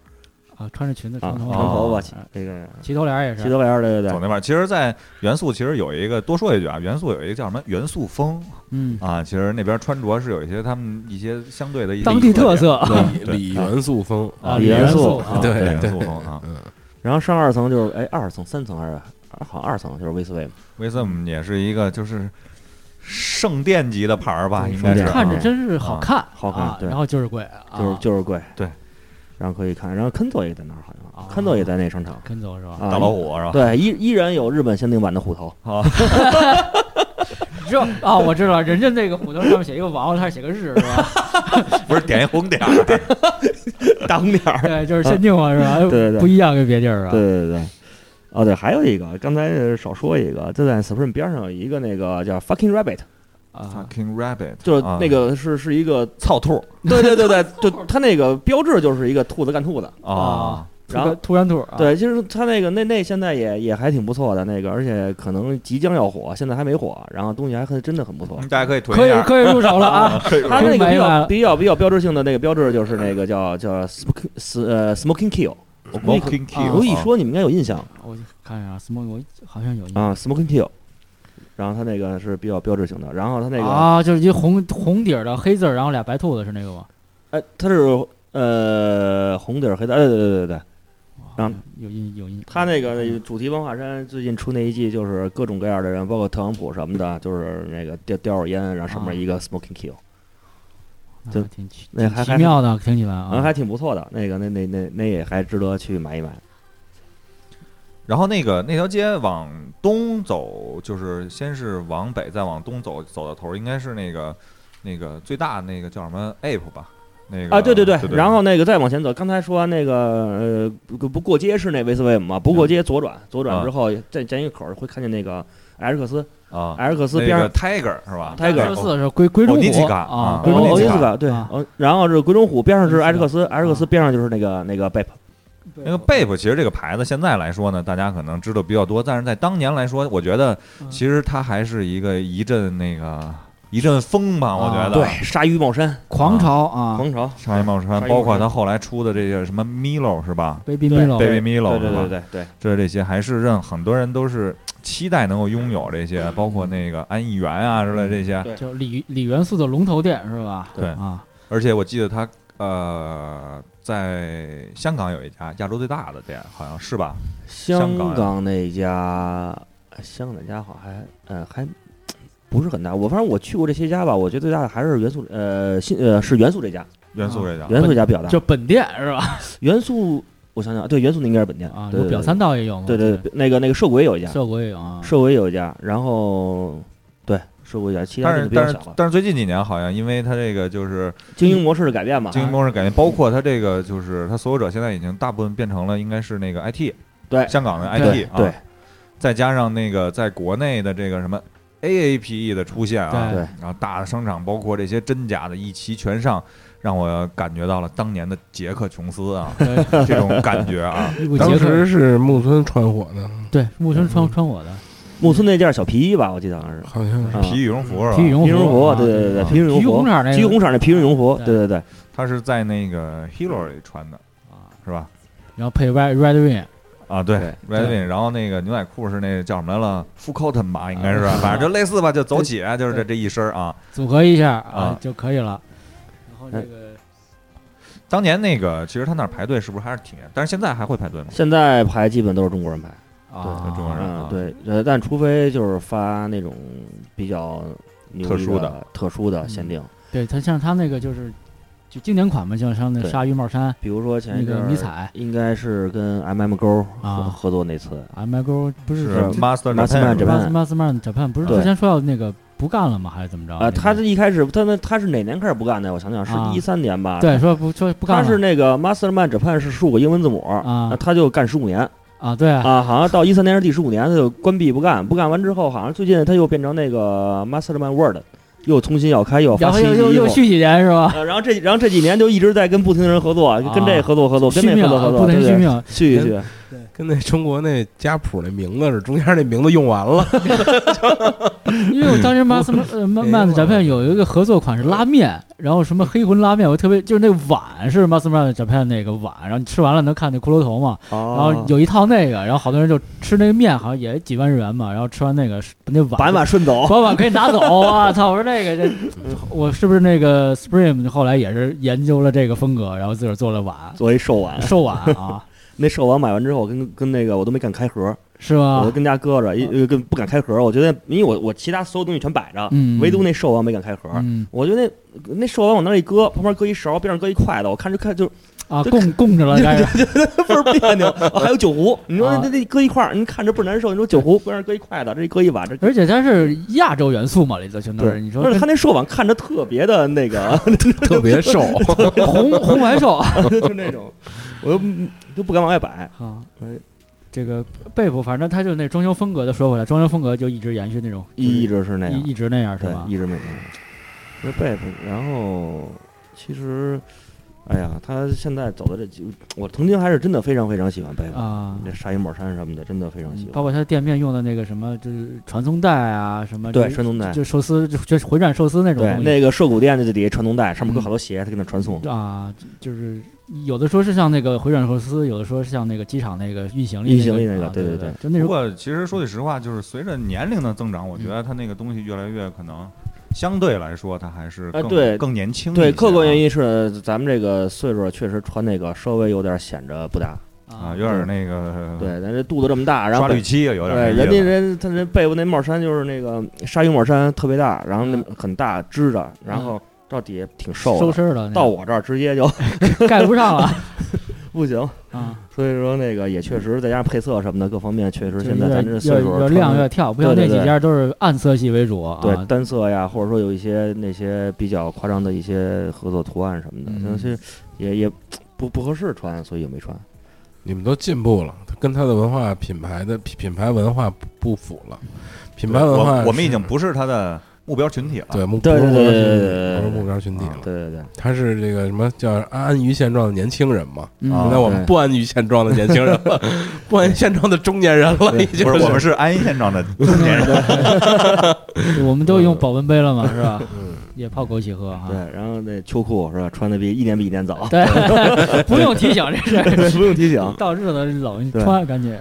啊，穿着裙子，啊，长头长发，头发齐那个。齐头帘儿也齐是，德维尔，对对对走，那边儿。其实，在元素其实有一个多说一句啊，元素有一个叫什么元素风嗯，啊，其实那边穿着是有一些他们一些相对的一些当地特色啊嗯点对李元素风啊，李元元素素啊对对元对素风啊，嗯，然后上二层就是哎，二层、三层还是啊好像二层就是威斯威嘛，威斯姆也是一个就是圣殿级的牌儿吧，嗯应该是圣殿啊看着真是好看，好看啊对然后就是贵，啊就是就是贵。对，然后可以看，然后肯佐也在那儿，好像啊肯佐也在那商场。跟走是吧？啊大老虎是吧？对，依依然有日本限定版的虎头，啊，知道啊，我知道，人家那个虎头上面写一个王，他是写个日是 吧？不是点一红点儿，啊大红点儿。对，就是限定嘛是吧？啊对对对不一样跟别地儿啊。对对对，哦对，还有一个，刚才少说一个，就在 Supreme 边上有一个那个叫 Fucking Rabbit，啊， Fucking Rabbit，就是啊那个是是一个，草兔对对对对，就它那个标志就是一个兔子干兔子。啊，突然后然突然兔啊，对，其实它那个那那现在也也还挺不错的，那个而且可能即将要火，现在还没火，然后东西还很真的很不错。嗯大家可以囤可一以下，可以入手了 啊。可以它那个比明白较了比较比较标志性的那个标志就是那个叫叫 smoking 死呃 smoking kill，我哦估计可 Smoking Kill，啊我估计说你们应该有印象我就看一下，smoke 我好像有印象啊 smoking kill，然后它那个是比较标志性的，然后它那个啊，就是一红红底儿的黑字儿，然后俩白兔子是那个吗？哎它是呃红底儿黑的，哎对对对对对，然后有印有印，它那个主题文化衫最近出那一季就是各种各样的人，包括特朗普什么的，就是那个叼叼着烟，然后上哦面一个 smoking kill，那就啊还挺奇那还奇还妙的，听起来然后啊，还挺不错的，那个那那那那也还值得去买一买。然后那个那条街往东走，就是先是往北，再往东走，走到头儿应该是那个那个最大那个叫什么 Ape 吧？那个啊，对对对对，然后那个再往前走，刚才说完那个呃，不不过街是那维斯威姆嘛，不过街左转，左转之后再前一口儿会看见那个埃尔克斯，啊，埃尔克斯那边个上 Tiger 是吧泰戈尔十四是龟龟中哦尼基虎嘎啊啊，龟龟中中虎虎欧尼基耶卡斯卡对，啊呃然后是鬼冢虎边上是埃尔克斯，埃尔克斯啊边上就是那个那个贝普，那个 Bape 其实这个牌子现在来说呢，大家可能知道比较多，但是在当年来说，我觉得嗯其实它还是一个一阵那个一阵风吧，我觉啊得对，鲨鱼帽衫，狂潮啊狂潮商业帽衫商业帽，衫包括它后来出的这些什么 Milo 是吧，Baby 哦对，Baby Milo，Milo 对是对吧对？对对，这这些还是让很多人都是期待能够拥有这些，包括那个安逸园啊之类这些。对就李李元素的龙头店是吧？对啊，而且我记得他呃，在香港有一家亚洲最大的店，好像是吧？香港呀港那家，香港那家好像还呃还。不是很大，我反正我去过这些家吧，我觉得最大的还是元素，呃，新呃是元素这家，元素这家，元素这家比较大。啊就本店是吧？元素，我想想，对，元素那应该是本店啊，对有表参，道也有吗？对对对对，那个那个涉谷也有一家，涉谷也有 啊，涉谷也有一家，然后对涉谷一家，其他但是店就比但较是小了。但是最近几年好像因为它这个就是经营模式的改变嘛，经营模式改变，包括它这个就是它所有者现在已经大部分变成了应该是那个 IT，对香港的对 IT 啊，对，再加上那个在国内的这个什么 AAPE 的出现啊，对然后大的商场包括这些真假的一齐全上，让我感觉到了当年的杰克琼斯啊对，这种感觉 啊。一股当杰克时是木村穿火的，对木村嗯穿穿我的木村那件小皮衣吧，我记得好像是好像是啊皮羽绒服是吧？体育绒皮绒服啊，对对对对，啊皮绒体育服工，厂那个体育工厂那皮绒服，对对对对，他是在那个 Hero 里穿的，啊，是吧？然后配 Red Red Wing 啊，对对，Red Wing，然后那个牛仔裤是那个叫什么来了 f u c o t o n 吧，应该是吧，反正就类似吧，就走起，就是这这一身儿啊。组合一下啊就可以了。然后这哎个当年那个其实他那儿排队是不是还是挺严，但是现在还会排队吗？现在排基本都是中国人排，对中国人啊嗯，对，呃，但除非就是发那种比较牛特逼殊的的、特殊的限嗯定，对他像他那个就是就经典款嘛，像像那对鲨鱼帽衫、比如说前那一阵个儿迷彩、应该是跟 M M 勾合啊合作那次， M I G 不是是 Master Japan Master 是 Japan 吧？巴斯巴斯曼 Japan 不是对之前说要那个不干了吗？还是怎么着？啊，那个他这一开始他那他是哪年开始不干的？我想想，是啊一三年吧？对说不说不他干是了那个 Masterman Japan 是十五个英文字母啊那他就干十五年啊？对啊，啊，好像到一三年是第十五年，他就关闭不干，不干完之后，好像最近他又变成那个 Masterman World，又重新要开，又要然发后新又衣又又服。续几年是吧？啊，然后这然后这几年就一直在跟不停的人合作，啊跟这合作合作，啊续跟那命合作合啊作，不能续对命，嗯续一续。跟那中国那家谱那名字似的，中间那名字用完 了，因为我 当时马斯呃曼曼的 Japan 有一个合作款是拉面，然后什么黑魂拉面，我特别就是那碗是马斯曼的 Japan 那个碗，然后你吃完了能看见骷髅头嘛，然然后有一套那个，然后好多人就吃那个面，好像也几万日元嘛，然后吃完那个把那碗把碗顺走，把碗可以拿走，我操！我说那个 这，我是不是那个 Spring 后来也是研究了这个风格，然后自个儿做了碗做一寿碗，寿碗啊，那寿碗买完之后，跟跟那个我都没敢开盒，是我吧都？跟家搁着，一呃跟不敢开盒。我觉得，因为我我其他所有东西全摆着，嗯唯独那寿碗没敢开盒。嗯我觉得那那寿碗往那儿一搁，旁边搁一勺，边上搁一筷子，我看着看就 啊，供供着了，开 始倍儿别扭。哦还有酒壶，你说啊那那那搁一块儿，你看着倍儿难受。你说酒壶边上搁一筷子，这搁一碗，这而且它是亚洲元素嘛，里头全都是。对，你说不是跟他那寿碗看着特别的那个，特别瘦。 红红白 寿就那种，我又都不敢往外摆。啊，这个贝普，反正他就那装修风格的。说回来，装修风格就一直延续那种，一一直是那样，一一直那样是对吧，？一直没变。那贝贝，然后其实，哎呀，他现在走的这几，我曾经还是真的非常非常喜欢贝贝，啊，这鲨鱼帽衫什么的，真的非常嗯喜包欢。括他店面用的那个什么，就是传送带啊，什么对，就传送带，就寿司就就回转寿司那种对东，西。那个涉谷店的就底下传送带，上面搁好多鞋，他给那传送。啊，就是有的说是像那个回转寿司，有的说是像那个机场那个运行力运行力那个个啊，对对对对就那不种过其实说句实话，就是随着年龄的增长，我嗯觉得他那个东西越来越可能相对来说，他还是哎更、对更年轻一些啊。对，客观原因是咱们这个岁数确实穿那个稍微有点显着不搭。啊，有点那个嗯呃对，咱这肚子这么大，然后刷北绿漆啊，有点那对，人意家思人他人背部那帽衫就是那个鲨鱼帽衫，特别大，然后那很大支着，然后到底下挺瘦嗯收的，身了，到我这儿直接就 盖不上了不行。啊，所以说那个也确实，再加上配色什么的各方面，确实现在咱这越岁越数越穿亮越跳，不像那对对几对家都是暗色系为主啊。对单色呀，或者说有一些那些比较夸张的一些合作图案什么的，嗯但是也也不不合适穿，所以也没穿。 你们都进步了，跟他的文化品牌的品品牌文化不不符了，品牌文化我我们已是经不是他的目标群体了。对目不对是对目标对群对体对对不是对目标群体啊了，对对对，他是这个什么叫安于现状的年轻人嘛？嗯啊现在我们对不安于现状的年轻人 了，不安于现状的中年人了，已经 不是，我们是安逸现 状的中年人。对 我们都用保温杯了嘛，是吧？嗯也泡枸杞喝哈。对，然后那秋裤是吧，穿的比一年比一年早，对， 不用提醒这事， 不用提醒。到日子老啊对穿赶紧。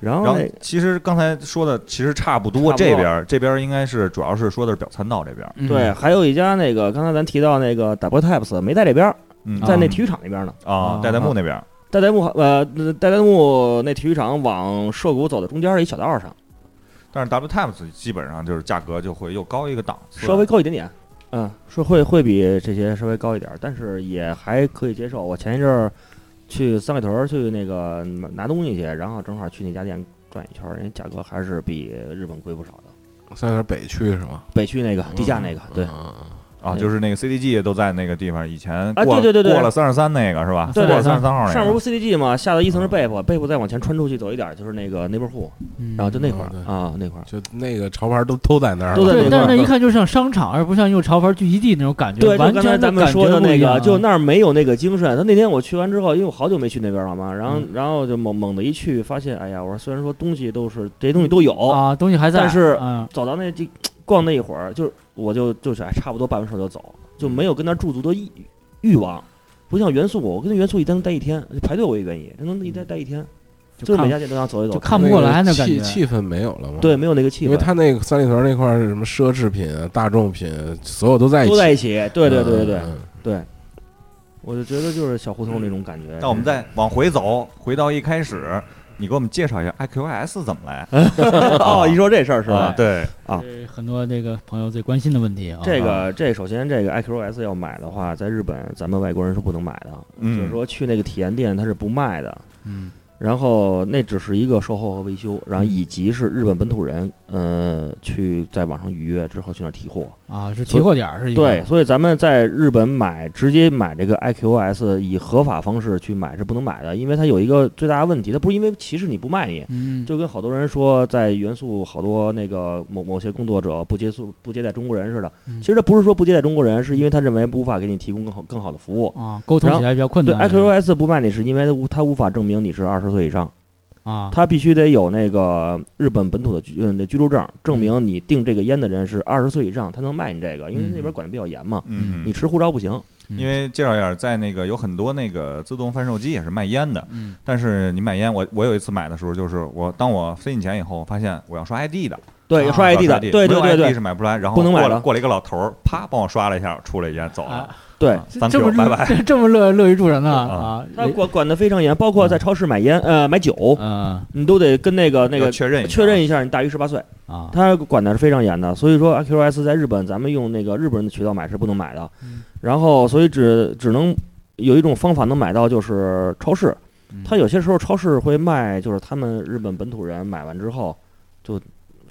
然然后后那其实刚才说的其实差不差多，不多这边儿这边儿应该是主要是说的是表参道这边儿，嗯对，啊还有一家那个刚才咱提到那个 Double Taps 没在这边儿，嗯，在那体育场那边呢。啊啊代代木那边儿戴代木呃，戴代木那体育场往涉谷走的中间儿一小道上，但是 W Times 基本上就是价格就会又高一个档次，稍微高一点点。嗯，说会会比这些稍微高一点儿，但是也还可以接受。我前一阵儿去三里屯儿去那个拿拿东西去，然后正好去那家店转一圈儿，人家价格还是比日本贵不少的。在点北区是吗？北区那个地下那个，对，嗯啊，就是那个 CDG 都在那个地方，以前啊过了对对对对过了三十三那个是吧？对过了对三十三号那个上面不 CDG 嘛，下到一层是贝普，贝普再往前穿出去走一点儿就是那个 neighborhood，嗯然后就那块儿哦对啊那块儿。就那个潮牌都都在那儿了，都在对，那但是那块儿一看就像商场，而不像用潮牌聚集地那种感觉。对，就完刚全才的咱们感说觉的不那一样个啊，就那儿没有那个精神。他那天我去完之后，因为我好久没去那边了嘛，然嗯后然后就猛猛的一去，发现哎呀，我说虽然说东西都是这些东西都有，啊，东西还在，但是嗯，走到那地逛那一会儿，就是我就就是哎，差不多办完事儿就走，就没有跟那儿驻足的欲欲望。不像元素，我跟元素一待能待一天，排队我也愿意，他能一待待一天。嗯就就是看每家店都想走一走，就看不过来那感气觉气氛没有了吗？对，没有那个气因为氛，他那个三里屯那块儿是什么奢侈品、啊、大众品啊，所有都在一起。都在一起，对对对对对嗯，嗯对，我就觉得就是小胡嗯同那种感觉。那我们再往回走，回到一开始，你给我们介绍一下 IQS 怎么来哦，一说这事儿是啊吧？？对，啊这是很多这个朋友最关心的问题啊。这个这首先这个 IQS 要买的话，在日本咱们外国人是不能买的，嗯就是说去那个体验店它是不卖的。嗯，然后那只是一个售后和维修，然后以及是日本本土人，呃，去在网上预约之后去那儿提货。啊，是提货点儿是一个对，，所以咱们在日本买直接买这个 IQS 以合法方式去买是不能买的，因为它有一个最大的问题，它不是因为歧视你不卖你，嗯，就跟好多人说在元素好多那个某某些工作者不接触不接待中国人似的，嗯其实他不是说不接待中国人，是因为他认为无法给你提供更好更好的服务。啊，沟通起来比较困对哎难。 ，IQS 不卖你是因为他无他无法证明你是二十岁以上，啊，他必须得有那个日本本土的居嗯那居住证，证明你订这个烟的人是二十岁以上，他能卖你这个，因为嗯那边管的比较严嘛。嗯，你持护照不行，因为介绍一下，在那个有很多那个自动贩售机也是卖烟的，嗯但是你买烟，我我有一次买的时候，就是我当我飞进钱以后，我发现我要刷 ID 的，对，啊要刷要 ID 刷的，对对没有对 ID 对是买不出来。然后不能买过来了过来一个老头儿，啪帮我刷了一下，出了一烟走了啊，，对啊，这 thank 这 you，么拜拜。乐 这么乐乐于助人呢啊啊，他管管的非常严，包括在超市买烟呃买酒，嗯你都得跟那个那要个确认一下确认一下你大于十八岁，啊，他管的是非常严的。所以说 IQS 在日本，咱们用那个日本人的渠道买是不能买的，嗯然后所以只只能有一种方法能买到，就是超市。嗯他有些时候超市会卖，就是他们日本本土人买完之后就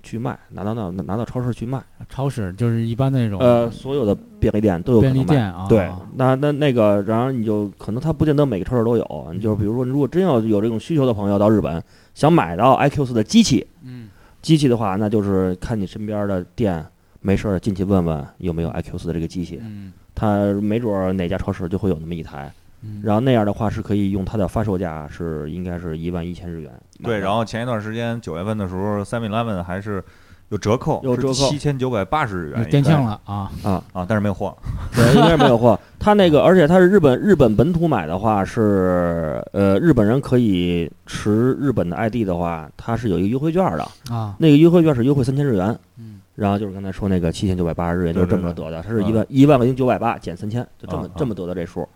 去卖，拿到那拿到超市去卖。超市就是一般的那种呃，所有的便利店都有可便利能店卖。啊，对，那那那个，然后你就可能他不见得每个超市都有，啊你就是嗯比如说，如果真要有这种需求的朋友到日本想买到 IQ 四的机器，嗯机器的话，那就是看你身边的店，没事儿进去问问有没有 IQ 四的这个机器，嗯它没准儿哪家超市就会有那么一台。嗯，然后那样的话是可以用它的发售价是应该是一万一千日元。对，然后前一段时间九月份的时候，Seven Eleven 还是有折扣，有折扣七千九百八十日元一有袋，电呛了啊，啊，但是没有货。对，应该是没有货。它那个，而且它是日本日本本土买的话是，呃，日本人可以持日本的 ID 的话，它是有一个优惠券的，啊，那个优惠券是优惠三千日元。嗯然后就是刚才说那个七千九百八十日元，就对是这对么对得的，它是嗯一万一万零九百八减三千，就这么啊这么得的这数。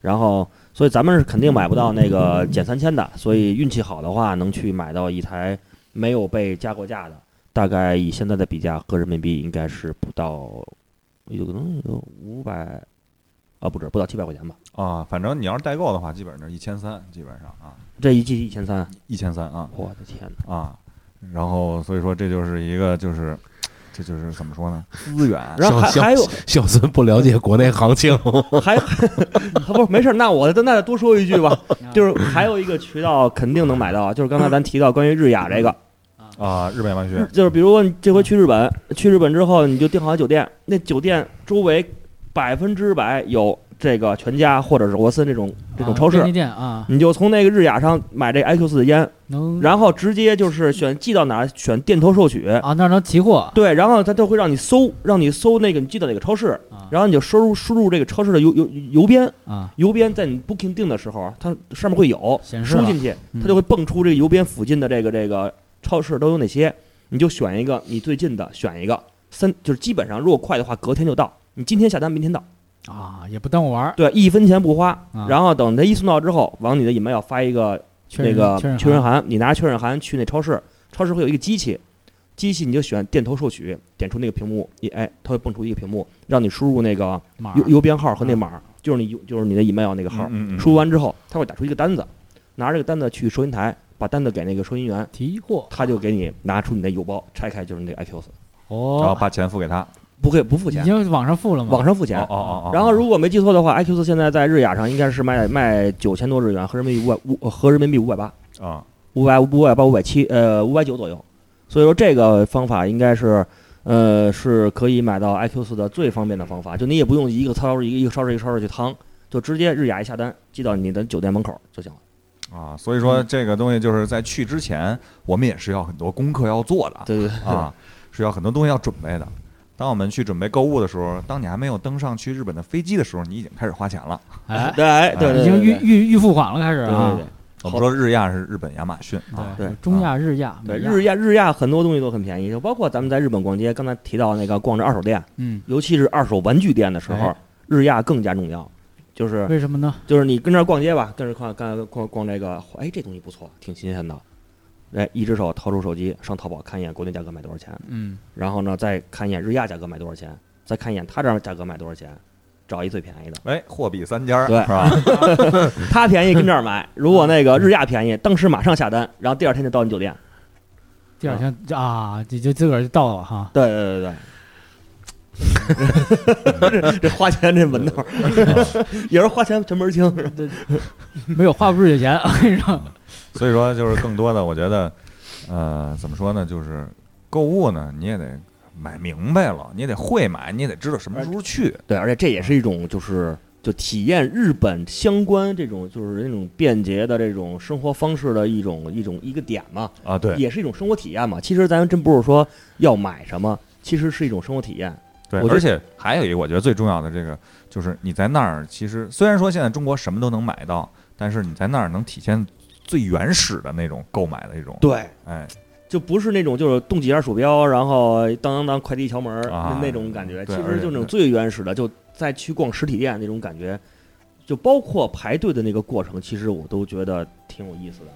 然后，所以咱们是肯定买不到那个减三千的，所以运气好的话，能去买到一台没有被加过价的，大概以现在的比价合人民币应该是不到，有可能有五百，啊不止，不到七百块钱吧。啊，反正你要是代购的话，基本上一千三，基本上啊，这一季一千三，一千三啊我的天哪！啊，然后所以说这就是一个就是，这就是怎么说呢？资源然后还小还有小孙不了解国内行情，还啊不是没事儿，那我那多说一句 吧，就是还有一个渠道肯定能买到，啊就是刚才咱提到关于日亚这个，啊，日本文学 就是比如说你这回去日本，去日本之后你就订好酒店，那酒店周围百分之百有这个全家或者是沃森这种这种啊超便利市，店啊，你就从那个日亚上买这 IQ 四的烟，能然后直接就是选寄到哪儿选店头收取， 啊那儿能提货，对，然后它就会让你搜，让你搜那个你寄到哪个超市，啊然后你就输入输入这个超市的邮邮邮编，啊邮编在你 Booking 定的时候，啊它上面会有显示输了进去，嗯它就会蹦出这个邮编附近的这个这个超市都有哪些，你就选一个你最近的，选一个三，就是基本上如果快的话，隔天就到。你今天下单，明天到，啊也不耽误玩儿，对，一分钱不花啊。然后等它一送到之后，往你的 email 发一个确那认个确确认认函函，你拿着确认函去那超市，超市会有一个机器，机器你就选店头收取，点出那个屏幕，你哎，它会蹦出一个屏幕，让你输入那个码儿邮邮编号和那码儿，就是你邮就是你的 email 那个号，嗯嗯嗯输入完之后，他会打出一个单子，拿这个单子去收银台，把单子给那个收银员，提货他就给你拿出你的邮包，拆开就是你的 IQOS，然后哦，把钱付给他。不会不付已钱，经网上付了吗？网上付哦钱。哦哦哦。然后如果没记错的话，IQOS 现在在日亚上应该是卖卖九千多日元，合人民币五百五合人民币五百八，啊，五百五百八五百七呃五百九左右。所以说这个方法应该是。呃，是可以买到 IQOS 的最方便的方法，就你也不用一个超市一个一个超市一个超市去趟，就直接日亚一下单寄到你的酒店门口就行了。啊，所以说这个东西就是在去之前，我们也是要很多功课要做的对对对啊，是要很多东西要准备的。当我们去准备购物的时候，当你还没有登上去日本的飞机的时候，你已经开始花钱了。哎，对对对，已经预预预付款了，开始对对啊对，我们说日亚是日本亚马逊啊，对对，中亚、日亚、对，美日亚日亚很多东西都很便宜，就包括咱们在日本逛街，刚才提到那个逛着二手店，嗯，尤其是二手玩具店的时候哎，日亚更加重要。就是为什么呢？就是你跟这儿逛街吧，跟着逛逛逛逛这个，哎，这东西不错，挺新鲜的。哎，一只手掏出手机，上淘宝看一眼国内价格卖多少钱，嗯，然后呢再看一眼日亚价格卖多少钱，再看一眼他这儿价格卖多少钱，找一最便 宜的。哎，货比三家儿对是吧？他便宜跟这儿买，如果那个日亚便宜，当时马上下单，然后第二天就到你酒店。第二天啊，你就自个儿就到了哈。对对对对 啊对，这花钱这门道儿，也是花钱全门儿清。是吧没有花不出去钱，我跟你嗯说， 所以说就是更多的，我觉得，呃，怎么说呢？就是购物呢，你也得买明白了，你也得会买，你也得知道什么时候去。对，而且这也是一种就是就体验日本相关这种就是那种便捷的这种生活方式的一种一种一个点嘛，啊，对，也是一种生活体验嘛。其实咱真不是说要买什么，其实是一种生活体验。对，我觉得而且还有一个我觉得最重要的这个，就是你在那儿，其实虽然说现在中国什么都能买到，但是你在那儿能体现最原始的那种购买的一种，对，哎，就不是那种就是动几下鼠标，然后当当当快递敲门儿啊那那种感觉，其对实就那种最原始的，就再去逛实体店那种感觉，就包括排队的那个过程，其实我都觉得挺有意思的，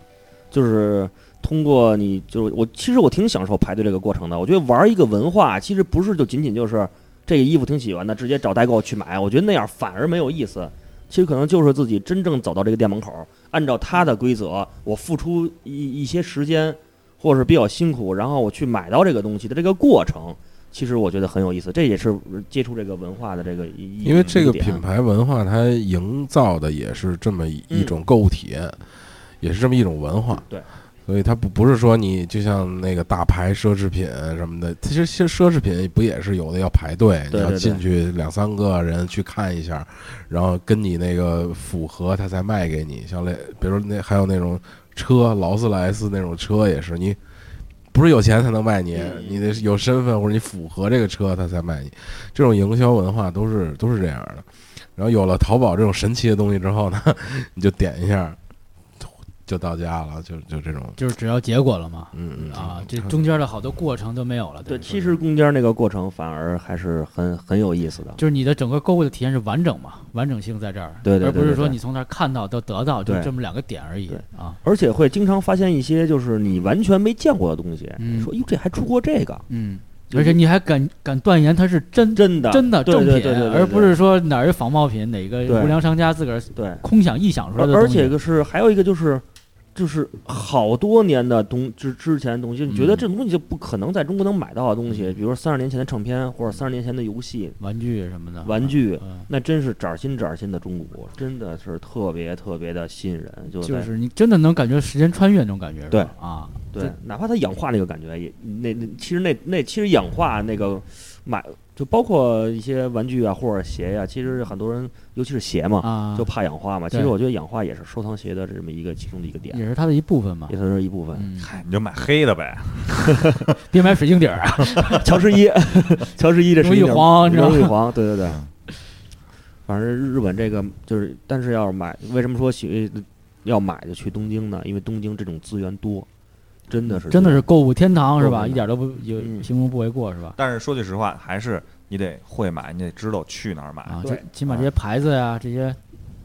就是通过你就是我，其实我挺享受排队这个过程的。我觉得玩一个文化，其实不是就仅仅就是这个衣服挺喜欢的，直接找代购去买，我觉得那样反而没有意思。其实可能就是自己真正走到这个店门口，按照他的规则，我付出一一些时间，或者是比较辛苦，然后我去买到这个东西的这个过程，其实我觉得很有意思。这也是接触这个文化的这个一因为这个一点品牌文化它营造的也是这么一嗯一种购物体验，也是这么一种文化。对，所以它不不是说你就像那个大牌奢侈品什么的，其实其实奢侈品不也是有的要排队，对你要对对进去两三个人去看一下，然后跟你那个符合，它才卖给你。像那比如那还有那种车，劳斯莱斯那种车也是你。不是有钱才能卖你嗯，你得有身份或者你符合这个车，它才卖你。这种营销文化都是都是这样的。然后有了淘宝这种神奇的东西之后呢，你就点一下，就到家了，就就这种，就是只要结果了嘛。嗯嗯啊，这中间的好多过程都没有了。对，吧其实中间那个过程反而还是很很有意思的。就是你的整个购物的体验是完整嘛，完整性在这儿，对对对而不是说对对你从那儿看到到得到，就对这么两个点而已对啊。而且会经常发现一些就是你完全没见过的东西，嗯你说哟这还出过这个，嗯，就而且是你还敢敢断言它是真真的真的对正对品对对，对而不是说哪儿仿冒品，哪个对无良商家自个儿对，空想臆想出来的而东而西。且就是还有一个就是。就是好多年的东之之前的东西，你觉得嗯这种东西就不可能在中国能买到的东西，比如说三十年前的唱片或者三十年前的游戏、玩具什么的，玩具，嗯，那真是崭新崭新的中国，真的是特别特别的吸引人。就就在是你真的能感觉时间穿越那种感觉，是吧对啊，对这，哪怕它氧化那个感觉也那那其实那那其实氧化那个买就包括一些玩具啊或者鞋呀、其实很多人尤其是鞋嘛，啊，就怕氧化嘛。其对实我觉得氧化也是收藏鞋的这么一个其中的一个点，也是它的一部分嘛也。算是一部分。嗯，嗨，你就买黑的呗，别买水晶底儿啊，乔十一，乔十一这是容易一点黄，你知道容易吗？黄，对对对嗯。反正日本这个就是，但是要是买，为什么说喜要买就去东京呢？因为东京这种资源多， 真的是真的是购物天堂是购物吧？天一点都不有嗯形容不为过是吧？但是说句实话，还是你得会买，你得知道去哪儿买。啊，对这起码这些牌子呀，这些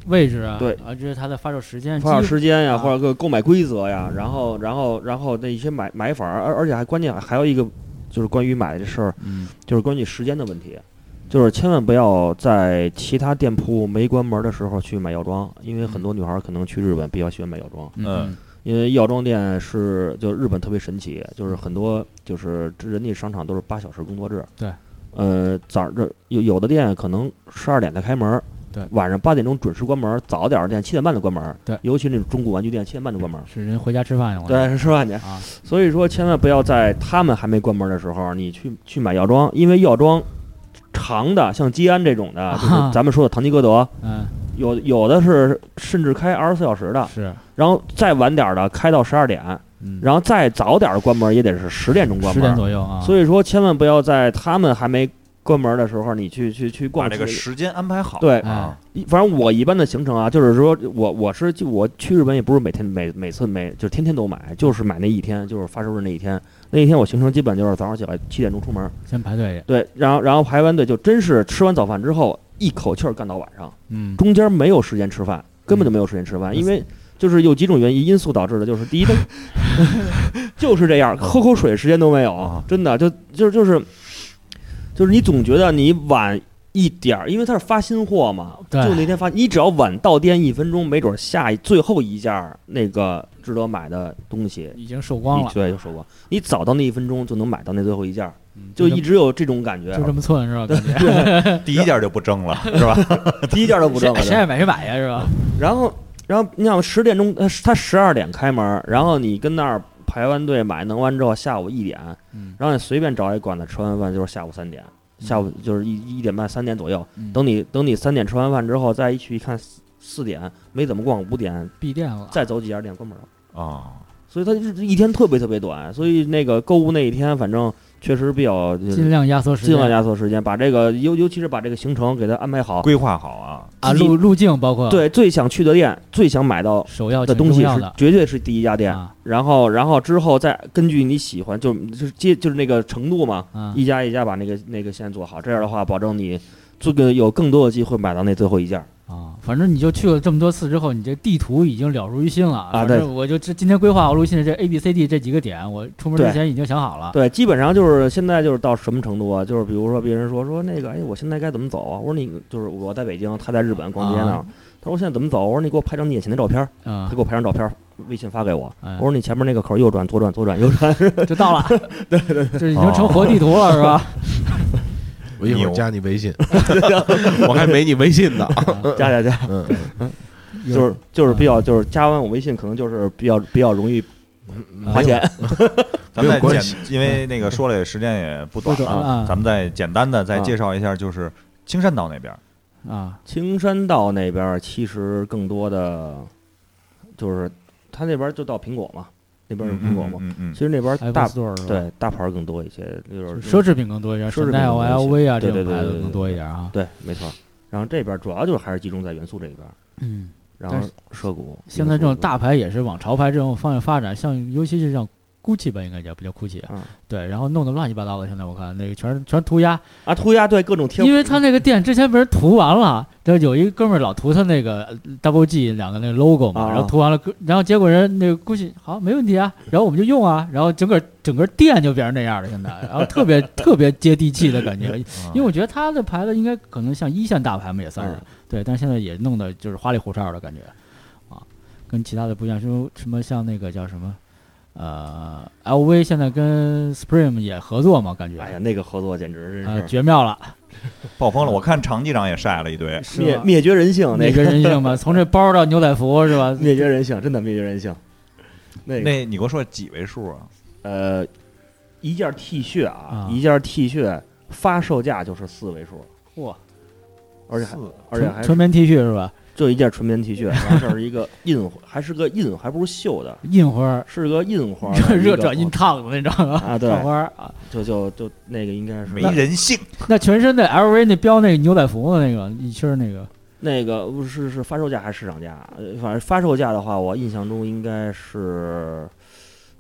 位置啊，对啊，这是它的发售时间，发几售乎时间呀，啊或者个购买规则呀，然后然后然后的一些买买法儿，而而且还关键还有一个就是关于买的事儿，嗯，就是关于时间的问题，就是千万不要在其他店铺没关门的时候去买药妆，因为很多女孩儿可能去日本比较喜欢买药妆，嗯嗯因为药妆店是就日本特别神奇，就是很多就是人家商场都是八小时工作制，对，呃，早这有有的店可能十二点才开门儿，对晚上八点钟准时关门儿，早点儿的店七点半就关门儿，对尤其那种中古玩具店七点半就关门儿，是人回家吃饭用的，对，是吃饭去。啊，所以说，千万不要在他们还没关门的时候，你去去买药妆，因为药妆长的，像基安这种的，就是啊咱们说的唐吉诃德，嗯，有有的是甚至开二十四小时的，是，然后再晚点儿的开到十二点，嗯，然后再早点儿关门也得是十点钟关十点门。左右啊，所以说，千万不要在他们还没关门的时候你去去去把逛这个街时间安排好。对哎啊，一反正我一般的行程啊，就是说我我是就我去日本也不是每天每每次每就是天天都买，就是买那一天，就是发售日那一天。那一天我行程基本就是早上起来七点钟出门，先排队，对，然后然后排完队就真是吃完早饭之后一口气儿干到晚上，嗯，中间没有时间吃饭，根本就没有时间吃饭，因为就是有几种原因因素导致的，就是第一，它 就是这嗯样，喝口水时间都没有啊，真的就就就是就是你总觉得你晚一点儿，因为它是发新货嘛，就对那天发，你只要晚到店一分钟，没准下一最后一件儿那个值得买的东西。已经售光你了，对，就说过，你早到那一分钟就能买到那最后一件儿，嗯就这一直有这种感觉。就这么寸 是吧？感觉第一件就不争了，是吧？第一件儿都不挣 谁了。谁爱买谁买呀是 吧？然后，然后你想十点钟，他呃他十二点开门，然后你跟那儿排完队买弄完之后，下午一点，嗯然后你随便找一馆子吃完饭就是下午三点，下午就是一一点半三点左右。嗯等你等你三点吃完饭之后，再一去一看四四点没怎么逛，五点闭店了，再走几家店关门了。啊，所以他一天特别特别短，所以那个购物那一天，反正确实比较就是尽量压缩时尽量间压缩时间，把这个尤尤其是把这个行程给他安排好。规划好啊，啊，自己路路径包括对，最想去的店，最想买到首要的挺东重西要是的绝对是第一家店。啊然后，然后之后再根据你喜欢，就就是接就是那个程度嘛，啊，一家一家把那个那个先做好。这样的话，保证你这个有更多的机会买到那最后一件儿。啊，反正你就去了这么多次之后，你这地图已经了如于心了啊反对正我就这今天规划好路线的这 A B C D 这几个点，我出门之对前已经想好了。啊对，基本上就是现在就是到什么程度啊？就是比如说别人说说那个，哎，我现在该怎么走啊？我说你就是我在北京，他在日本逛街呢啊。他说我现在怎么走？我说你给我拍张你眼前的照片儿。嗯啊他给，我拍张照片儿，微信发给我。哎我说你前面那个口儿右转，左转，左转，右 转。就到 了，对对对，这已哦经成活地图了是吧？我一会儿牛加你微信，我还没你微信呢。加加加。嗯，就是就是比较就是加完我微信，可能就是比较比较容易 花钱。 咱们没有再关系简，因为那个说了也时间也不短不短了啊，咱们再简单的再啊介绍一下，就是青山岛那边啊，青山道那边儿其实更多的就是他那边儿就到苹果嘛，那边儿有苹果嘛。嗯嗯其，实那边儿 Apple 大 Store 是吧？对大牌儿更多一些，就就是奢侈品更多一点，奢侈品 Chanel 啊、更多 LV 啊这种对对对牌子对对更多一点啊。对没错。然后这边儿主要就是还是集中在元素这一边儿，嗯，然但后是涉谷。现在这种大牌也是往潮牌这种方向发展，像尤其是像 GUCCI 吧，应该叫不叫 GUCCI？啊嗯对，然后弄得乱七八糟的。现在我看那个全是全是涂鸦，啊，涂鸦对各种贴因，为他那个店之前被人涂完了，就有一哥们儿老涂他那个呃 Double G 两个那个 logo 嘛，啊然后涂完了，然后结果人那个 GUCCI 好没问题啊，然后我们就用啊，然后整个整个店就变成那样了，现在，然后特别特别接地气的感觉，嗯因为我觉得他的牌子应该可能像一线大牌嘛，也算是、啊嗯对，但是现在也弄得就是花里胡哨的感觉，啊，跟其他的不一样，说什么像那个叫什么，呃，LV 现在跟 Supreme 也合作嘛，感觉，哎呀，那个合作简直呃，真是绝妙了，暴风了，我看常机长也晒了一堆，是哎灭吧灭绝人性，那那个个人性吧，从这包到牛仔服是吧？ 灭绝人性，真的灭绝人性。那个那你给我说几位数啊？呃，一件 T 恤啊啊，一件 T 恤发售价就是四位数，嚯，而且还四而且纯还纯棉 T 恤是吧？就一件纯棉 T 恤，然后这是一个印花，还是个印，还不是绣的，印花儿是个印花热的一个，热转印烫的那种啊，啊，对，烫花儿啊。就就就那个应该是没人性，那全身那 LV 那标那个牛仔服的那个一圈儿那个那个不是是发售价还是市场价？呃反正发售价的话，我印象中应该是。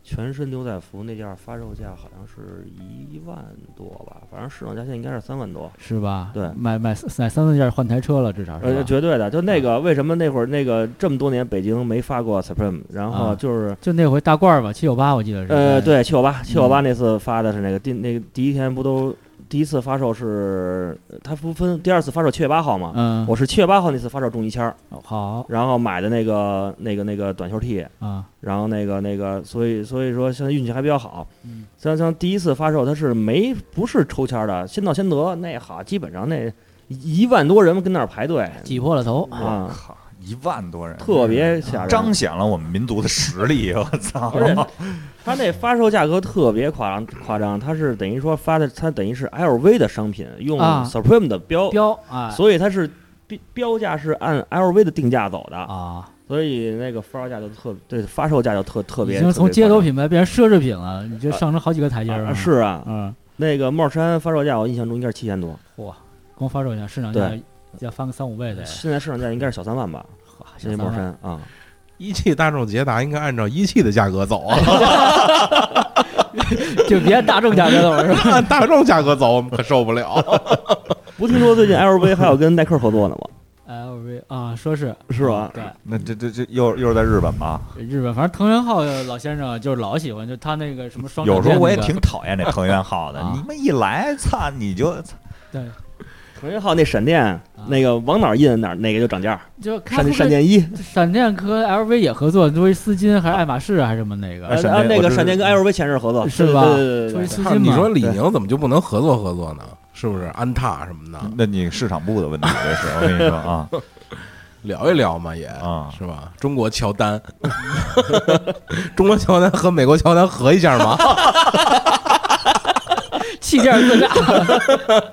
全身牛仔服那件发售价好像是一万多吧，反正市场价现在应该是三万多。是吧？对买买三买三四件换台车了，至少是吧。啊呃，绝对的，就那个为什么那会儿那个这么多年北京没发过 Supreme，然后啊就是、就那回大罐儿吧，七九八我记得是。呃，，对七九八嗯七九八那次发的是那个第那个第一天不都第一次发售是它不分第二次发售七月八号嘛，嗯，我是七月八号那次发售中一签儿，好然后买的那个那个那个短袖 T，啊，然后那个那个，所以所以说现在运气还比较好。嗯像像第一次发售它是没不是抽签儿的，先到先得，那好，基本上那一一万多人跟那儿排队挤破了头。我啊，靠，一万多人，特别啊吓人，彰显了我们民族的实力，我操！而且它那发售价格特别夸张，夸张，它是等于说发的，它等于是 LV 的商品，用啊 Supreme 的标，标啊所以它是标标价是按 LV 的定价走的，啊，所以那个发售价就特对，发售价就特特别，已经从特别街头夸张品牌变成奢侈品了，你这上升好几个台阶儿啊了。是啊，嗯，那个帽衫发售价，我印象中应该是七千多，嚯，光发售价市场价对要翻个三五倍得，现在市场价应该是小三万吧？哇，小那三帽万 衫啊，一汽大众捷达应该按照一汽的价格走啊，就别大众价格了，我说按大众价格走我们可受不 了。不听说最近 LV 还有跟耐克合作呢吗？ LV 啊，说是是吧对，那这这这又又是在日本吧？日本反正藤原浩老先生啊就是老喜欢，就他那个什么双有时候我也闪电挺讨厌这藤原浩的，啊你们一来，操，你就操那个腾讯号那闪电，那个往哪儿印哪儿哪个就涨价，对，就看闪会闪闪电一，电和 LV 也合作，作为丝巾还是爱马仕啊还是什么那个哎然闪电后那我个知闪电跟 LV 前阵合作，是对吧对对出对于对丝操巾你嘛说，李宁怎么就不能合作合作呢？是不是安踏什么的嗯那你市场部的问题这是，我跟你说啊聊一聊嘛也？啊，是吧？中国乔丹， 中国乔丹和美国乔丹合一下 吗？气垫自炸，对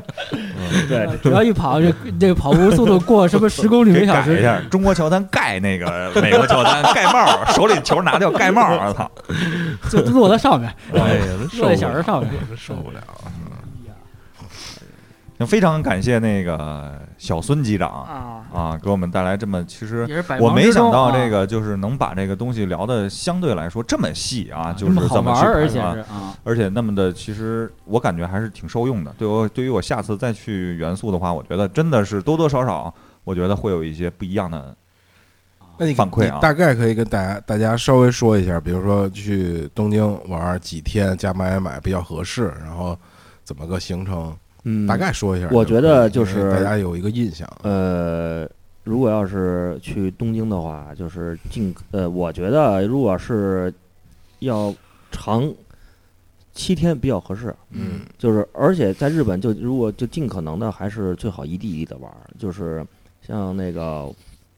对，呃只要一跑，这这个跑步速度过什么十公里给每小改一时，下，中国乔丹盖那个美国乔丹盖帽，手里球拿掉盖帽，我操！就落在上面，哎呀，真受不落在了小人上面。嗯真受不了。非常感谢那个小孙机长啊，啊，给我们带来这么其实也是百忙我没之中想到啊这个就是能把这个东西聊的相对来说这么细啊，就是这么好这么玩去儿，而盘且啊是啊，而且那么的，其实我感觉还是挺受用的。对我，对于我下次再去元素的话，我觉得真的是多多少少，我觉得会有一些不一样的。那你反馈啊你大概可以跟大家大家稍微说一下，比如说去东京玩几天加买买比较合适，然后怎么个行程，嗯，大概说一下。我觉得就是因为大家有一个印象。呃，如果要是去东京的话，就是尽呃，我觉得如果是要长七天比较合适，嗯，就是而且在日本就如果就尽可能的还是最好一地一地的玩儿，就是像那个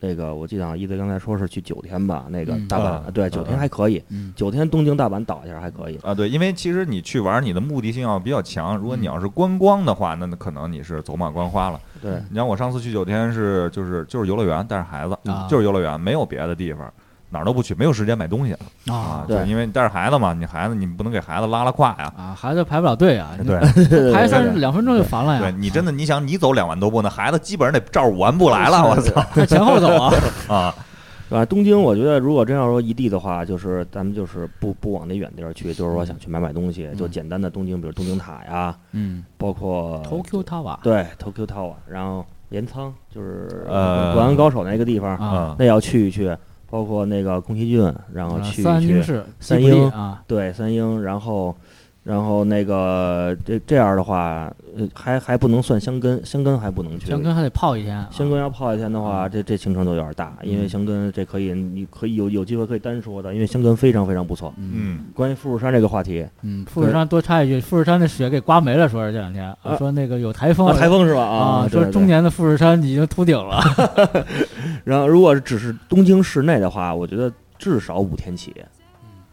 那个我记得啊，一泽刚才说是去九天吧，那个嗯大阪、啊对九天还可以，嗯，九天东京大阪倒一下还可以，啊，对，因为其实你去玩，你的目的性要比较强。如果嗯你要是观光的话，那可能你是走马观花了。对。你像我上次去九天是就是就是游乐园，带着孩子啊就是游乐园，没有别的地方，哪儿都不去，没有时间买东西啊啊。就对因为你带着孩子嘛，你孩子你不能给孩子拉拉胯呀。啊，孩子排不了队啊，对，排对三两分钟就烦了呀。对你真的你想你走两万多步，那孩子基本上得照着五万步来了，我操他前后走啊，啊！啊，东京，我觉得如果真要说一地的话，就是咱们就是不不往那远地儿去，就是说想去买买东西，就嗯简单的东京，比如东京塔呀，嗯包括，Tokyo Tower 对 Tokyo Tower，然后镰仓就是呃《灌篮高手》那个地啊，方，嗯那要去一去，包括那个宫崎骏，然后啊去三一英去，市三西伯利英啊，对三英，然后然后那个这这样的话，呃，还还不能算箱根，箱根还不能去，香根还得泡一天啊，香根要泡一天的话，这这行程就有点大，因为嗯香根这可以，你可以有有机会可以单说的，因为香根非常非常不错。嗯嗯，关于富士山这个话题，嗯，富士山多插一句，富士山的雪给刮没了，说是这两天啊啊说那个有台风啊，台风是吧？哦啊，对说对中对。年的富士山已经秃顶了，然后，如果只是东京市内的话，我觉得至少五天起，嗯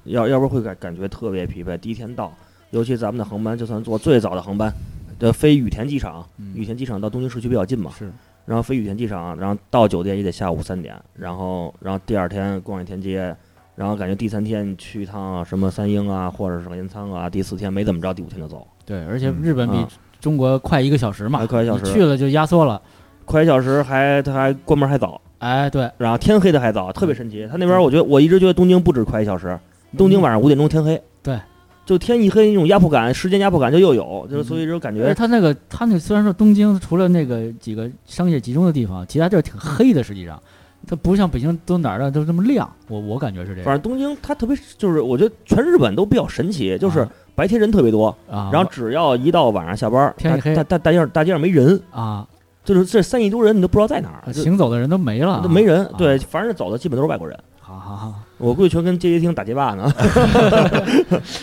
要要不然会感感觉特别疲惫。第一天到，尤其咱们的航班，就算坐最早的航班，呃，飞羽田机场，羽田机场到东京市区比较近嘛，是然后飞羽田机场，然后到酒店也得下午三点，然后然后第二天逛一天街，然后感觉第三天去一趟什么三英啊，或者是镰仓啊，第四天没怎么着，第五天就走，对，而且嗯日本比啊中国快一个小时嘛，啊快一小时你去了就压缩了，快一小时还他还关门还早，哎，对，然后天黑的还早，特嗯别神奇。他那边我觉得我一直觉得东京不止快一小时，东京晚上五点钟天黑，嗯对，就天一黑那种压迫感，时间压迫感就又有，就是所以就感嗯而且觉它那个，它那虽然说东京除了那个几个商业集中的地方，其他地儿挺黑的，实际上它不像北京都哪儿的都这么亮，我我感觉是这反样。正东京它特别就是我觉得全日本都比较神奇，就是啊白天人特别多，啊，然后只要一到晚上下班，天一黑大大大大街上大街上没人，啊，就是这三亿多人你都不知道在哪儿，就行走的人都没了，都没。人啊。对，反正走的基本都是外国人，好好好，我估计全跟街机厅打街霸呢。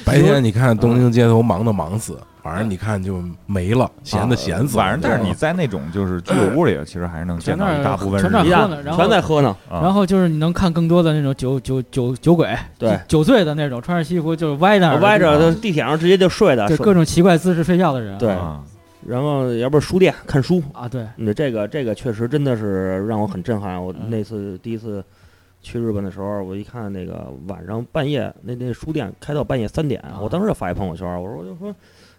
白天你看东嗯京街头忙的忙死，晚上你看就没了，闲的闲死了。啊晚上，但是你在那种就是俱乐部里，其实还是能见到一大部分人全那儿一全那儿喝大呢然后全在喝呢，啊然后就是你能看更多的那种酒酒酒酒鬼，对，酒醉的那种，穿着西服就是歪那儿的歪着啊就地铁上直接就睡的对，各种奇怪姿势睡觉的人。对啊然后要不是书店看书，啊，对，嗯，这个这个确实真的是让我很震撼。我嗯那次第一次去日本的时候，我一看那个晚上半夜那那书店开到半夜三点啊，我当时就发一朋友圈，我说我就说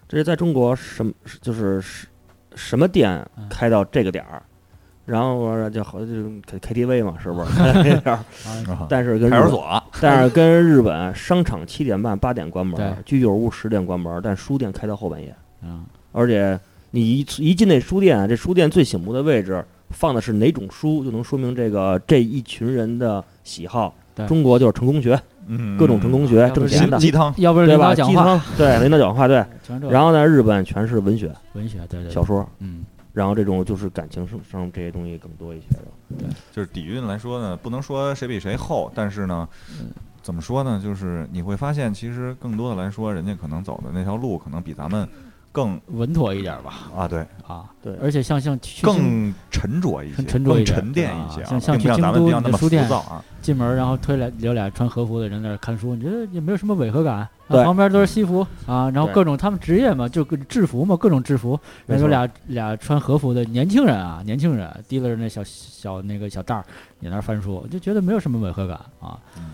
这是在中国什么是就是什什么店嗯开到这个点儿，然后我说就好就是 K K T V 嘛，是不是？开到 这点儿啊，啊但是跟日派出本，所但是跟日本商场七点半八点关门对，居酒屋十点关门，但书店开到后半夜，嗯，而且你一一进那书店，这书店最醒目的位置放的是哪种书，就能说明这个这一群人的喜好对。中国就是成功学，嗯各种成功学嗯，挣鸡钱的，鸡汤，要不是对领吧？导讲鸡话，汤， 对，领导讲话，对。全是这然后呢，日本全是文学、文学，对对，小对说，嗯，然后这种就是感情上上这些东西更多一些的。就是底蕴来说呢，不能说谁比谁厚，但是呢嗯，怎么说呢？就是你会发现，其实更多的来说，人家可能走的那条路，可能比咱们更稳妥一点吧，啊，对，啊，对而且像像去京更沉着一些，沉沉着更一点沉淀一些、对啊像像并不像去咱们京比都较那你么浮的书店躁啊。进门，然后推俩有俩穿和服的人在那儿看书，你觉得也没有什么违和感，对啊、旁边都是西服啊，然后对各种他们职业嘛，就各制服嘛，各种制服，没然错后有俩俩穿和服的年轻人啊，年轻人提溜着那小小那个小袋儿也那儿翻书，就觉得没有什么违和感啊，嗯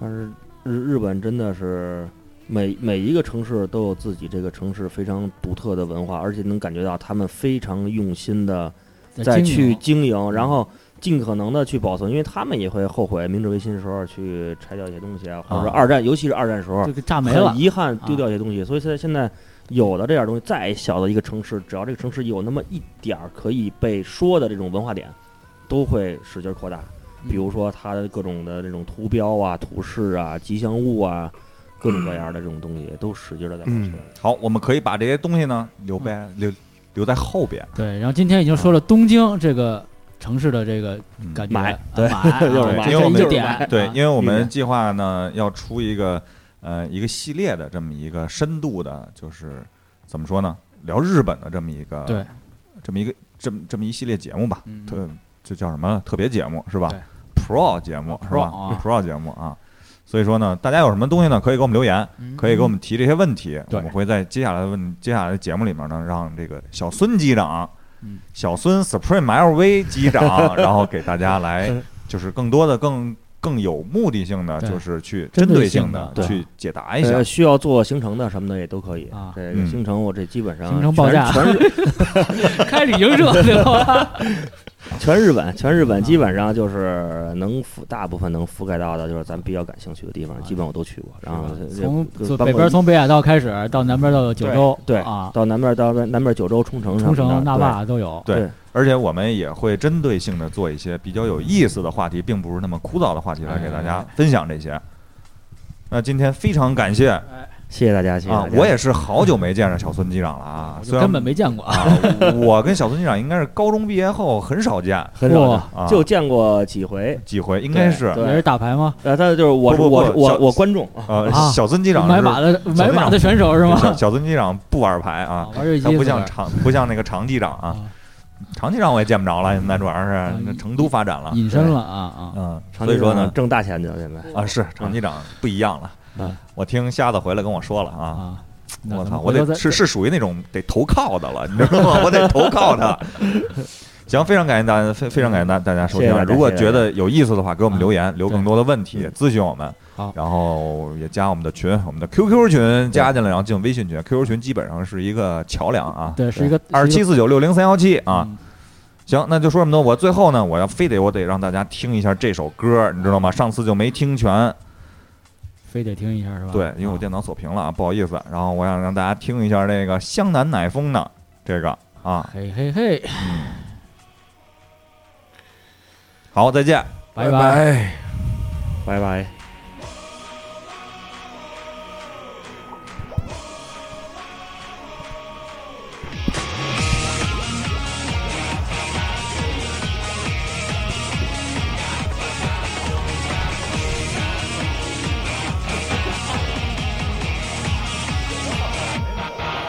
但是日日本真的是每每一个城市都有自己这个城市非常独特的文化，而且能感觉到他们非常用心的再经去营嗯经营，然后尽可能的去保存，因为他们也会后悔明治维新时候去拆掉一些东西啊，或者啊二战，尤其是二战时候这，个炸没了很，遗憾啊丢掉一些东西，所以现在现在有的这点东西，再小的一个城市，只要这个城市有那么一点儿可以被说的这种文化点，都会使劲儿扩大。嗯比如说它的各种的这种图标啊、图示啊、吉祥物啊，各种各样的这种东西都使劲的在保存。嗯好，我们可以把这些东西呢留在留留在后边，对，然后今天已经说了东京这个城市的这个嗯感觉，买啊对买，又是啊买 这因为我们这一就是点啊买对，因为为我理们解计划呢要出一个呃一个系列的这么一个深度的，就是怎么说呢，聊日本的这么一个对这么一个这么这么一系列节目吧，嗯特就叫什么特别节目是吧对？Pro 节目是吧 Pro 啊？Pro 节目啊，所以说呢，大家有什么东西呢，可以给我们留言，嗯可以给我们提这些问题，对我们会在接下来的问接下来的节目里面呢，让这个小孙机长嗯，小孙 Supreme LV 机长， 然后给大家来就是更多的更更有目的性的，对就是去针针对对性性的的对去解答一下呃，。需要做行程的什么的也都可以哎啊这个嗯行程我这基本上行程报价全全日嗯开始营热 啊对吧？全日本全日嗯本基本上就是能覆大部分能覆盖到的，就是咱们比较感兴趣的地方，啊基本我都去过。然啊后这从这从包括北边从北海道开始，到南边到九州，对啊，到南边到南南边九州冲绳什冲么的绳、那对霸都有。对对而且我们也会针对性的做一些比较有意思的话题，并不是那么枯燥的话题来给大哎家分享这些。那今天非常感谢谢谢大家，谢谢啊大！家。我也是好久没见着小孙机长了啊，我就虽然根本没见过啊，啊，我跟小孙机长应该是高中毕业后很少见很少哇见啊，就见过几回。几回，应该是对也是打牌吗？呃，他就是我是不不不我是我小我观众，呃啊，小孙机长买是马的小买马的选手是对吗？小小孙机长不玩牌啊啊，玩游戏他不像是吧常不像那个常机长啊，常机长我也见不着了，现在主要是那成都发展了，隐身了啊啊！嗯，长所以说呢，挣大钱去了，现在啊是常机长不一样了嗯，我听瞎子回来跟我说了啊。啊！那我咱操！们我回头得再是是属于那种得投靠的了，你知道吗？我得投靠他。行，非常感谢大家，非非常感谢大大家收听谢谢啊。大家如果谢谢觉得有意思的话，给我们留言，留更多的问题，嗯咨询我们。啊好然后也加我们的群，我们的 QQ 群加进来，然后进微信群。QQ 群基本上是一个桥梁啊，对是一个二十七四九六零三幺七啊。，是一个嗯行，那就说这么多。我最后呢，我要非得我得让大家听一下这首歌，你知道吗？上次就没听全，非得听一下是吧？对，因为我啊电脑锁屏了啊，不好意思。然后我想让大家听一下这个湘南乃风的这个啊，嘿嘿嘿，好，再见。拜拜。拜。拜拜。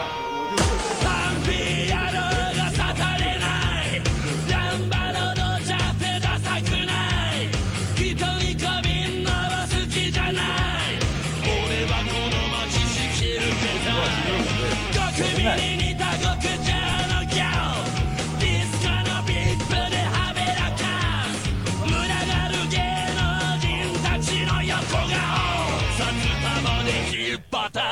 「が刺されない」「ランバロドじゃ手ダサくない」「人にこびんのは好きじゃない」「俺はこの街仕切るけど」「極秘に似た極上のギャオ」「ディスコのビップではべらかす」「群がる芸能人たちの横顔」「札束で引っ張った」